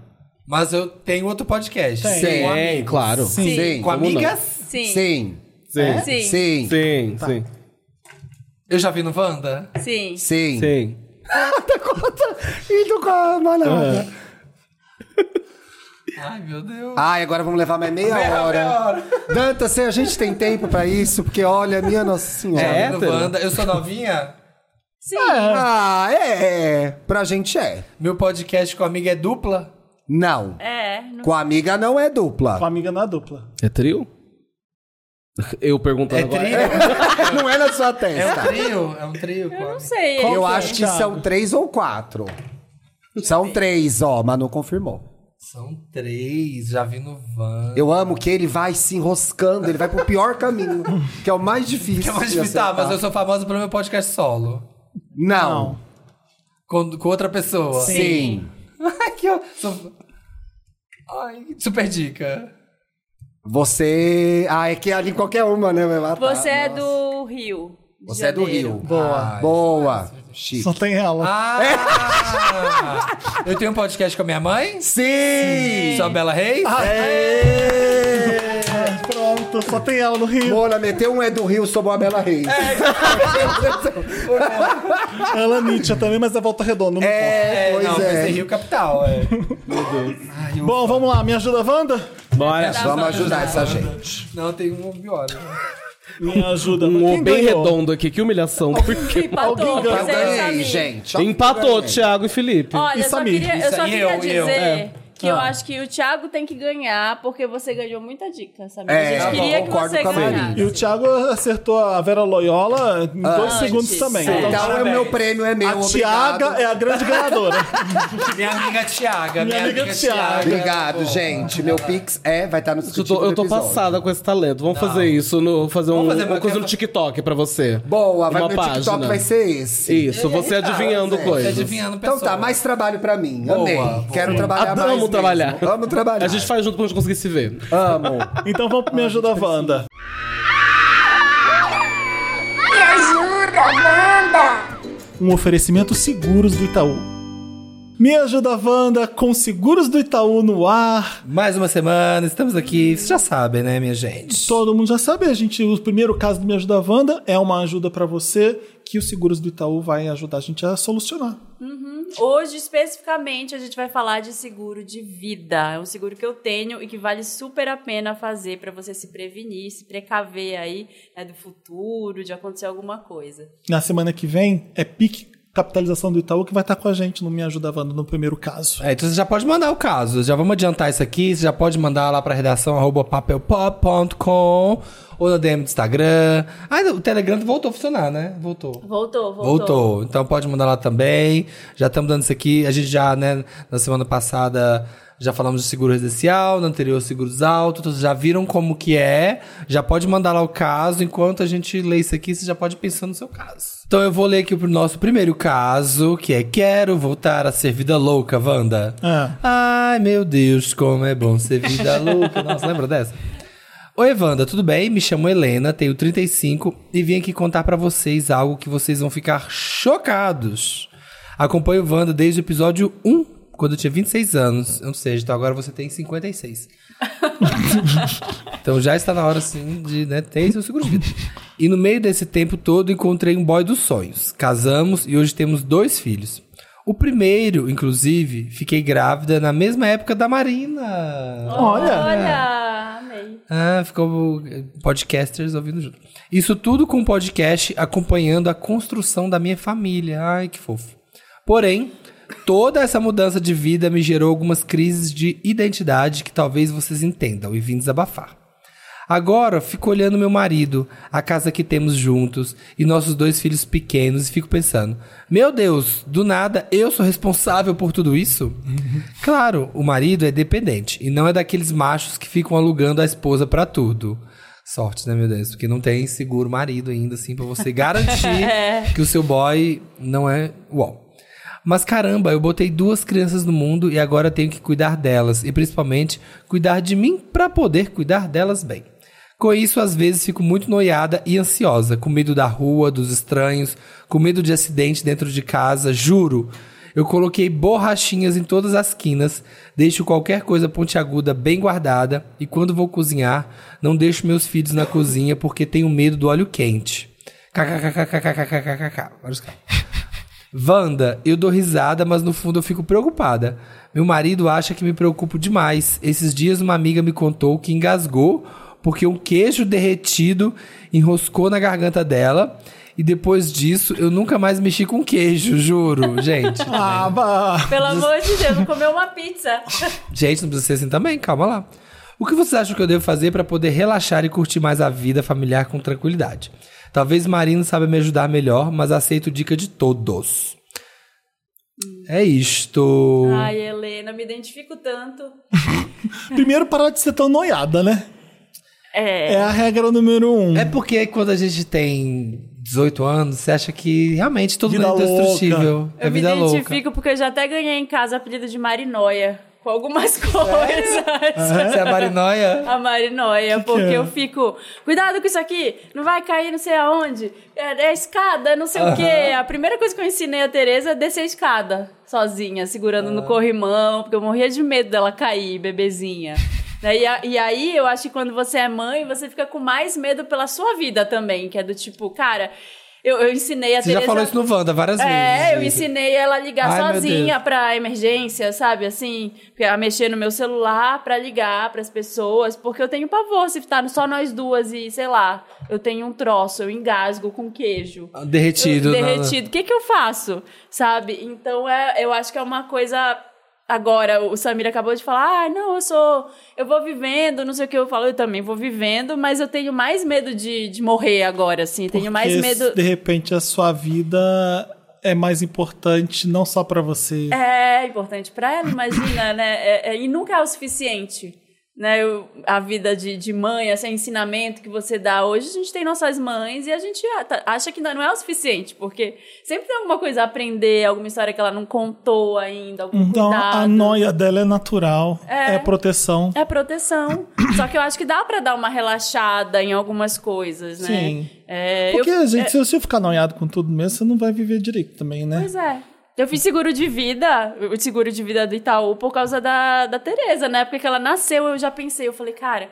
S6: Mas eu tenho outro podcast.
S1: Tem.
S6: Com a-
S4: Sim, claro.
S1: Sim.
S2: Sim.
S6: Com
S4: Como não?
S6: amigas?
S3: Sim.
S2: Sim.
S4: Sim.
S3: Sim.
S2: Sim. Sim.
S4: Sim, sim.
S6: Eu já vi no Wanda?
S3: Sim.
S4: Sim.
S2: Indo com a manada.
S6: Ai, meu Deus.
S2: Ai, agora vamos levar mais meia
S6: Meia
S2: hora.
S6: hora.
S2: Danta, se a gente tem tempo pra isso, porque olha, minha Nossa Senhora.
S6: É, Já vi no
S4: hétero?
S6: Wanda. Eu sou novinha?
S3: Sim.
S2: Ah, é. Pra gente é.
S6: Meu podcast com amiga é dupla?
S2: Não.
S3: É. não-
S2: Com a amiga não é
S1: Com a
S2: dupla.
S1: amiga na dupla.
S4: É trio? Eu perguntando
S6: É
S4: agora.
S6: trio?
S2: não é na sua
S6: É um
S2: testa.
S6: trio? É um trio? com a
S3: Não
S6: amiga.
S3: sei.
S2: Eu
S1: que é,
S2: acho que
S1: Thiago?
S2: são três ou quatro. São três, ó, Manu confirmou.
S6: São três. Já vi no Wanda.
S2: Eu amo que ele vai se enroscando, ele vai pro pior caminho, que é o mais difícil. Ah,
S6: Eu vou
S2: de
S6: evitar,
S2: acertar.
S6: mas eu sou famosa pelo meu podcast solo.
S2: Não.
S6: Com, com outra pessoa.
S2: Sim.
S6: Ai, que eu... sou- Ai, super dica.
S2: Você. Ah, é que ali qualquer uma, né? Vai matar.
S3: Você é do Rio. de
S2: Você é do
S3: Janeiro.
S2: Rio.
S6: Boa.
S2: Ah, Boa.
S1: Só
S2: Chique.
S1: tem ela.
S6: Ah! eu tenho um podcast com a minha mãe?
S2: É. Sim! Ah,
S6: Sou a Bela Reis?
S1: É, Pronto, só tem ela no Rio.
S2: Mona meteu um é do Rio, sou a Bela Reis.
S1: Ela é Nietzsche também, mas é volta redonda. Não importa.
S2: É, pois
S6: não,
S2: é.
S6: pensei Rio Capital, é.
S1: Bom, vamos lá. Me ajuda, Wanda?
S4: Bora.
S2: Vamos ajudar essa gente.
S6: Não, tem um viola.
S1: Me ajuda.
S4: Um
S1: Quem
S4: bem
S1: ganhou?
S4: redondo aqui, que humilhação.
S3: Que empatou.
S1: ganhou?
S2: Eu
S3: Você é e
S2: ganhei,
S3: Samir.
S2: gente. Olha que
S4: Empatou
S2: eu ganhei.
S4: Thiago e Felipe.
S3: Olha,
S1: E
S3: eu só
S1: Samir.
S3: queria, eu
S6: Isso
S3: só
S6: aí,
S3: queria
S6: eu,
S3: dizer
S6: eu.
S1: É.
S3: que eu
S1: Ah.
S3: acho que o Thiago tem que ganhar, porque você ganhou muita dica, sabe?
S2: É,
S3: a
S2: tá
S3: gente
S2: bom,
S3: queria que
S2: concordo
S3: você
S2: com a
S1: E
S2: Marina.
S3: ganhasse.
S1: o Thiago acertou a Vera Loyola em dois
S3: Antes.
S1: segundos também.
S3: Sim.
S1: Então,
S2: Então, o
S6: Parabéns.
S2: meu prêmio é meu.
S1: a
S2: obrigado.
S1: Tiaga é a grande ganhadora.
S6: Minha amiga Tiaga.
S1: Minha amiga Tiaga.
S2: Obrigado,
S6: Pô.
S2: gente. Meu Pix é, vai estar no
S4: Eu tô,
S2: descritivo
S4: eu
S2: do
S4: tô
S2: episódio.
S4: passada com esse talento. Vamos fazer isso, no, fazer, um,
S6: Vamos fazer,
S4: uma
S6: eu
S4: coisa
S6: quero
S4: no
S6: fa-
S4: TikTok pra você.
S2: Boa, vai,
S4: Uma
S2: meu
S4: página.
S2: TikTok vai ser esse.
S4: Isso, você adivinhando
S2: Zé,
S4: coisas.
S6: Você adivinhando
S2: Então
S6: pessoa.
S2: tá, mais trabalho pra mim.
S6: Boa,
S2: Amei.
S6: boa.
S2: Quero trabalhar mais.
S4: Adamo
S2: mesmo.
S4: trabalhar.
S2: Amo trabalhar.
S4: A gente faz junto pra gente conseguir se ver.
S2: Amo.
S1: Então vamos pro Me Ajuda, Wanda.
S7: Me ajuda, Amanda!
S1: um oferecimento Seguros do Itaú. Me ajuda, Wanda, com Seguros do Itaú no ar.
S6: Mais uma semana, estamos aqui. Vocês já sabem, né, minha gente?
S1: Todo mundo já sabe, a gente, o primeiro caso do Me Ajuda, Wanda é uma ajuda pra você que o Seguros do Itaú vai ajudar a gente a solucionar.
S3: Hoje, especificamente, a gente vai falar de seguro de vida. É um seguro que eu tenho e que vale super a pena fazer pra você se prevenir, se precaver aí né, do futuro, de acontecer alguma coisa.
S1: Na semana que vem é PIC capitalização do Itaú que vai estar com a gente no Me Ajuda Wanda no primeiro caso.
S6: É, então você já pode mandar o caso. Já vamos adiantar isso aqui. Você já pode mandar lá pra redação arroba papelpop.com ou na DM do Instagram. Ah, o Telegram voltou a funcionar, né? Voltou.
S3: Voltou, voltou.
S6: Voltou. Então pode mandar lá também. Já estamos dando isso aqui. A gente já, né, na semana passada já falamos de seguro residencial, no anterior seguros altos, Então, vocês já viram como que é. Já pode mandar lá o caso. Enquanto a gente lê isso aqui, você já pode pensar no seu caso. Então eu vou ler aqui o nosso primeiro caso, que é Quero voltar a ser vida louca, Wanda.
S1: Ah.
S6: Ai, meu Deus, como é bom ser vida louca. Nossa, lembra dessa? Oi, Evanda, tudo bem? Me chamo Helena, tenho 35 e vim aqui contar pra vocês algo que vocês vão ficar chocados. Acompanho o Wanda desde o episódio 1, quando eu tinha 26 anos. Ou seja, então agora você tem 56. Então já está na hora, sim, de né, ter seu seguro de vida. E no meio desse tempo todo, encontrei um boy dos sonhos. Casamos e hoje temos dois filhos. O primeiro, inclusive, fiquei grávida na mesma época da Marina.
S1: Olha!
S3: Olha, amei.
S6: Ah, ficou eh, podcasters ouvindo junto. Isso tudo com podcast acompanhando a construção da minha família. Ai, que fofo. Porém, toda essa mudança de vida me gerou algumas crises de identidade que talvez vocês entendam e vim desabafar. Agora fico olhando meu marido, a casa que temos juntos e nossos dois filhos pequenos e fico pensando: meu Deus, do nada eu sou responsável por tudo isso? Claro, o marido é dependente e não é daqueles machos que ficam alugando a esposa pra tudo. Sorte, né, meu Deus? Porque não tem seguro marido ainda, assim, pra você garantir que o seu boy não é. Uau. Mas caramba, eu botei duas crianças no mundo e agora tenho que cuidar delas e principalmente cuidar de mim para poder cuidar delas bem. Com isso, às vezes fico muito noiada e ansiosa, com medo da rua, dos estranhos, com medo de acidente dentro de casa, juro. Eu coloquei borrachinhas em todas as quinas, deixo qualquer coisa pontiaguda bem guardada e quando vou cozinhar, não deixo meus filhos na cozinha porque tenho medo do óleo quente. KKKKKKKKKK. Vários K. Wanda, eu dou risada, mas no fundo eu fico preocupada. Meu marido acha que me preocupo demais. Esses dias uma amiga me contou que engasgou porque um queijo derretido enroscou na garganta dela. E depois disso, eu nunca mais mexi com queijo, juro, gente.
S1: Ah, bah.
S3: Pelo amor de Deus, vou comer uma pizza.
S6: Gente, não precisa ser assim também, calma lá. O que vocês acham que eu devo fazer para poder relaxar e curtir mais a vida familiar com tranquilidade? Talvez Marino saiba me ajudar melhor, mas aceito dica de todos. É isto.
S3: Ai, Helena, me identifico tanto.
S1: Primeiro, parar de ser tão noiada, né?
S3: É.
S1: É a regra número um.
S6: É porque quando a gente tem 18 anos, você acha que realmente todo
S1: Vida
S6: mundo é indestrutível. É
S3: eu me
S6: vida louca.
S3: identifico porque eu já até ganhei em casa apelido de Marinoia. Com algumas coisas.
S6: Você é marinóia?
S3: A Marinoia, porque
S1: é?
S3: eu fico. Cuidado com isso aqui, não vai cair não sei aonde. É, é a escada, não sei o quê. A primeira coisa que eu ensinei a Tereza é descer a escada sozinha, segurando
S6: Ah.
S3: no corrimão, porque eu morria de medo dela cair, bebezinha. Né, E, a- e aí, eu acho que quando você é mãe, você fica com mais medo pela sua vida também, que é do tipo, cara, eu, eu ensinei a
S6: Você já
S3: Tereza.
S6: falou isso no Wanda várias
S3: É, eu
S6: vezes.
S3: ensinei ela a ligar
S6: Ai, meu
S3: sozinha
S6: Deus.
S3: pra emergência, sabe? Assim, a mexer no meu celular pra ligar pras pessoas, porque eu tenho pavor se tá só nós duas e, sei lá, eu tenho um troço, eu engasgo com queijo.
S6: Derretido. né?
S3: Eu-
S6: na-
S3: derretido. O que que eu faço? Sabe? Então, é, eu acho que é uma coisa... Agora, o Samir acabou de falar, ah, não, eu sou... Eu vou vivendo, não sei o que eu falo, eu também vou vivendo, mas eu tenho mais medo de, de morrer agora, assim. Tenho mais
S1: Porque,
S3: medo...
S1: De repente, a sua vida é mais importante não só pra você.
S3: É importante pra ela, imagina, né? É- é- e nunca é o suficiente. Né? Eu- a vida de, de mãe, esse ensinamento que você dá hoje, a gente tem nossas mães e a gente a- tá- acha que ainda não é o suficiente, porque sempre tem alguma coisa a aprender, alguma história que ela não contou ainda, algum
S1: Então, a
S3: cuidado.
S1: noia dela é natural,
S3: É.
S1: é, proteção.
S3: É proteção. Só que eu acho que dá pra dar uma relaxada em algumas coisas, né?
S1: Sim.
S3: É, eu-
S1: Porque, gente, se você ficar noiado com tudo mesmo, você não vai viver direito também, né?
S3: Pois é. Eu fiz seguro de vida, o seguro de vida do Itaú, por causa da, da Tereza. Na época que ela nasceu, eu já pensei, eu falei, cara,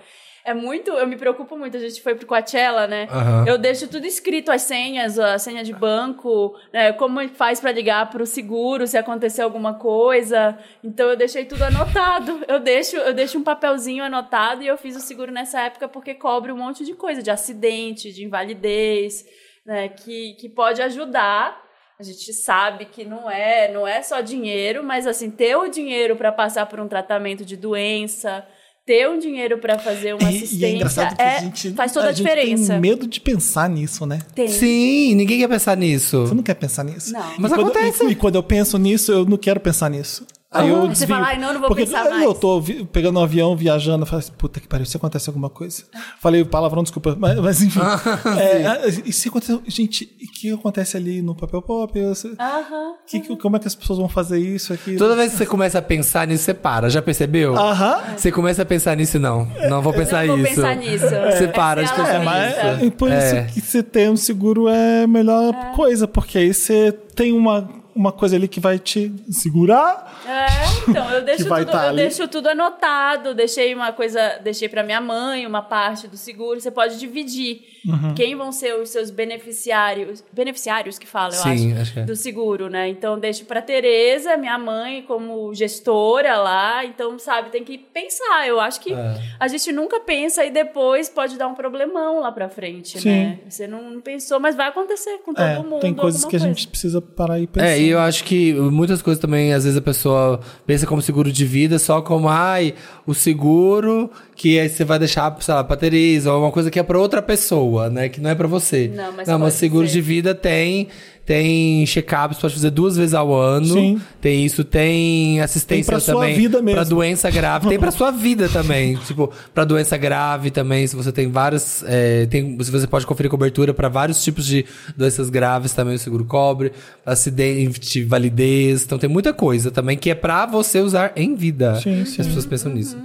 S3: é muito. Eu me preocupo muito. A gente foi pro Coachella, né?
S6: Aham.
S3: Eu deixo tudo escrito, as senhas, a senha de banco, né? Como faz pra ligar pro seguro se acontecer alguma coisa. Então eu deixei tudo anotado. Eu deixo, eu deixo um papelzinho anotado e eu fiz o seguro nessa época porque cobre um monte de coisa, de acidente, de invalidez, né? Que, que pode ajudar A gente sabe que não é, não é só dinheiro, mas assim, ter o dinheiro para passar por um tratamento de doença, ter um dinheiro para fazer uma
S1: E, e é
S3: assistência,
S1: engraçado que
S3: é-
S1: a gente,
S3: faz toda a,
S1: gente
S3: diferença.
S1: tem medo de pensar nisso, né?
S3: Tem.
S6: Sim, ninguém quer pensar
S1: Você
S6: nisso.
S1: não quer pensar nisso.
S3: Não.
S1: E
S6: Mas
S1: quando-
S6: acontece.
S1: E, e quando eu penso nisso, eu não quero pensar nisso. Aí eu
S3: Aham. Ah, Você
S1: desvio.
S3: fala, "Ai, não, não vou
S1: Porque
S3: pensar
S1: eu
S3: mais."
S1: tô vi- pegando um avião, viajando, eu falo assim, puta que pariu, se acontece alguma coisa. Falei palavrão, desculpa, mas, mas enfim. É, e se acontecer. Gente, e o que acontece ali no papel pop? Eu sei-
S3: Aham.
S1: que- que- como é que as pessoas vão fazer isso aqui?
S6: Toda vez que você começa a pensar nisso, você para, já percebeu?
S1: Aham.
S6: Você começa a pensar nisso, não. Não vou pensar
S3: Não vou
S6: nisso.
S3: pensar nisso.
S6: Você para de
S3: Essa é a
S6: pensar
S1: É, mas
S3: premissa.
S6: nisso.
S1: é por
S6: É.
S1: isso que você ter um seguro é a melhor coisa, porque aí você tem uma, uma coisa ali que vai te segurar.
S3: É, então, eu deixo,
S1: vai
S3: tudo,
S1: tá
S3: eu
S1: ali.
S3: deixo tudo anotado, deixei uma coisa, deixei pra minha mãe uma parte do seguro, você pode dividir
S1: Uhum.
S3: quem vão ser os seus beneficiários, beneficiários que fala, eu
S6: Sim,
S3: acho,
S6: acho que é.
S3: do seguro, né? Então, deixo pra Tereza, minha mãe, como gestora lá, então, sabe, tem que pensar, eu acho que
S1: É.
S3: a gente nunca pensa e depois pode dar um problemão lá pra frente,
S1: Sim.
S3: né? Você não, não pensou, mas vai acontecer com todo
S1: É,
S3: mundo.
S1: tem coisas
S3: alguma
S1: que a
S3: coisa.
S1: gente precisa parar e pensar.
S6: É, e eu acho que muitas coisas também, às vezes a pessoa pensa como seguro de vida, só como, ai, o seguro que aí você vai deixar, sei lá, pra Tereza, ou uma coisa que é pra outra pessoa, né? Que não é pra você.
S3: Não, mas
S6: Não,
S3: pode
S6: mas seguro
S3: ser.
S6: de vida tem, tem check-ups, pode fazer duas vezes ao ano.
S1: Sim.
S6: Tem isso, tem assistência
S1: Tem pra sua
S6: também.
S1: vida mesmo.
S6: Pra doença grave. Tem pra sua vida também. tipo, pra doença grave também, se você tem várias. é, tem, se você pode conferir cobertura pra vários tipos de doenças graves também, o seguro cobre. Acidente, validez. Então tem muita coisa também que é pra você usar em vida.
S1: Sim, sim.
S6: As pessoas pensam nisso.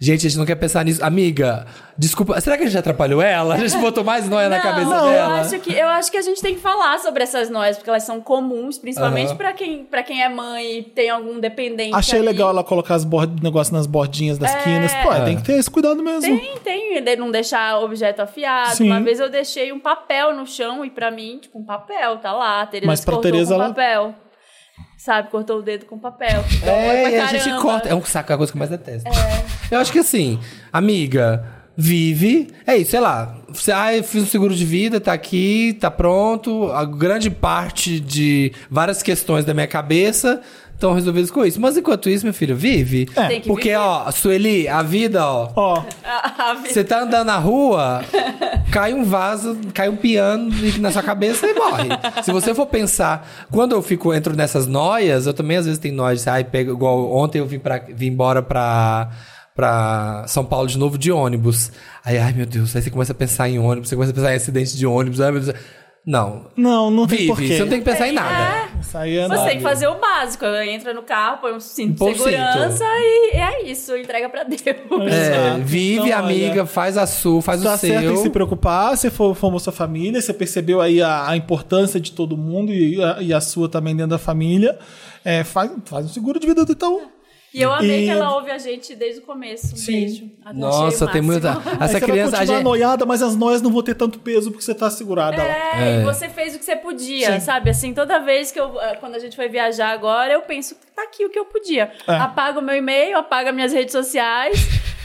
S6: Gente, a gente não quer pensar nisso. Amiga, desculpa. Será que a gente atrapalhou ela? A gente botou mais noia na cabeça
S3: eu
S6: dela?
S3: acho, que, eu acho que a gente tem que falar sobre essas noias, porque elas são comuns, principalmente
S6: Aham.
S3: pra quem, pra quem é mãe e tem algum dependente.
S1: Achei
S3: ali.
S1: legal ela colocar as bord... negócio nas bordinhas das quinas. Pô, tem que ter esse cuidado mesmo.
S3: É. Tem, tem, de não deixar objeto afiado.
S1: Sim.
S3: Uma vez eu deixei um papel no chão e pra mim, tipo, um papel, tá lá. A Tereza
S1: Mas
S3: se
S1: pra
S3: cortou
S1: Tereza,
S3: com
S1: ela-
S3: papel. Sabe, cortou o dedo com papel. Dói Então, pra
S6: É, e a gente
S3: caramba. É.
S6: corta. É um saco, é a coisa que eu mais detesto. Eu acho que assim, amiga, vive. É isso, sei lá. Você, ah, eu fiz o seguro de vida, tá aqui, tá pronto. A grande parte de várias questões da minha cabeça estão resolvidas com isso. Mas enquanto isso, meu filho, vive.
S3: Tem que
S6: Porque,
S3: viver.
S6: ó, Sueli, a vida, ó.
S1: Ó,
S3: A vida-
S6: Você tá andando na rua, cai um vaso, cai um piano na sua cabeça e morre. Se você for pensar, quando eu fico entro nessas noias, eu também às vezes tenho noias, ai, pego igual ontem eu vim para vim embora pra pra São Paulo de novo de ônibus. Aí, ai meu Deus, aí você começa a pensar em ônibus, você começa a pensar em acidente de ônibus, ai meu Deus. Não.
S1: não, não tem
S6: Vive,
S1: porquê.
S6: você não tem que pensar em nada.
S1: Isso aí é
S3: Você
S1: nada.
S3: tem que fazer o básico. Entra no carro, põe um cinto
S6: Põe um
S3: de segurança e
S6: cinto.
S3: é isso. Entrega pra Deus.
S6: É,
S1: Exato.
S6: vive,
S1: Então,
S6: amiga,
S1: olha,
S6: faz a sua, faz
S1: Tá
S6: o
S1: certo em
S6: seu.
S1: se preocupar, você for- formou sua família, você percebeu aí a, a importância de todo mundo e a, e a sua também dentro da família. É, faz, faz um seguro de vida do Itaú.
S3: E eu
S1: E-
S3: amei que ela ouve a gente desde o começo. Um
S1: Sim.
S3: beijo. Achei
S6: Nossa,
S3: o
S6: tem
S3: máximo.
S6: muita. Essa
S1: Aí você
S6: criança.
S1: vai
S6: a
S1: continuar
S6: gente-
S1: noiada, mas as noias não vão ter tanto peso porque você tá segurada lá.
S3: É, e você fez o que você podia, sabe? Assim, toda vez que eu. eh, Quando a gente foi viajar agora, eu penso, tá aqui o que eu podia.
S1: É.
S3: Apaga o meu e-mail, apaga minhas redes sociais.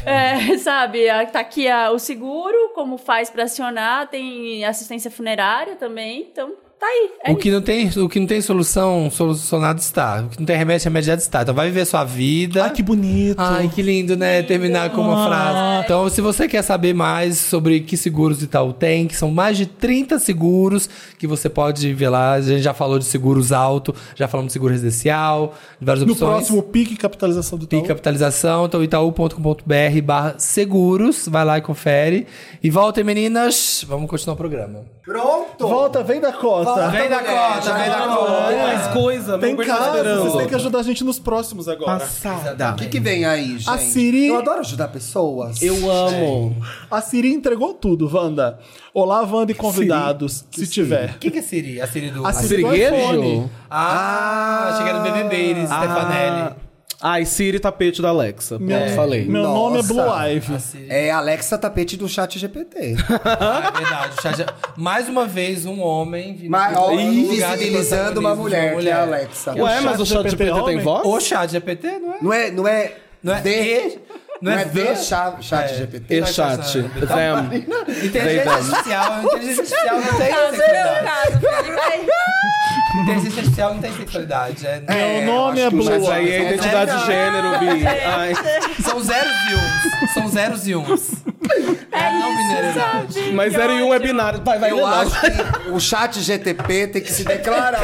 S3: eh, sabe, ah, tá aqui ah, o seguro, como faz pra acionar, tem assistência funerária também, então tá aí. É
S6: O que, não tem, o que não tem solução, solucionado está. O que não tem remédio, remediado está. Então vai viver sua vida.
S1: Ai, que bonito.
S6: Ai, que lindo, né? Terminar com uma frase. Então, se você quer saber mais sobre que seguros Itaú tem, que são mais de 30 seguros que você pode ver lá. A gente já falou de seguros alto, já falamos de seguro residencial, de várias
S1: no
S6: opções.
S1: próximo pique capitalização do Itaú.
S6: Tem capitalização, então itaú.com.br barra seguros, vai lá e confere. E voltem, meninas, vamos continuar o programa.
S2: Pronto!
S1: Volta, vem da cota.
S2: Vem da cota, vem da cota.
S4: Tem mais coisa,
S1: Tem
S4: meu
S1: casos,
S4: Deus.
S1: vocês têm que ajudar a gente nos próximos agora.
S2: O que, que vem aí, gente?
S1: A Siri-
S2: Eu adoro ajudar pessoas.
S4: Eu amo.
S1: A Siri entregou tudo, Wanda. Olá, Wanda e convidados, se tiver.
S6: O que, que é Siri? A Siri do...
S1: A Siri do
S4: Siriguejo?
S1: iPhone.
S6: Ah, achei que era do BBB, Iris Stefanelli.
S4: Ah, Ai, Siri tapete da Alexa. Pronto, falei.
S1: Meu nome é
S2: Nossa.
S1: Blue Ive.
S2: É Alexa Tapete do Chat GPT.
S6: Ah, é verdade. o Chat- Mais uma vez, um homem vindo
S2: Mas,
S6: pro-
S2: ó,
S6: no lugar do
S2: visibilizando uma
S6: protagonismo de
S2: mulher, que é a Alexa.
S4: Ué, mas o
S1: chat
S4: chat GPT
S1: homem?
S4: tem voz?
S6: O chat GPT, não é?
S2: Não é, não é,
S6: Não é?
S2: de-
S6: E-
S2: Não é
S8: The?
S2: The Chat, chat GPT.
S4: E
S2: não é
S4: chat. Them. They,
S6: Inteligência
S4: them.
S6: artificial, inteligência artificial não tem
S3: Caso não,
S6: sexualidade.
S3: caso. Felipe vai-
S6: Inteligência artificial não tem sexualidade. É,
S1: o nome é
S2: acho que o
S1: Blue.
S2: chat-
S4: Mas aí é identidade de gênero, Bi.
S3: é
S4: Ai.
S6: São zeros e uns. São zeros e uns. É, não mineiralidade.
S4: Mas 0 e 1 é binário. Vai, vai,
S2: Eu
S4: lê lá.
S2: acho que um o chat GTP tem que se declarar.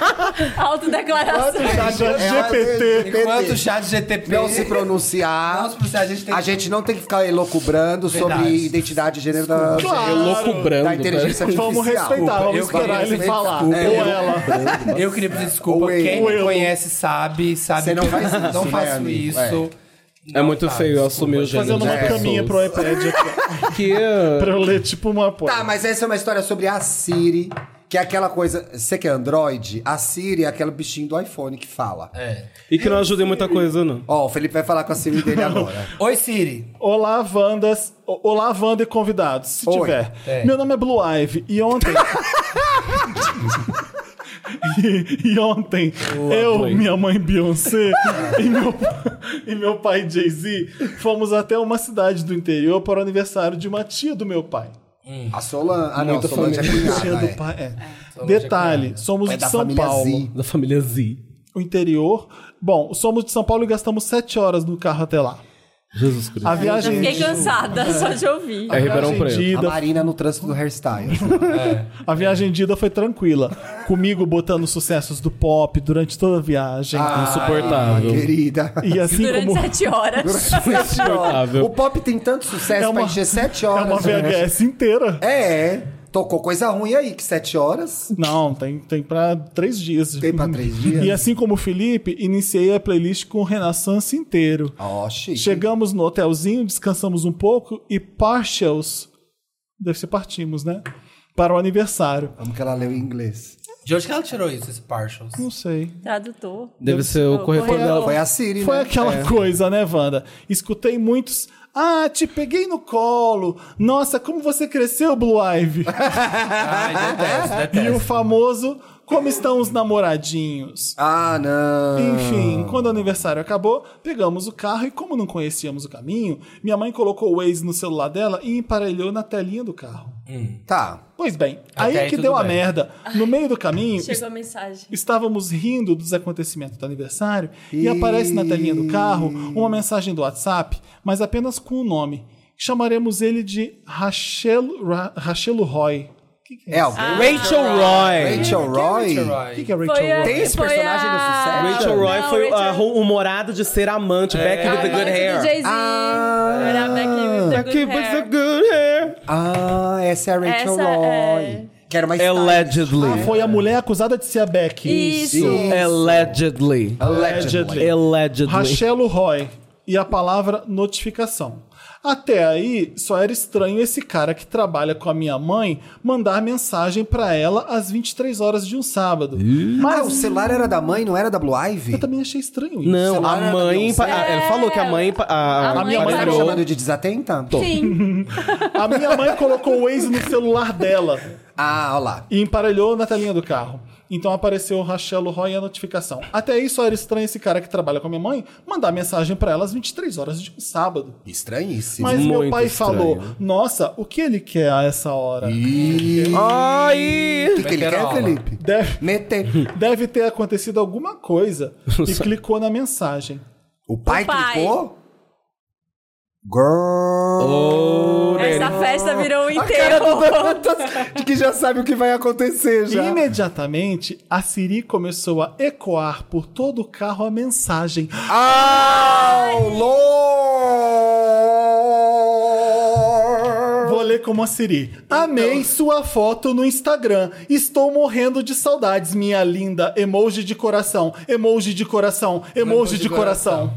S3: Autodeclaração.
S1: Chat GPT.
S6: É, Enquanto o chat GTP
S2: Não se pronunciar.
S6: Não se pronunciar, a gente tem
S2: A
S6: que-
S2: gente não tem que ficar elucubrando sobre
S6: Verdade.
S2: identidade de gênero da,
S4: Eu louco branco.
S2: da inteligência artificial.
S1: Vamos respeitar, vamos
S6: eu
S1: esperar
S6: queria
S1: ele falar.
S2: desculpa.
S1: Ou
S2: É,
S1: ela.
S6: Eu queria pedir desculpa.
S2: Ou eu.
S6: Quem
S1: Ou
S6: me
S1: eu.
S6: conhece sabe, sabe
S2: Você não
S6: que eu
S2: faz isso,
S6: não
S2: né,
S6: faço
S2: amigo?
S6: isso.
S4: É muito
S6: Não,
S4: feio
S6: tá,
S4: eu assumir o gênero.
S1: Fazendo uma
S4: das
S1: caminha pro
S4: pessoas.
S1: iPad aqui.
S4: Que, uh,
S1: pra eu ler tipo uma porra.
S2: Tá, mas essa é uma história sobre a Siri, que é aquela coisa. Você que é Android, a Siri é aquele bichinho do iPhone que fala.
S1: É.
S4: E que não ajuda em muita coisa, não.
S2: Ó, o Felipe vai falar com a Siri dele agora.
S6: Oi, Siri.
S1: Olá, Vandas. O- Olá, Wanda e convidados, se
S2: Oi.
S1: tiver. Meu nome é Blue Ive e ontem. E, e ontem, eu, minha mãe Beyoncé e, meu, e meu pai Jay-Z fomos até uma cidade do interior para o aniversário de uma tia do meu pai.
S2: A Solan. Ah, não, a Solange é
S1: Tia
S2: cunhada.
S1: do
S2: é.
S1: pai, é. Detalhe, somos
S2: É
S1: de
S2: da
S1: São
S2: família
S1: Paulo
S2: Z.
S4: Da família Z.
S1: o interior. Bom, somos de São Paulo e gastamos sete horas no carro até lá.
S4: Jesus Cristo.
S1: A
S3: Já
S1: viagem.
S3: fiquei cansada só de ouvir.
S4: É Ribeirão
S1: viagem
S4: Preto.
S1: de
S2: A
S1: ida
S2: Marina no trânsito do hairstyle.
S1: A viagem de ida foi tranquila. Comigo botando sucessos do pop durante toda a viagem.
S2: Ah.
S4: Insuportável.
S2: Querida.
S1: E assim
S3: Durante
S1: como.
S3: sete horas.
S4: Insuportável.
S2: O pop tem tanto sucesso
S1: É uma-
S2: pra encher sete
S1: É
S2: horas. né?
S1: uma VHS inteira.
S2: É, é. Tocou coisa ruim aí, que sete horas.
S1: Não, tem, tem pra três dias.
S2: Tem pra três dias?
S1: E assim como o Felipe, iniciei a playlist com o Renaissance inteiro.
S2: Ó, chique.
S1: Chegamos no hotelzinho, descansamos um pouco e partials. Deve ser partimos, né? Para o aniversário.
S2: Vamos que ela leu em inglês.
S6: De onde que ela tirou isso, esse partials?
S1: Não sei.
S3: Tradutor.
S4: Deve ser o corretor dela.
S2: Foi a Siri,
S1: Foi
S2: né?
S1: aquela
S6: É.
S1: coisa, né, Wanda? Escutei muitos. Ah, te peguei no colo. Nossa, como você cresceu, Blue Ivy.
S3: Ah,
S6: Ai, detesto,
S1: e o
S6: detesto.
S1: famoso Como estão os namoradinhos?
S2: Ah, não.
S1: Enfim, quando o aniversário acabou, pegamos o carro e, como não conhecíamos o caminho, minha mãe colocou o Waze no celular dela e emparelhou na telinha do carro.
S2: Tá.
S1: Pois bem,
S6: É. Até
S1: aí,
S6: aí
S1: que
S6: tudo
S1: deu a
S6: bem.
S1: merda. No meio do caminho,
S3: Chegou a mensagem.
S1: Estávamos rindo dos acontecimentos do aniversário e aparece na telinha do carro uma mensagem do WhatsApp, mas apenas com o nome. Chamaremos ele de Rachel, Ra, Rachelo Roy.
S2: É
S1: Ah,
S2: alguém.
S4: Rachel Roy.
S2: É, Rachel Roy?
S1: O
S3: ah.
S6: Roy.
S1: que, que é Rachel
S3: Foi a,
S1: Roy?
S2: Tem esse
S3: foi
S2: personagem
S3: a...
S2: do sucesso?
S4: Rachel Roy
S3: Não,
S4: foi
S3: Rachel-
S4: a ru- humorada de ser amante. Back with the
S3: Amante
S4: good
S3: do
S4: hair.
S3: Jay-Z. Era Back with the
S4: Back
S3: Good
S4: with the
S3: Hair.
S4: good hair.
S2: Ah, essa é a Rachel
S3: Essa
S2: Roy.
S3: é-
S2: Que era uma
S1: Ah,
S4: Allegedly.
S1: foi a mulher acusada de ser a Beck.
S3: Isso.
S4: Allegedly.
S2: Allegedly.
S4: Allegedly.
S1: Rachelo Roy e a palavra notificação. Até aí, só era estranho esse cara que trabalha com a minha mãe mandar mensagem pra ela às 23 horas de um sábado.
S2: Ah, o celular era da mãe, não era da Blue Ivy?
S1: Eu também achei estranho isso.
S4: Não,
S2: Sei lá,
S4: a
S2: era
S4: mãe.
S2: Beyoncé.
S4: pa- ah, Ela falou que a mãe. pa-
S3: A
S4: A,
S3: mãe
S4: a
S2: Você tá me
S3: parou.
S2: chamando de desatenta?
S3: Sim.
S1: A minha mãe colocou o Waze no celular dela
S2: Ah, olha lá.
S1: e emparelhou na telinha do carro. Então apareceu o Rachelo Roy e a notificação. Até aí só era estranho esse cara que trabalha com a minha mãe mandar mensagem pra ela às 23 horas de um sábado.
S2: Estranhíssimo.
S1: Mas meu
S4: é Muito
S1: pai
S4: estranho.
S1: falou: Nossa, o que ele quer a essa hora?
S2: Ah, O que, que ele quer,
S6: Beterola.
S2: Felipe?
S1: Deve,
S2: Meter.
S1: deve ter acontecido alguma coisa e clicou na mensagem.
S2: O pai
S3: O pai.
S2: clicou? Girl.
S3: Essa festa virou um
S2: A cara do
S3: enterro.
S2: Dantas, de que já sabe o que vai acontecer
S1: E
S2: já.
S1: imediatamente, a Siri começou a ecoar por todo o carro a mensagem.
S2: Ah, Lord.
S1: Vou ler como a Siri. Amei sua foto no Instagram. Estou morrendo de saudades, minha linda. Emoji de coração, emoji de coração, emoji de coração.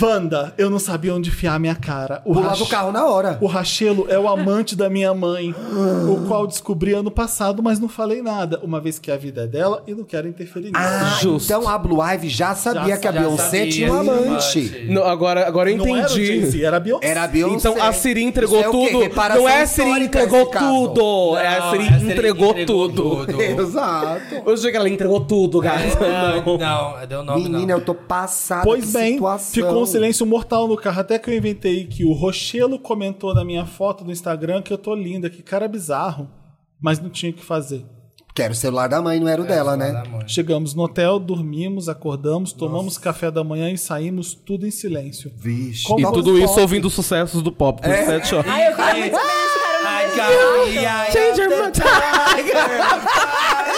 S1: Wanda, eu não sabia onde enfiar minha cara. O
S2: Pular
S1: Rach-
S2: do carro na hora.
S1: O Rachelo é o amante da minha mãe, o qual descobri ano passado, mas não falei nada, uma vez que a vida é dela e não quero interferir nisso.
S2: Ah,
S4: Justo.
S2: então a Blue Ivy já sabia
S1: Já-
S2: que a
S1: já
S2: Beyoncé
S6: sabia,
S2: tinha um amante.
S6: amante.
S4: Não, agora, agora eu
S1: não era o
S4: entendi.
S1: Jay-Z, era a Beyoncé.
S2: Era a Beyoncé.
S4: Então a Siri entregou
S2: Isso é o quê?
S4: tudo.
S2: Reparação
S4: Não é a Siri
S2: histórica
S4: entregou
S2: esse caso.
S4: tudo. é a
S6: Não,
S4: Siri
S6: essa ele
S4: entregou, tudo.
S2: Exato.
S4: Eu achei que ela entregou tudo, gata.
S6: É, Não,
S4: Não.
S6: não, deu nome
S2: Menina,
S6: não.
S2: eu tô passada.
S1: Pois
S2: que
S1: bem,
S2: situação.
S1: ficou um silêncio mortal no carro. Até que eu inventei que o Rochelo comentou na minha foto do Instagram que eu tô linda, que cara bizarro. Mas não tinha o que fazer.
S2: Que era o celular da mãe, não era o dela, né?
S1: Chegamos no hotel, dormimos, acordamos, tomamos café da manhã e saímos tudo em silêncio.
S2: Vixe.
S1: Como
S4: E
S1: Toca
S4: tudo
S1: um
S4: isso
S1: pop.
S4: ouvindo os sucessos do pop por tá sete horas.
S3: Ai, eu quero muito saber desse cara. eu não
S6: I
S3: vejo.
S6: got me, I
S4: Change your
S6: am
S4: mind.
S6: the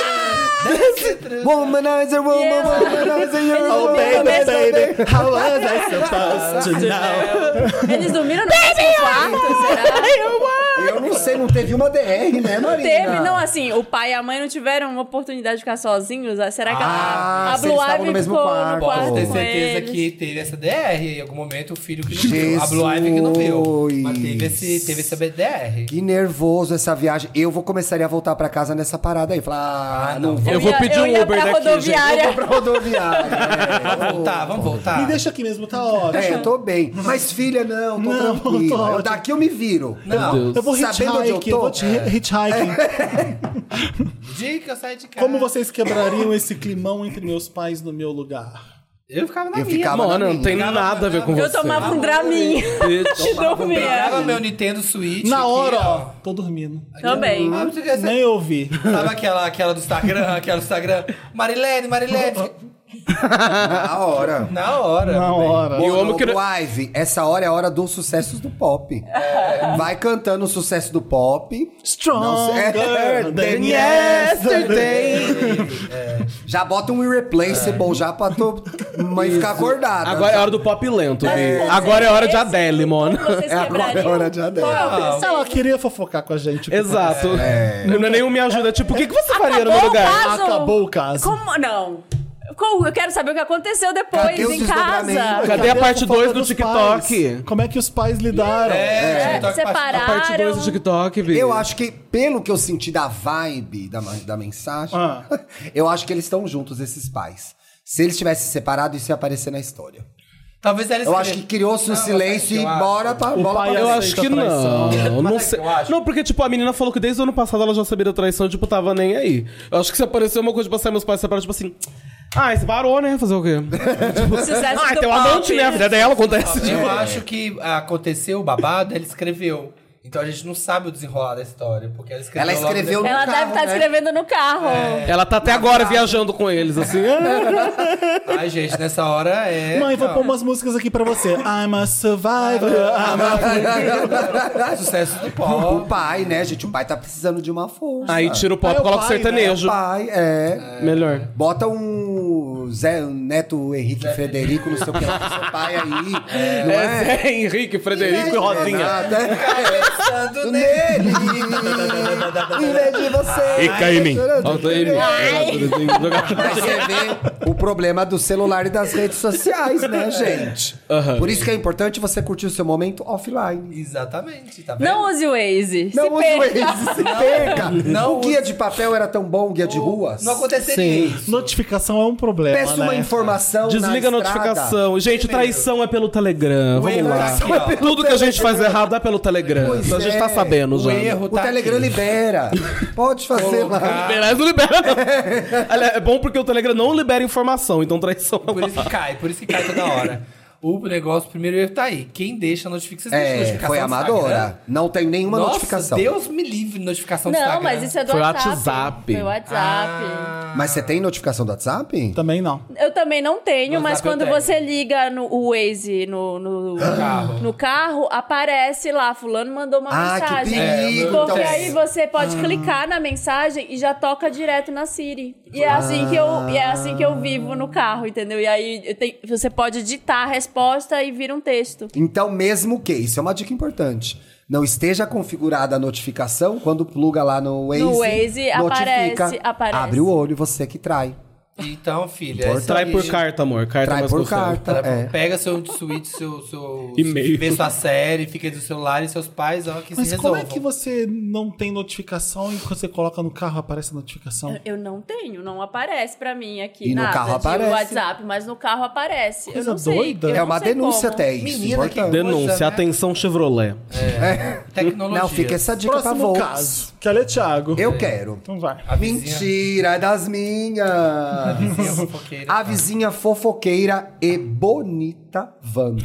S6: tiger.
S2: Womanizer, woman, womanizer, you're a
S1: Oh,
S2: woman.
S1: baby, baby, how was I supposed to know?
S3: Eles dormiram no mesmo quarto, será?
S2: Eu não sei, não teve uma DR, né, Marina?
S3: Teve, não, assim, o pai e a mãe não tiveram uma oportunidade de ficar sozinhos. ah, Será que
S2: Ah,
S3: a, a
S2: se
S3: Blue
S2: eles estavam
S3: Ivy
S2: no mesmo
S3: ficou
S2: quarto.
S3: no quarto
S2: Posso
S6: Posso ter
S3: com
S6: certeza
S3: eles?
S6: que teve essa DR em algum momento, o filho que não viu. A Blue Ivy que não viu. Mas teve, esse, teve essa BDR.
S2: Que nervoso essa viagem. Eu vou começaria a voltar pra casa nessa parada aí. Falar, ah, não, vou
S4: Eu vou
S3: ia-
S4: pedir
S3: eu
S4: um
S3: ia
S4: Uber
S3: pra
S4: daqui, gente.
S3: rodoviária.
S2: pra rodoviária. né?
S6: É, Vamos voltar, vamos voltar.
S1: Me deixa aqui mesmo, tá ótimo.
S2: É, eu tô bem. Mas filha, não, tô
S1: Não,
S2: tranquila.
S1: tô
S2: Eu-
S1: ótimo.
S2: daqui eu me viro.
S6: Não,
S4: Deus.
S1: Eu vou
S2: Sabendo onde eu
S1: hitchhiking, eu
S2: tô?
S1: vou
S2: é,
S1: te hi- hitchhiking.
S6: dica, sai de casa.
S1: Como vocês quebrariam esse climão entre meus pais no meu lugar?
S6: Eu ficava na
S2: Eu
S6: minha.
S2: ficava na
S4: Mano, não
S2: minha.
S4: tem nada a ver com você.
S3: Eu tomava um Dramin e
S6: Pegava
S3: dormia.
S6: meu Nintendo Switch.
S1: Na
S6: aqui,
S1: hora, ó, tô dormindo.
S3: Também.
S6: Ah, você quer ser-
S1: Nem ouvi.
S2: Tá
S6: Sabe aquela, aquela do Instagram, aquela do Instagram? Marilene, Marilene.
S2: Na hora.
S6: Na hora.
S1: Na hora.
S4: E eu amo que-
S2: Ô, Ive, essa hora é a hora dos sucessos do pop. Vai cantando o sucesso do pop. é,
S1: Stronger than
S2: yesterday. Já bota um
S1: É.
S2: irreplaceable já pra tu mãe ficar acordada. Tá?
S4: Agora é hora do pop lento, Vi. Agora é hora de
S3: Esse-
S4: Adele, mano.
S3: Vocês
S2: É agora,
S3: quebrariam?
S2: é hora de Adele.
S3: Qual é o
S1: Ela
S3: conselho?
S1: queria fofocar com a gente.
S4: Exato. Não é nenhum me ajuda. é Tipo, o que, que você faria no meu
S3: Acabou o
S4: lugar?
S3: caso?
S1: Acabou o caso.
S3: Como? Não. Como- Eu quero saber o que aconteceu depois
S2: Cadê os
S3: em casa.
S2: desdobramentos?
S4: Cadê a parte
S1: fofoca
S4: 2 do
S1: dos
S4: TikTok?
S1: pais? Como é que os pais lidaram?
S6: É,
S3: É,
S6: TikTok
S4: A parte 2
S3: separaram.
S4: do TikTok, Vi.
S2: Eu acho que, pelo que eu senti da vibe da, ma- da mensagem,
S1: Ah.
S2: eu acho que eles estão juntos, esses pais. Se eles tivessem separado, isso ia aparecer na história.
S6: Talvez ela
S2: Eu
S6: escreva.
S2: acho que criou-se um
S6: é Não,
S2: silêncio
S6: eu
S2: e tá
S6: acho.
S2: bora pra
S1: O
S2: bola
S1: pai é
S2: pra
S4: Eu
S1: aceita
S4: acho que tá
S1: a traição.
S4: não.
S6: Mas é
S4: Não,
S6: que
S4: sei.
S6: eu acho.
S4: não, porque, tipo, a menina falou que desde o ano passado ela já sabia da traição, tipo, tava nem aí. Eu acho que se apareceu uma coisa, tipo, assim, meus pais separaram, tipo assim. Ah, você parou, né? Fazer o quê?
S3: Sucesso
S4: ah,
S3: do
S4: tem um
S3: pop.
S4: amante, né? A vida dela acontece. tipo,
S6: Eu
S1: é.
S6: acho que aconteceu o babado, ela escreveu. Então a gente não sabe o desenrolar da história, porque ela escreveu.
S2: Ela
S6: logo
S2: escreveu
S6: depois.
S2: no
S3: Ela deve
S2: carro,
S3: estar
S2: né?
S3: escrevendo no carro.
S4: Ela tá até agora viajando com eles, assim.
S6: Ai, gente, nessa hora é.
S1: Mãe, vou pôr umas músicas aqui pra você. I'm a survivor.
S6: É,
S1: Ah, I'm a...
S2: É
S6: Sucesso do
S2: O
S6: pop.
S2: pai, né, gente? O pai tá precisando de uma força.
S4: Aí tira o pop
S1: Aí
S4: e
S1: o
S4: coloca o
S1: pai, né?
S4: sertanejo.
S2: O pai, é.
S4: Melhor.
S2: Bota um Zé Neto Henrique Frederico, não sei o que lá, pro seu pai aí. Não
S4: É,
S2: é?
S4: Zé Henrique, Frederico e
S6: É.
S4: Rosinha.
S2: Nada.
S6: Pensando
S2: Tudo
S6: nele.
S2: nele. em vez de você. Mas você vê o problema do celular e das redes sociais,
S6: É.
S2: né, gente? Por isso que é importante você curtir o seu momento offline.
S6: Exatamente, tá vendo?
S3: Não use o Waze.
S2: Não use
S3: se
S2: o
S3: perca.
S2: Waze, se perca.
S6: Não
S2: o guia de papel era tão bom, o guia de rua.
S6: Não aconteceria
S4: Sim.
S6: isso.
S1: Notificação é um problema,
S2: Peça uma
S1: né?
S2: informação
S4: Desliga a
S2: na estrada.
S4: notificação. Gente, traição é pelo Telegram. Vamos
S6: erro
S4: lá.
S6: tá aqui, ó.
S4: Tudo que a gente faz errado é pelo Telegram.
S2: Pois
S4: Isso A gente
S2: é.
S4: tá sabendo já.
S6: erro
S2: O Telegram libera. Pode fazer lá.
S4: Aliás, não libera. não. Aliás, é bom porque o Telegram não libera informação, então traição é
S6: Por
S4: uma...
S6: isso que cai, por isso que cai toda hora. O negócio, o primeiro erro tá aí. Quem deixa a notificação? Vocês deixam
S2: É,
S6: notificação
S2: foi
S6: no Instagram?
S2: amadora. Não tem nenhuma
S6: Nossa,
S2: notificação.
S6: Deus me livre de notificação do
S3: Não,
S6: Instagram.
S3: mas isso é do
S4: Foi
S3: WhatsApp.
S4: WhatsApp.
S3: Foi WhatsApp.
S2: Mas você tem notificação do WhatsApp?
S1: Também não.
S3: Eu também não tenho,
S6: No
S3: mas
S6: WhatsApp eu
S3: quando
S6: tenho.
S3: você liga no o Waze no, no,
S6: carro.
S3: no carro, aparece lá, fulano mandou uma
S2: Ah, que
S3: mensagem. É,
S2: perigo,
S3: Porque
S2: então.
S3: aí você pode clicar na mensagem e já toca direto na Siri. E é assim que eu, e é assim que eu vivo no carro, entendeu? E aí eu tenho- você pode ditar a resposta e vira um texto.
S2: Então, mesmo que, isso é uma dica importante. Não esteja configurada a notificação quando pluga lá no Waze.
S3: No Waze,
S2: notifica,
S3: aparece, aparece.
S2: Abre o olho, você que trai.
S6: Então, filha. é isso
S4: Trai
S6: aí.
S4: por carta, amor. Carta
S2: Trai
S4: mais
S2: por
S4: gostosa.
S2: carta.
S6: Trai por-
S2: É.
S6: Pega seu suíte, seu. seu
S4: E-mail.
S6: Vê sua série, fica do celular e seus pais, ó, que
S1: Mas
S6: se
S1: como
S6: resolvam.
S1: é que você não tem notificação e quando você coloca no carro aparece a notificação?
S6: É,
S3: Eu não tenho, não aparece pra mim aqui
S2: E no
S3: nada
S2: carro
S3: de
S2: aparece.
S3: WhatsApp, mas no carro aparece. eu
S1: Coisa
S3: não sei.
S1: doida.
S3: eu
S2: É
S3: não
S2: uma
S3: sei
S2: denúncia
S3: como.
S2: até isso. é
S6: Menina, que
S2: importante.
S4: Denúncia,
S6: Coisa, né?
S4: atenção Chevrolet.
S6: Tecnologia.
S2: Não, fica assim, essa dica
S6: tá
S2: pra
S1: Próximo
S2: Volks.
S1: caso. Que é Thiago.
S2: Eu quero.
S1: Então vai.
S6: A vizinha-
S2: Mentira das minhas.
S8: A vizinha fofoqueira.
S2: A vizinha fofoqueira e bonita Wanda.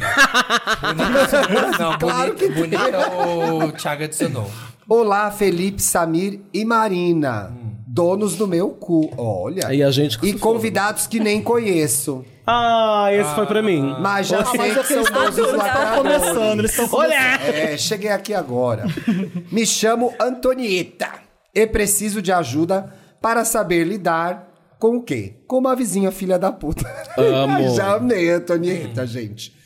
S9: Não, bonita,
S2: Claro que tem.
S9: bonita é o Thiago adicionou.
S2: Olá, Felipe, Samir e Marina.
S6: Hum.
S2: Donos do meu cu, olha.
S4: E a gente
S2: E convidados que nem conheço.
S4: Ah, esse foi pra mim.
S2: Mas já
S1: Ah,
S2: sei
S1: mas é
S2: que
S1: que
S2: são
S1: eles
S2: todos os
S1: estão
S2: lacradores.
S1: Tá começando, eles estão começando.
S2: É, cheguei aqui agora. Me chamo Antonieta e preciso de ajuda para saber lidar com o quê? Com uma vizinha filha da puta.
S4: Amo.
S2: Já amei a Antonieta, gente.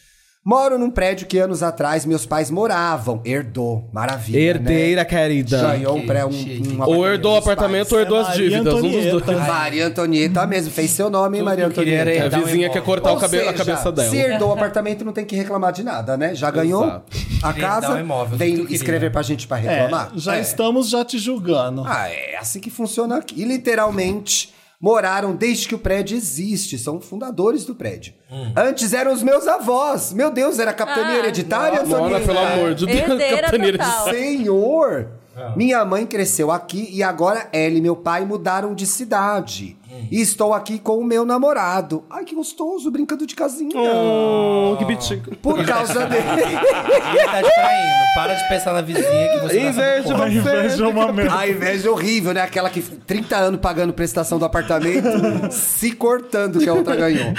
S2: Moro num prédio que anos atrás meus pais moravam. Herdou. Maravilha. Né?
S4: Herdeira, querida.
S2: Ganhou um, pré, um,
S9: Chique.
S2: um
S4: Ou herdou o
S2: dos pais.
S4: apartamento ou herdou
S1: É
S4: as
S1: Maria
S4: dívidas. Um dos dois.
S1: Antonieta.
S2: Maria Antonieta mesmo. Fez seu nome, hein, Maria
S9: que queria era
S2: Antonieta.
S4: É A
S9: Dá um
S4: vizinha
S9: imóvel.
S4: quer cortar
S2: Ou
S4: o cabelo, a
S2: seja,
S4: cabeça dela.
S2: Se herdou o apartamento, não tem que reclamar de nada, né? Já ganhou
S4: Exato.
S2: a
S9: Queria
S2: casa,
S9: dar um imóvel, tudo que eu
S2: vem
S9: queria.
S2: escrever pra gente pra
S1: É,
S2: reclamar.
S1: já
S2: É.
S1: estamos já te julgando.
S2: Ah, é assim que funciona aqui. E literalmente moraram desde que o prédio existe, são fundadores do prédio.
S9: Hum.
S2: Antes eram os meus avós. Meu Deus, era capitania
S3: Ah.
S2: hereditária,
S4: Mora,
S2: Antonieta?
S4: pelo amor de Deus,
S3: Herdeira
S4: capitaneira de
S3: total.
S2: Senhor!
S9: Ah.
S2: Minha mãe cresceu aqui e agora ela e meu pai mudaram de cidade.
S9: Hum.
S2: E estou aqui com o meu namorado. Ai, que gostoso, brincando de casinha.
S4: Oh, que bitico.
S2: Por causa dele.
S9: Ele tá te traindo. Para de pensar na vizinha que você tá
S4: Inveja,
S9: sendo
S1: A
S9: porra.
S1: inveja é uma merda.
S2: A inveja horrível, né? Aquela que fica 30 anos pagando prestação do apartamento, se cortando que a outra ganhou.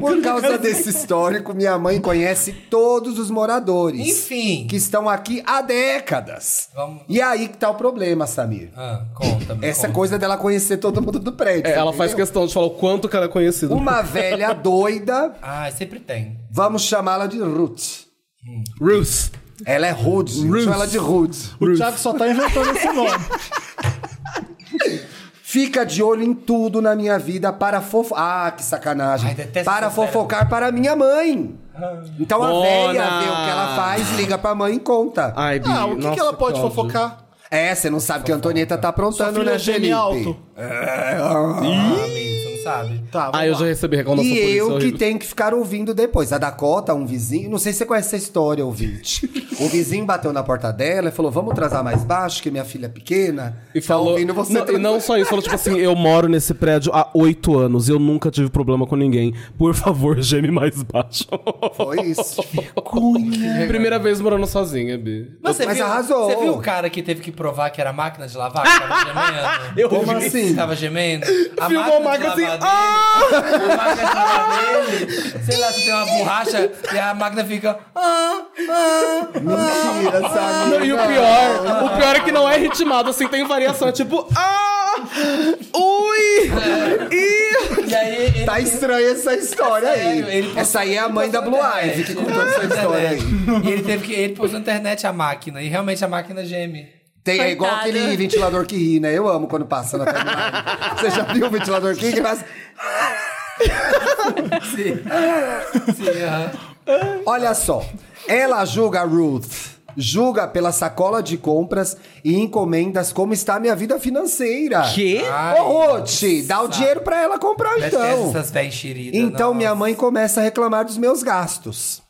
S2: Por causa desse histórico, minha mãe conhece todos os moradores.
S9: Enfim.
S2: Que estão aqui há décadas.
S9: Vamos-
S2: E aí que tá o problema, Samir.
S9: Ah, conta, me
S2: Essa
S9: conta.
S2: coisa dela conhecer todo mundo do prédio.
S4: É, ela faz
S2: entendeu?
S4: questão de falar o quanto que ela é conhecida.
S2: Uma velha doida,
S9: Ah, sempre tem.
S2: vamos chamá-la de Ruth.
S4: Ruth.
S2: Ela é rude, gente. chama ela de rude.
S1: O Thiago só tá inventando esse nome.
S2: Fica de olho em tudo na minha vida para fofocar. Ah, que sacanagem.
S9: Ai, detesto
S2: para
S9: essa série.
S2: fofocar para minha mãe.
S1: Ah.
S2: Então a
S4: Dona.
S2: velha vê o que ela faz, liga pra mãe e conta.
S4: Ai, Bi,
S1: Ah, o que, que
S4: nossa,
S1: ela pode
S4: ódio.
S1: fofocar?
S2: É, você não sabe que a Antonieta tá aprontando,
S1: Filha
S2: né,
S1: gene
S2: Felipe? É.
S1: alto.
S9: Ah, amigo, você não sabe.
S1: Tá, vamos
S4: Ah, eu
S1: lá.
S4: já recebi reclamação
S2: E
S4: por isso, é
S2: eu que
S4: horrível.
S2: tenho que ficar ouvindo depois. A Dakota, um vizinho. Não sei se você conhece essa história, ouvinte. o vizinho bateu na porta dela e falou: vamos atrasar mais baixo, que minha filha é pequena.
S4: E
S2: tá
S4: falou.
S2: ouvindo você
S4: não, e
S2: transar."
S4: não só isso, falou tipo assim: eu moro nesse prédio há oito anos e eu nunca tive problema com ninguém. Por favor, geme mais baixo.
S2: Foi isso.
S4: Primeira vez morando sozinha, Bi.
S9: Mas, você
S2: Mas
S9: viu,
S2: arrasou.
S9: Você viu o cara que teve que provar que era a máquina de lavar? Que tava gemendo?
S4: Eu
S2: Como
S4: vi.
S2: assim?
S9: Tava gemendo. A
S4: Filmou
S9: máquina
S4: a máquina
S9: de
S4: assim,
S9: lavar dele. A máquina de lavar dele. Sei lá, se tem uma borracha e a máquina fica. Ah, ah.
S2: Mentira, sabe?
S4: Não, e o pior, o pior é que não é ritmado, assim, tem variação, é tipo, ah!
S2: É.
S4: Ui! Ih!
S9: E aí ele.
S2: Tá estranha essa história
S9: É sério,
S2: aí.
S9: ele postou-
S2: Essa aí é a mãe da
S9: postou
S2: Blue
S9: na
S2: Ivy que
S9: internet.
S2: contou essa história aí.
S9: E ele teve que. Ele pôs na internet a máquina. E realmente a máquina geme.
S2: Tem, é igual
S3: Coitada.
S2: aquele ventilador que ri, né? Eu amo quando passa na timeline. Você já viu o ventilador que ri? Que faz-
S9: Sim,
S2: Então.
S9: aham.
S2: Olha só. Ela julga a Ruth. Julga pela sacola de compras e encomendas como está a minha vida financeira.
S4: Que?
S9: Ai,
S2: Ô, Ruth, dá o dinheiro pra ela comprar,
S9: Detesta
S2: então.
S9: essas véias enxeridas.
S2: Então
S9: nossa.
S2: minha mãe começa a reclamar dos meus gastos.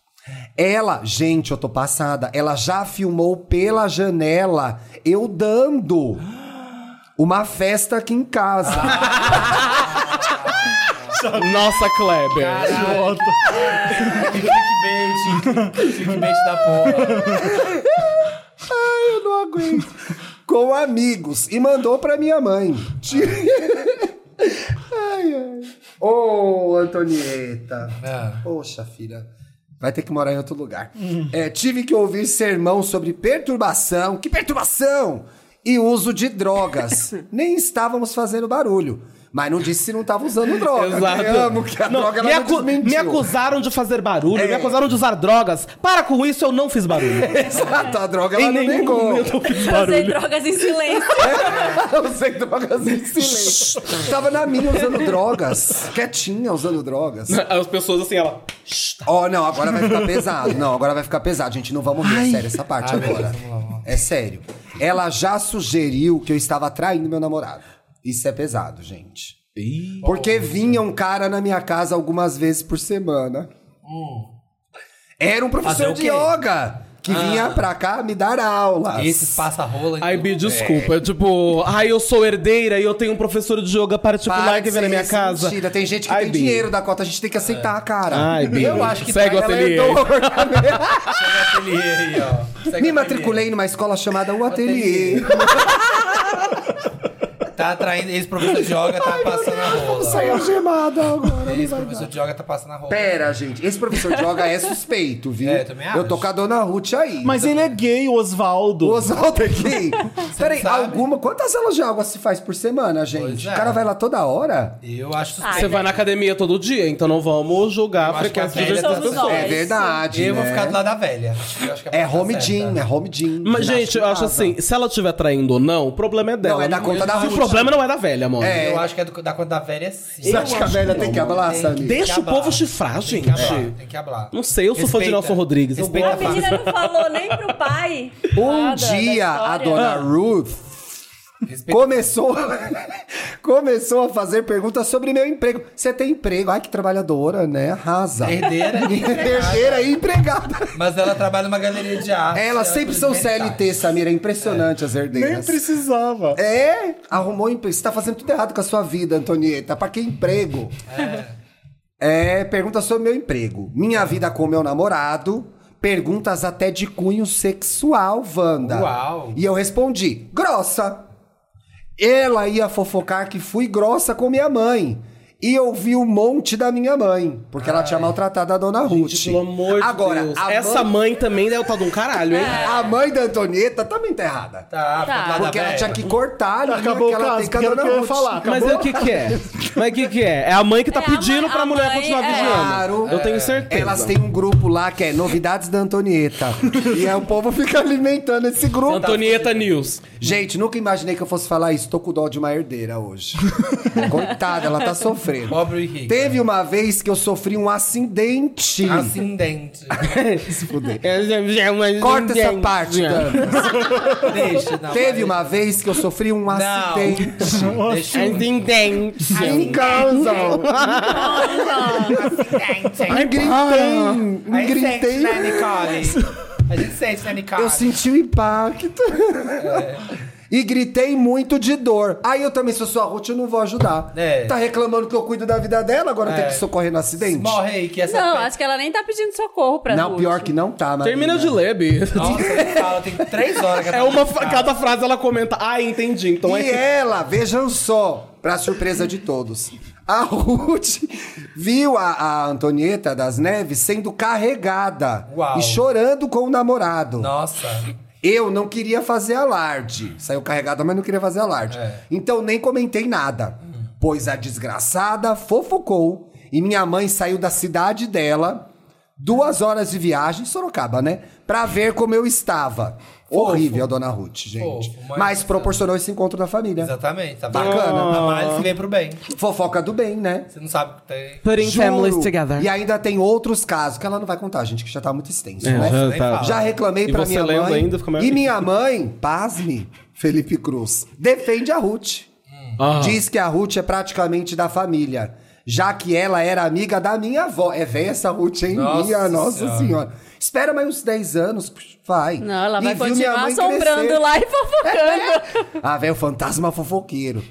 S2: Ela, gente, eu tô passada. Ela já filmou pela janela eu dando uma festa aqui em casa.
S4: Nossa, Kleber.
S1: Idiota.
S9: Clickbait. Clickbait da porra.
S2: Eu não aguento. Com amigos e mandou pra minha mãe. Ti- ai, ai. Ô, Antonieta.
S9: Ah.
S4: É.
S2: Poxa, filha. Vai ter que morar em outro lugar. É, tive que ouvir sermão sobre perturbação. Que perturbação! E uso de drogas. Nem estávamos fazendo barulho. Mas não disse se não estava usando droga.
S4: Exato.
S2: Eu amo que a
S4: Não,
S2: droga ela
S4: me,
S2: não
S4: acu-
S2: desmentiu.
S4: me acusaram de fazer barulho,
S2: É.
S4: me acusaram de usar drogas. Para com isso, eu não fiz barulho.
S2: Exato, a droga ela não negou.
S4: eu fiz
S3: Usei
S4: barulho.
S3: drogas em silêncio.
S9: É.
S2: Eu usei drogas em silêncio. Tava na minha usando drogas. Quietinha usando drogas.
S4: As pessoas assim, ela.
S2: Ó, não, agora vai ficar pesado. Não, agora vai ficar pesado, gente. Não vamos ver, é sério, essa parte agora. É sério. Ela já sugeriu que eu estava traindo meu namorado. Isso é pesado, gente. Porque vinha um cara na minha casa algumas vezes por semana. Era um
S9: Fazer
S2: professor
S9: o
S2: de
S9: quê? Ah.
S2: yoga. que vinha pra cá me dar aulas.
S9: Esses passa-rola.
S4: Ai, me desculpa. É. Tipo, ai, eu sou herdeira e eu tenho um professor de yoga particular
S2: Para
S4: que
S2: de ser
S4: vem na minha
S2: esse,
S4: casa.
S2: é Mentira, tem gente que
S4: Ai,
S2: tem
S4: Bi.
S2: dinheiro da cota, a gente tem que aceitar, cara.
S4: Ai, Bi.
S2: Eu acho que
S4: Segue o
S2: ela
S4: ateliê.
S2: herdou o orçamento.
S9: tá Ateliê aí, ó. Segue
S2: Me
S9: o
S2: matriculei numa escola chamada O Ateliê.
S9: ateliê. Tá atraindo. Esse professor de yoga tá passando a rola.
S2: Sai algemada agora.
S9: Esse professor de yoga tá passando a rola.
S2: Pera, gente. Esse professor de yoga é suspeito, viu?
S9: É, eu também
S2: Eu tô
S9: acho.
S2: com a dona Ruth aí.
S1: Mas ele é gay, o Osvaldo.
S2: O Oswaldo aqui. Peraí,
S9: sabe?
S2: alguma. Quantas aulas de água se faz por semana, gente?
S9: Pois é.
S2: O cara vai lá toda hora?
S9: Eu acho
S3: Ai,
S4: Você vai na academia todo dia, então não vamos julgar
S9: Eu
S4: a
S9: acho que a
S4: frequência de
S9: velha
S4: exercício.
S9: tá- é
S3: Somos nós.
S2: é verdade.
S9: Eu vou
S2: né?
S9: ficar do lado da velha. Eu acho que a
S2: É
S9: pessoa
S2: home
S9: tá
S2: gym,
S9: certa.
S2: é home gym.
S4: Mas,
S2: Ginástica
S4: gente,
S2: em
S4: eu acho
S2: casa.
S4: assim, se ela estiver traindo ou não, o problema é dela.
S2: Não, é da conta da
S4: Se o
S2: Ruth.
S4: problema não é da velha, amor.
S2: É.
S9: Eu acho que é do, da conta da velha, sim.
S2: Você acha que a velha tem que abraçar
S9: Tem que-
S2: ali?
S4: Deixa o
S9: acabar.
S4: povo chifrar, gente.
S9: Tem que hablar, tem que hablar.
S4: Não sei, eu sou fã de
S9: Respeita.
S4: Nelson Rodrigues. Eu
S9: Respeita
S4: gosto.
S3: A menina não falou nem pro pai.
S2: Um
S3: nada é da
S2: dia a
S3: história. Ah.
S2: dona Ruth
S9: Respeita.
S2: começou, começou a fazer perguntas sobre meu emprego. Você tem emprego? Ai, que trabalhadora, né? Arrasa.
S6: É
S9: Herdeira.
S2: Herdeira e empregada.
S9: Mas ela trabalha numa galeria de arte. é
S2: Elas sempre são
S9: CLT.
S2: CLT, Samira. É impressionante as herdeiras.
S1: Nem precisava.
S2: É, arrumou emprego. Você tá fazendo tudo errado com a sua vida, Antonieta. Pra que emprego? É. pergunta sobre meu emprego. Minha vida com meu namorado. Perguntas até de cunho sexual, Wanda.
S9: Uau.
S2: E eu respondi, grossa. Ela ia fofocar que fui grossa com minha mãe. E eu vi um monte da minha mãe. Porque ela tinha maltratado a dona Ruth.
S4: Pelo amor de
S2: Agora,
S4: Deus.
S2: a É.
S4: Essa
S2: mãe...
S4: mãe também deve estar de um caralho, hein?
S2: A mãe da Antonieta também tá errada.
S9: Tá,
S3: Tá.
S9: tá. Lado
S2: Porque
S9: da
S2: ela
S9: velha.
S2: tinha que cortar a linha
S1: Acabou
S2: que
S1: o
S2: ela
S1: caso,
S2: tem com a
S1: porque era o
S2: dona
S1: que eu ia
S2: Ruth.
S1: falar.
S4: Mas
S1: Acabou?
S4: é o que que é? Mas o que que é? É a mãe que tá
S3: É, a
S4: pedindo
S3: mãe-
S4: pra
S3: a
S4: mulher
S3: mãe-
S4: continuar
S3: é.
S4: vigiando.
S2: Claro.
S4: Eu tenho certeza.
S2: Elas têm um grupo lá que é Novidades da Antonieta. e aí o povo fica alimentando esse grupo.
S4: Antonieta News.
S2: Gente, nunca imaginei que eu fosse falar isso. Tô com dó de uma herdeira hoje. Coitada, ela tá sofrendo.
S9: Pobre e rica.
S2: Teve um uma vez que eu sofri um acidente.
S9: Ascendente.
S2: Se fuder. Corta
S4: Corta
S2: essa parte, Dan.
S9: Deixa, não.
S2: Teve uma vez que eu sofri um acidente.
S9: Deixa eu-
S2: Em casa. Em Gritei.
S9: A gente
S2: em
S9: sente,
S2: Gritei.
S9: né, Nicole? A gente sente, né, Nicole?
S2: Eu senti o impacto.
S9: É.
S2: E gritei muito de dor. Aí eu também, se eu sou a Ruth, eu não vou ajudar.
S9: É.
S2: Tá reclamando que eu cuido da vida dela, agora tem que socorrer no acidente.
S9: Morre é aí, que essa...
S3: Não,
S9: pe-
S3: acho que ela nem tá pedindo socorro pra
S2: Não,
S3: Ruth.
S2: pior que não tá, mas.
S4: Termina de ler, Bi.
S9: Nossa, que fala, tem três horas que ela tá
S4: É uma...
S9: falando.
S4: Cada frase ela comenta. Ah, entendi. Então
S2: E
S4: é...
S2: ela, vejam só, pra surpresa de todos. A Ruth viu a, a Antonieta das Neves sendo carregada
S9: Uau.
S2: e chorando com o
S4: um.
S2: namorado.
S9: Nossa.
S2: Eu não queria fazer alarde. Saiu carregada, mas não queria fazer alarde. Então nem comentei nada. Pois a desgraçada fofocou e minha mãe saiu da cidade dela, duas horas de viagem, Sorocaba, né? Pra ver como eu estava. Horrível, dona Ruth, gente.
S9: Fofo,
S2: mas
S9: mas-
S2: proporcionou esse encontro da família.
S9: Exatamente, tá
S2: Bacana.
S9: A mais que vem pro bem.
S2: Fofoca do bem, né?
S9: Você não sabe o que tem.
S4: Putting
S2: Juro. E ainda tem outros casos que ela não vai contar, gente, que já tá muito extenso, né?
S4: já
S9: nem
S4: tá.
S9: fala.
S2: Já reclamei
S4: E
S2: pra
S4: você
S2: minha
S4: lendo
S2: mãe.
S4: ainda fica mais
S2: e minha mãe, pasme, Felipe Cruz, defende a Ruth.
S4: Ah.
S2: Diz que a Ruth é praticamente da família, já que ela era amiga da minha avó. É véia essa Ruth, hein?
S9: Nossa
S2: minha Nossa Senhora.
S9: Senhora.
S2: Espera mais uns 10 anos, psh, vai.
S3: Não, ela
S2: E
S3: vai
S2: viu
S3: continuar assombrando
S2: crescer.
S3: lá e fofocando.
S2: Ah, velho, fantasma fofoqueiro.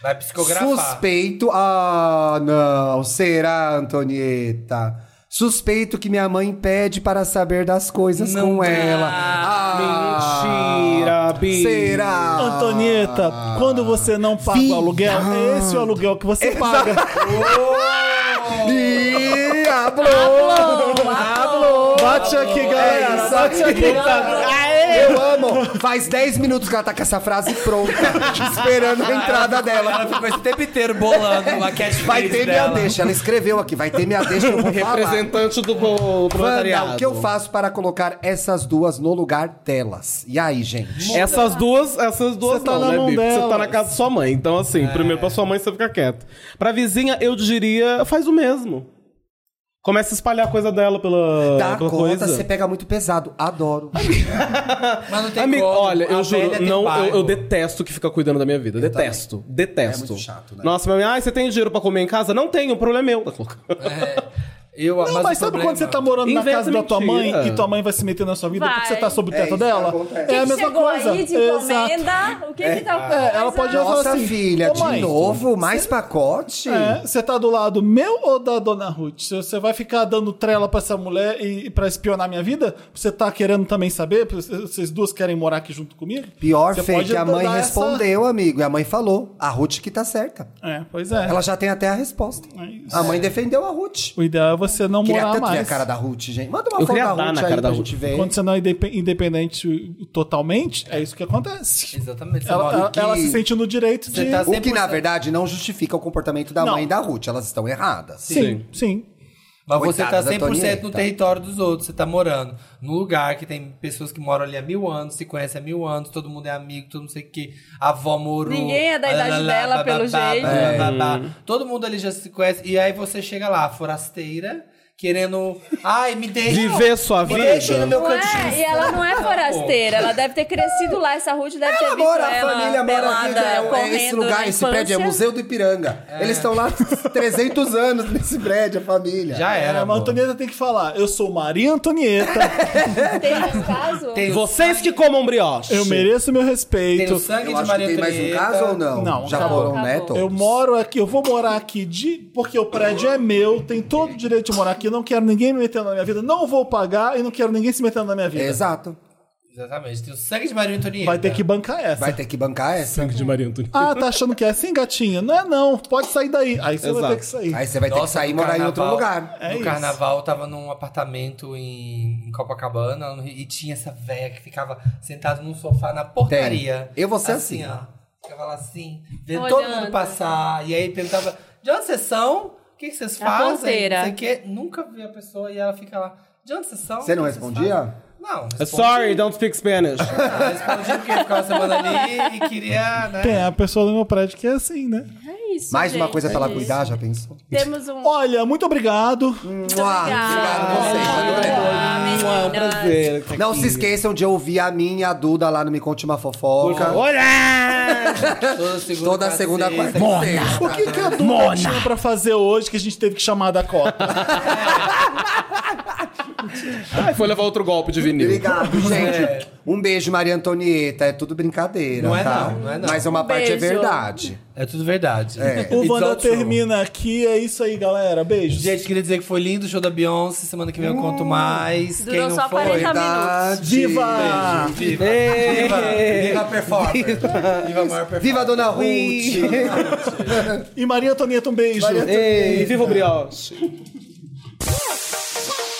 S9: Vai psicografar.
S2: Suspeito. Ah, não. Será, Antonieta? Suspeito que minha mãe pede para saber das coisas
S9: Não dá.
S2: é com ela. Ah,
S4: Mentira, Bi.
S2: Será?
S1: Antonieta, quando você não paga
S2: Vida.
S1: o aluguel, é esse o aluguel que você paga.
S2: Diablo!
S1: Bate aqui, galera.
S2: É isso
S1: bate
S2: aí.
S1: aqui.
S2: Eu amo! Faz 10 minutos que ela tá com essa frase pronta, esperando a entrada
S9: Ela
S2: dela.
S9: ficou esse tempo inteiro bolando a catchphrase
S2: Vai ter minha
S9: dela.
S2: deixa. Ela escreveu aqui, vai ter minha deixa, eu vou falar.
S4: Representante do pro-
S2: Wanda,
S4: proletariado.
S2: o que eu faço para colocar essas duas no lugar delas? E aí, gente?
S4: Essas duas, essas duas
S1: Você tá
S4: não,
S1: na
S4: né,
S1: mão
S4: Bi? Porque Você tá
S1: delas.
S4: na casa da sua mãe. Então, assim, primeiro pra sua mãe você fica quieto. Pra vizinha, eu diria, faz o mesmo. Começa a espalhar a coisa dela pela,
S2: Dá
S4: pela
S2: conta,
S4: coisa.
S2: você pega muito pesado. Adoro.
S9: Mas não tem
S4: Amigo,
S9: como.
S4: olha, eu
S9: a velha
S4: juro,
S9: tem
S4: não, eu- eu,
S9: bairro.
S4: detesto que fica cuidando da minha vida. detesto, detesto.
S2: É muito chato, né?
S4: Nossa, minha mãe, ah, você tem dinheiro pra comer em casa? Não tenho, o problema é meu.
S9: É.
S6: Eu,
S1: Não, mas,
S6: o
S1: sabe
S6: problema-
S1: quando você tá morando na
S4: Inventa
S1: casa da tua mãe
S4: mentira.
S1: e tua mãe vai se meter na sua vida
S3: Vai.
S1: porque você tá sob o
S2: É
S1: teto
S2: isso que
S1: dela?
S2: acontece.
S1: É a
S3: Quem
S1: mesma
S3: chegou
S1: coisa.
S3: aí de
S1: Exato.
S3: encomenda, o que que tá
S1: É, ela pode
S3: fazendo?
S1: falar
S2: Nossa,
S1: assim,
S2: filha,
S1: "Ô, mãe,
S2: de novo? Mais pacote?
S1: É, você tá do lado meu ou da dona Ruth? Se Você vai ficar dando trela pra essa mulher e, e pra espionar minha vida? Você tá querendo também saber? Vocês duas querem morar aqui junto comigo?
S2: Pior,
S1: Você
S2: Fê,
S1: pode
S2: que a mãe
S1: dar essa-
S2: respondeu, amigo. E a mãe falou, a Ruth que tá certa.
S1: É, pois é.
S2: Ela já tem até a resposta.
S1: É isso.
S2: A mãe defendeu a Ruth.
S1: O ideal é você não
S2: Queria
S1: morar
S2: tanto ver a
S1: mais.
S2: cara da Ruth, gente. Manda uma
S4: Eu
S2: foto
S4: queria
S2: da
S4: dar
S2: Ruth
S4: na
S2: aí
S4: cara
S2: pra
S4: da
S2: gente ver.
S1: Quando você não é indepe- independente totalmente, é isso que acontece.
S6: Exatamente. você
S1: Ela, tá-
S6: mora-
S1: ela-
S2: que-
S1: ela se sente no direito
S6: Você
S1: de.
S6: tá-
S2: O que, na
S6: 100%.
S2: verdade, não justifica o comportamento da
S1: Não.
S2: mãe e da Ruth. Elas estão erradas.
S1: Sim, sim.
S6: Mas você
S2: Coitada
S6: tá
S2: da
S6: 100% no
S2: Antonieta.
S6: território dos outros, você tá morando num lugar que tem pessoas que moram ali há mil anos, se conhecem há mil anos, todo mundo é amigo, todo mundo sei o que, a avó morou.
S3: Ninguém é da idade
S6: lá, lá,
S3: dela,
S6: babá,
S3: pelo
S6: babá,
S3: jeito.
S6: babá,
S2: Uhum.
S6: babá. Todo mundo ali já se conhece, e aí você chega lá, forasteira, querendo, ai, me deixa.
S4: Viver sua
S6: me deixa aí no
S4: vida.
S6: meu
S3: Não
S6: cantinho.
S3: é, e ela não é forasteira, ela deve ter crescido lá, essa Ruth deve ter visto
S2: Agora a
S3: ela
S2: família mora aqui.
S3: pelada,
S2: É, é esse
S3: correndo na
S2: lugar, esse prédio é
S3: infância. É.
S2: Museu do Ipiranga. Eles estão lá há 300 anos nesse prédio, a família.
S6: Já
S1: É,
S6: era,
S1: mas a
S6: amor.
S1: Antonieta tem que falar. Eu sou Maria Antonieta,
S3: Tem mais caso?
S6: Tem o
S4: Vocês que comam brioche.
S1: eu mereço meu
S6: Tem o
S1: respeito.
S6: sangue
S2: Eu
S6: de
S2: acho que
S6: Maria
S2: tem mais um
S6: Antonieta.
S2: caso ou não?
S1: Não,
S2: Já
S1: acabou.
S2: foram, né,
S3: Acabou.
S2: todos?
S1: Eu moro aqui, eu vou morar aqui de. Porque o prédio é meu, tem todo o direito de morar aqui, não quero ninguém me metendo na minha vida, não vou pagar e não quero ninguém se metendo na minha vida.
S2: Exato.
S6: Exatamente, tem o sangue de Maria Antonieta.
S1: Vai ter que bancar essa.
S2: Vai ter que bancar essa.
S4: de Maria Antônia.
S1: Ah, tá achando que é assim, gatinha? Não é não, pode sair daí. Aí você vai
S4: Exato.
S1: ter que sair.
S2: Aí você vai ter que sair e
S6: no
S2: morar em
S6: carnaval-
S2: outro lugar.
S1: É
S6: no
S1: isso.
S6: carnaval, eu tava num apartamento em, em Copacabana no Rio, e tinha essa véia que ficava sentada num sofá na portaria.
S2: Tem. Eu vou ser assim.
S6: ó. Ficava lá assim, vendo
S3: Olhando.
S6: todo mundo passar. E aí perguntava, de onde vocês são? O que, que vocês
S3: A
S6: fazem?
S3: porteira.
S6: Não sei o quê. Nunca vi a pessoa e ela fica lá, de onde vocês são?
S2: Você não
S6: O que que vocês
S2: respondia?
S6: fazem?" Não,
S1: É
S4: Sorry, don't speak Spanish.
S6: Não, respondi porque eu ficava uma semana ali e queria, né?
S1: Tem a pessoa do meu prédio que é assim, né?
S3: É isso,
S2: Mais uma
S3: gente,
S2: coisa pra ela
S3: é
S2: cuidar, já pensou?
S3: isso. Temos um...
S1: Olha, muito obrigado.
S2: Mua, Obrigado a vocês.
S4: Ah, é um prazer. tá
S2: Não
S4: aqui.
S2: se esqueçam de ouvir a minha e a Duda lá no Me Conte Uma Fofoca.
S4: Olha!
S6: Toda segunda,
S2: Toda
S6: quarta,
S2: segunda,
S6: sexta,
S2: quarta e sexta.
S1: O que, que a Duda tinha pra fazer hoje que a gente teve que chamar da cota?
S4: Ai, foi levar outro golpe de vinil.
S2: Obrigado, gente.
S6: É.
S2: Um beijo, Maria Antonieta. É tudo brincadeira,
S6: Não é
S2: tá?
S6: não, não é não.
S2: Mas uma parte é
S3: beijo.
S2: verdade.
S6: É tudo verdade.
S2: É.
S1: O
S6: It's
S1: Wanda
S6: all true.
S1: termina aqui. É isso aí, galera. Beijos.
S6: Gente, queria dizer que foi lindo o show da Beyoncé. Semana que vem eu conto mais.
S3: Durou
S6: Quem não
S3: só
S6: foi,
S3: 40
S2: Verdade.
S1: Viva!
S6: Viva! Viva a performance! Viva a maior performance!
S2: Viva a Dona Ruth!
S1: E Maria Antonieta, um beijo.
S4: Ei, viva o brioche.
S10: Thank you.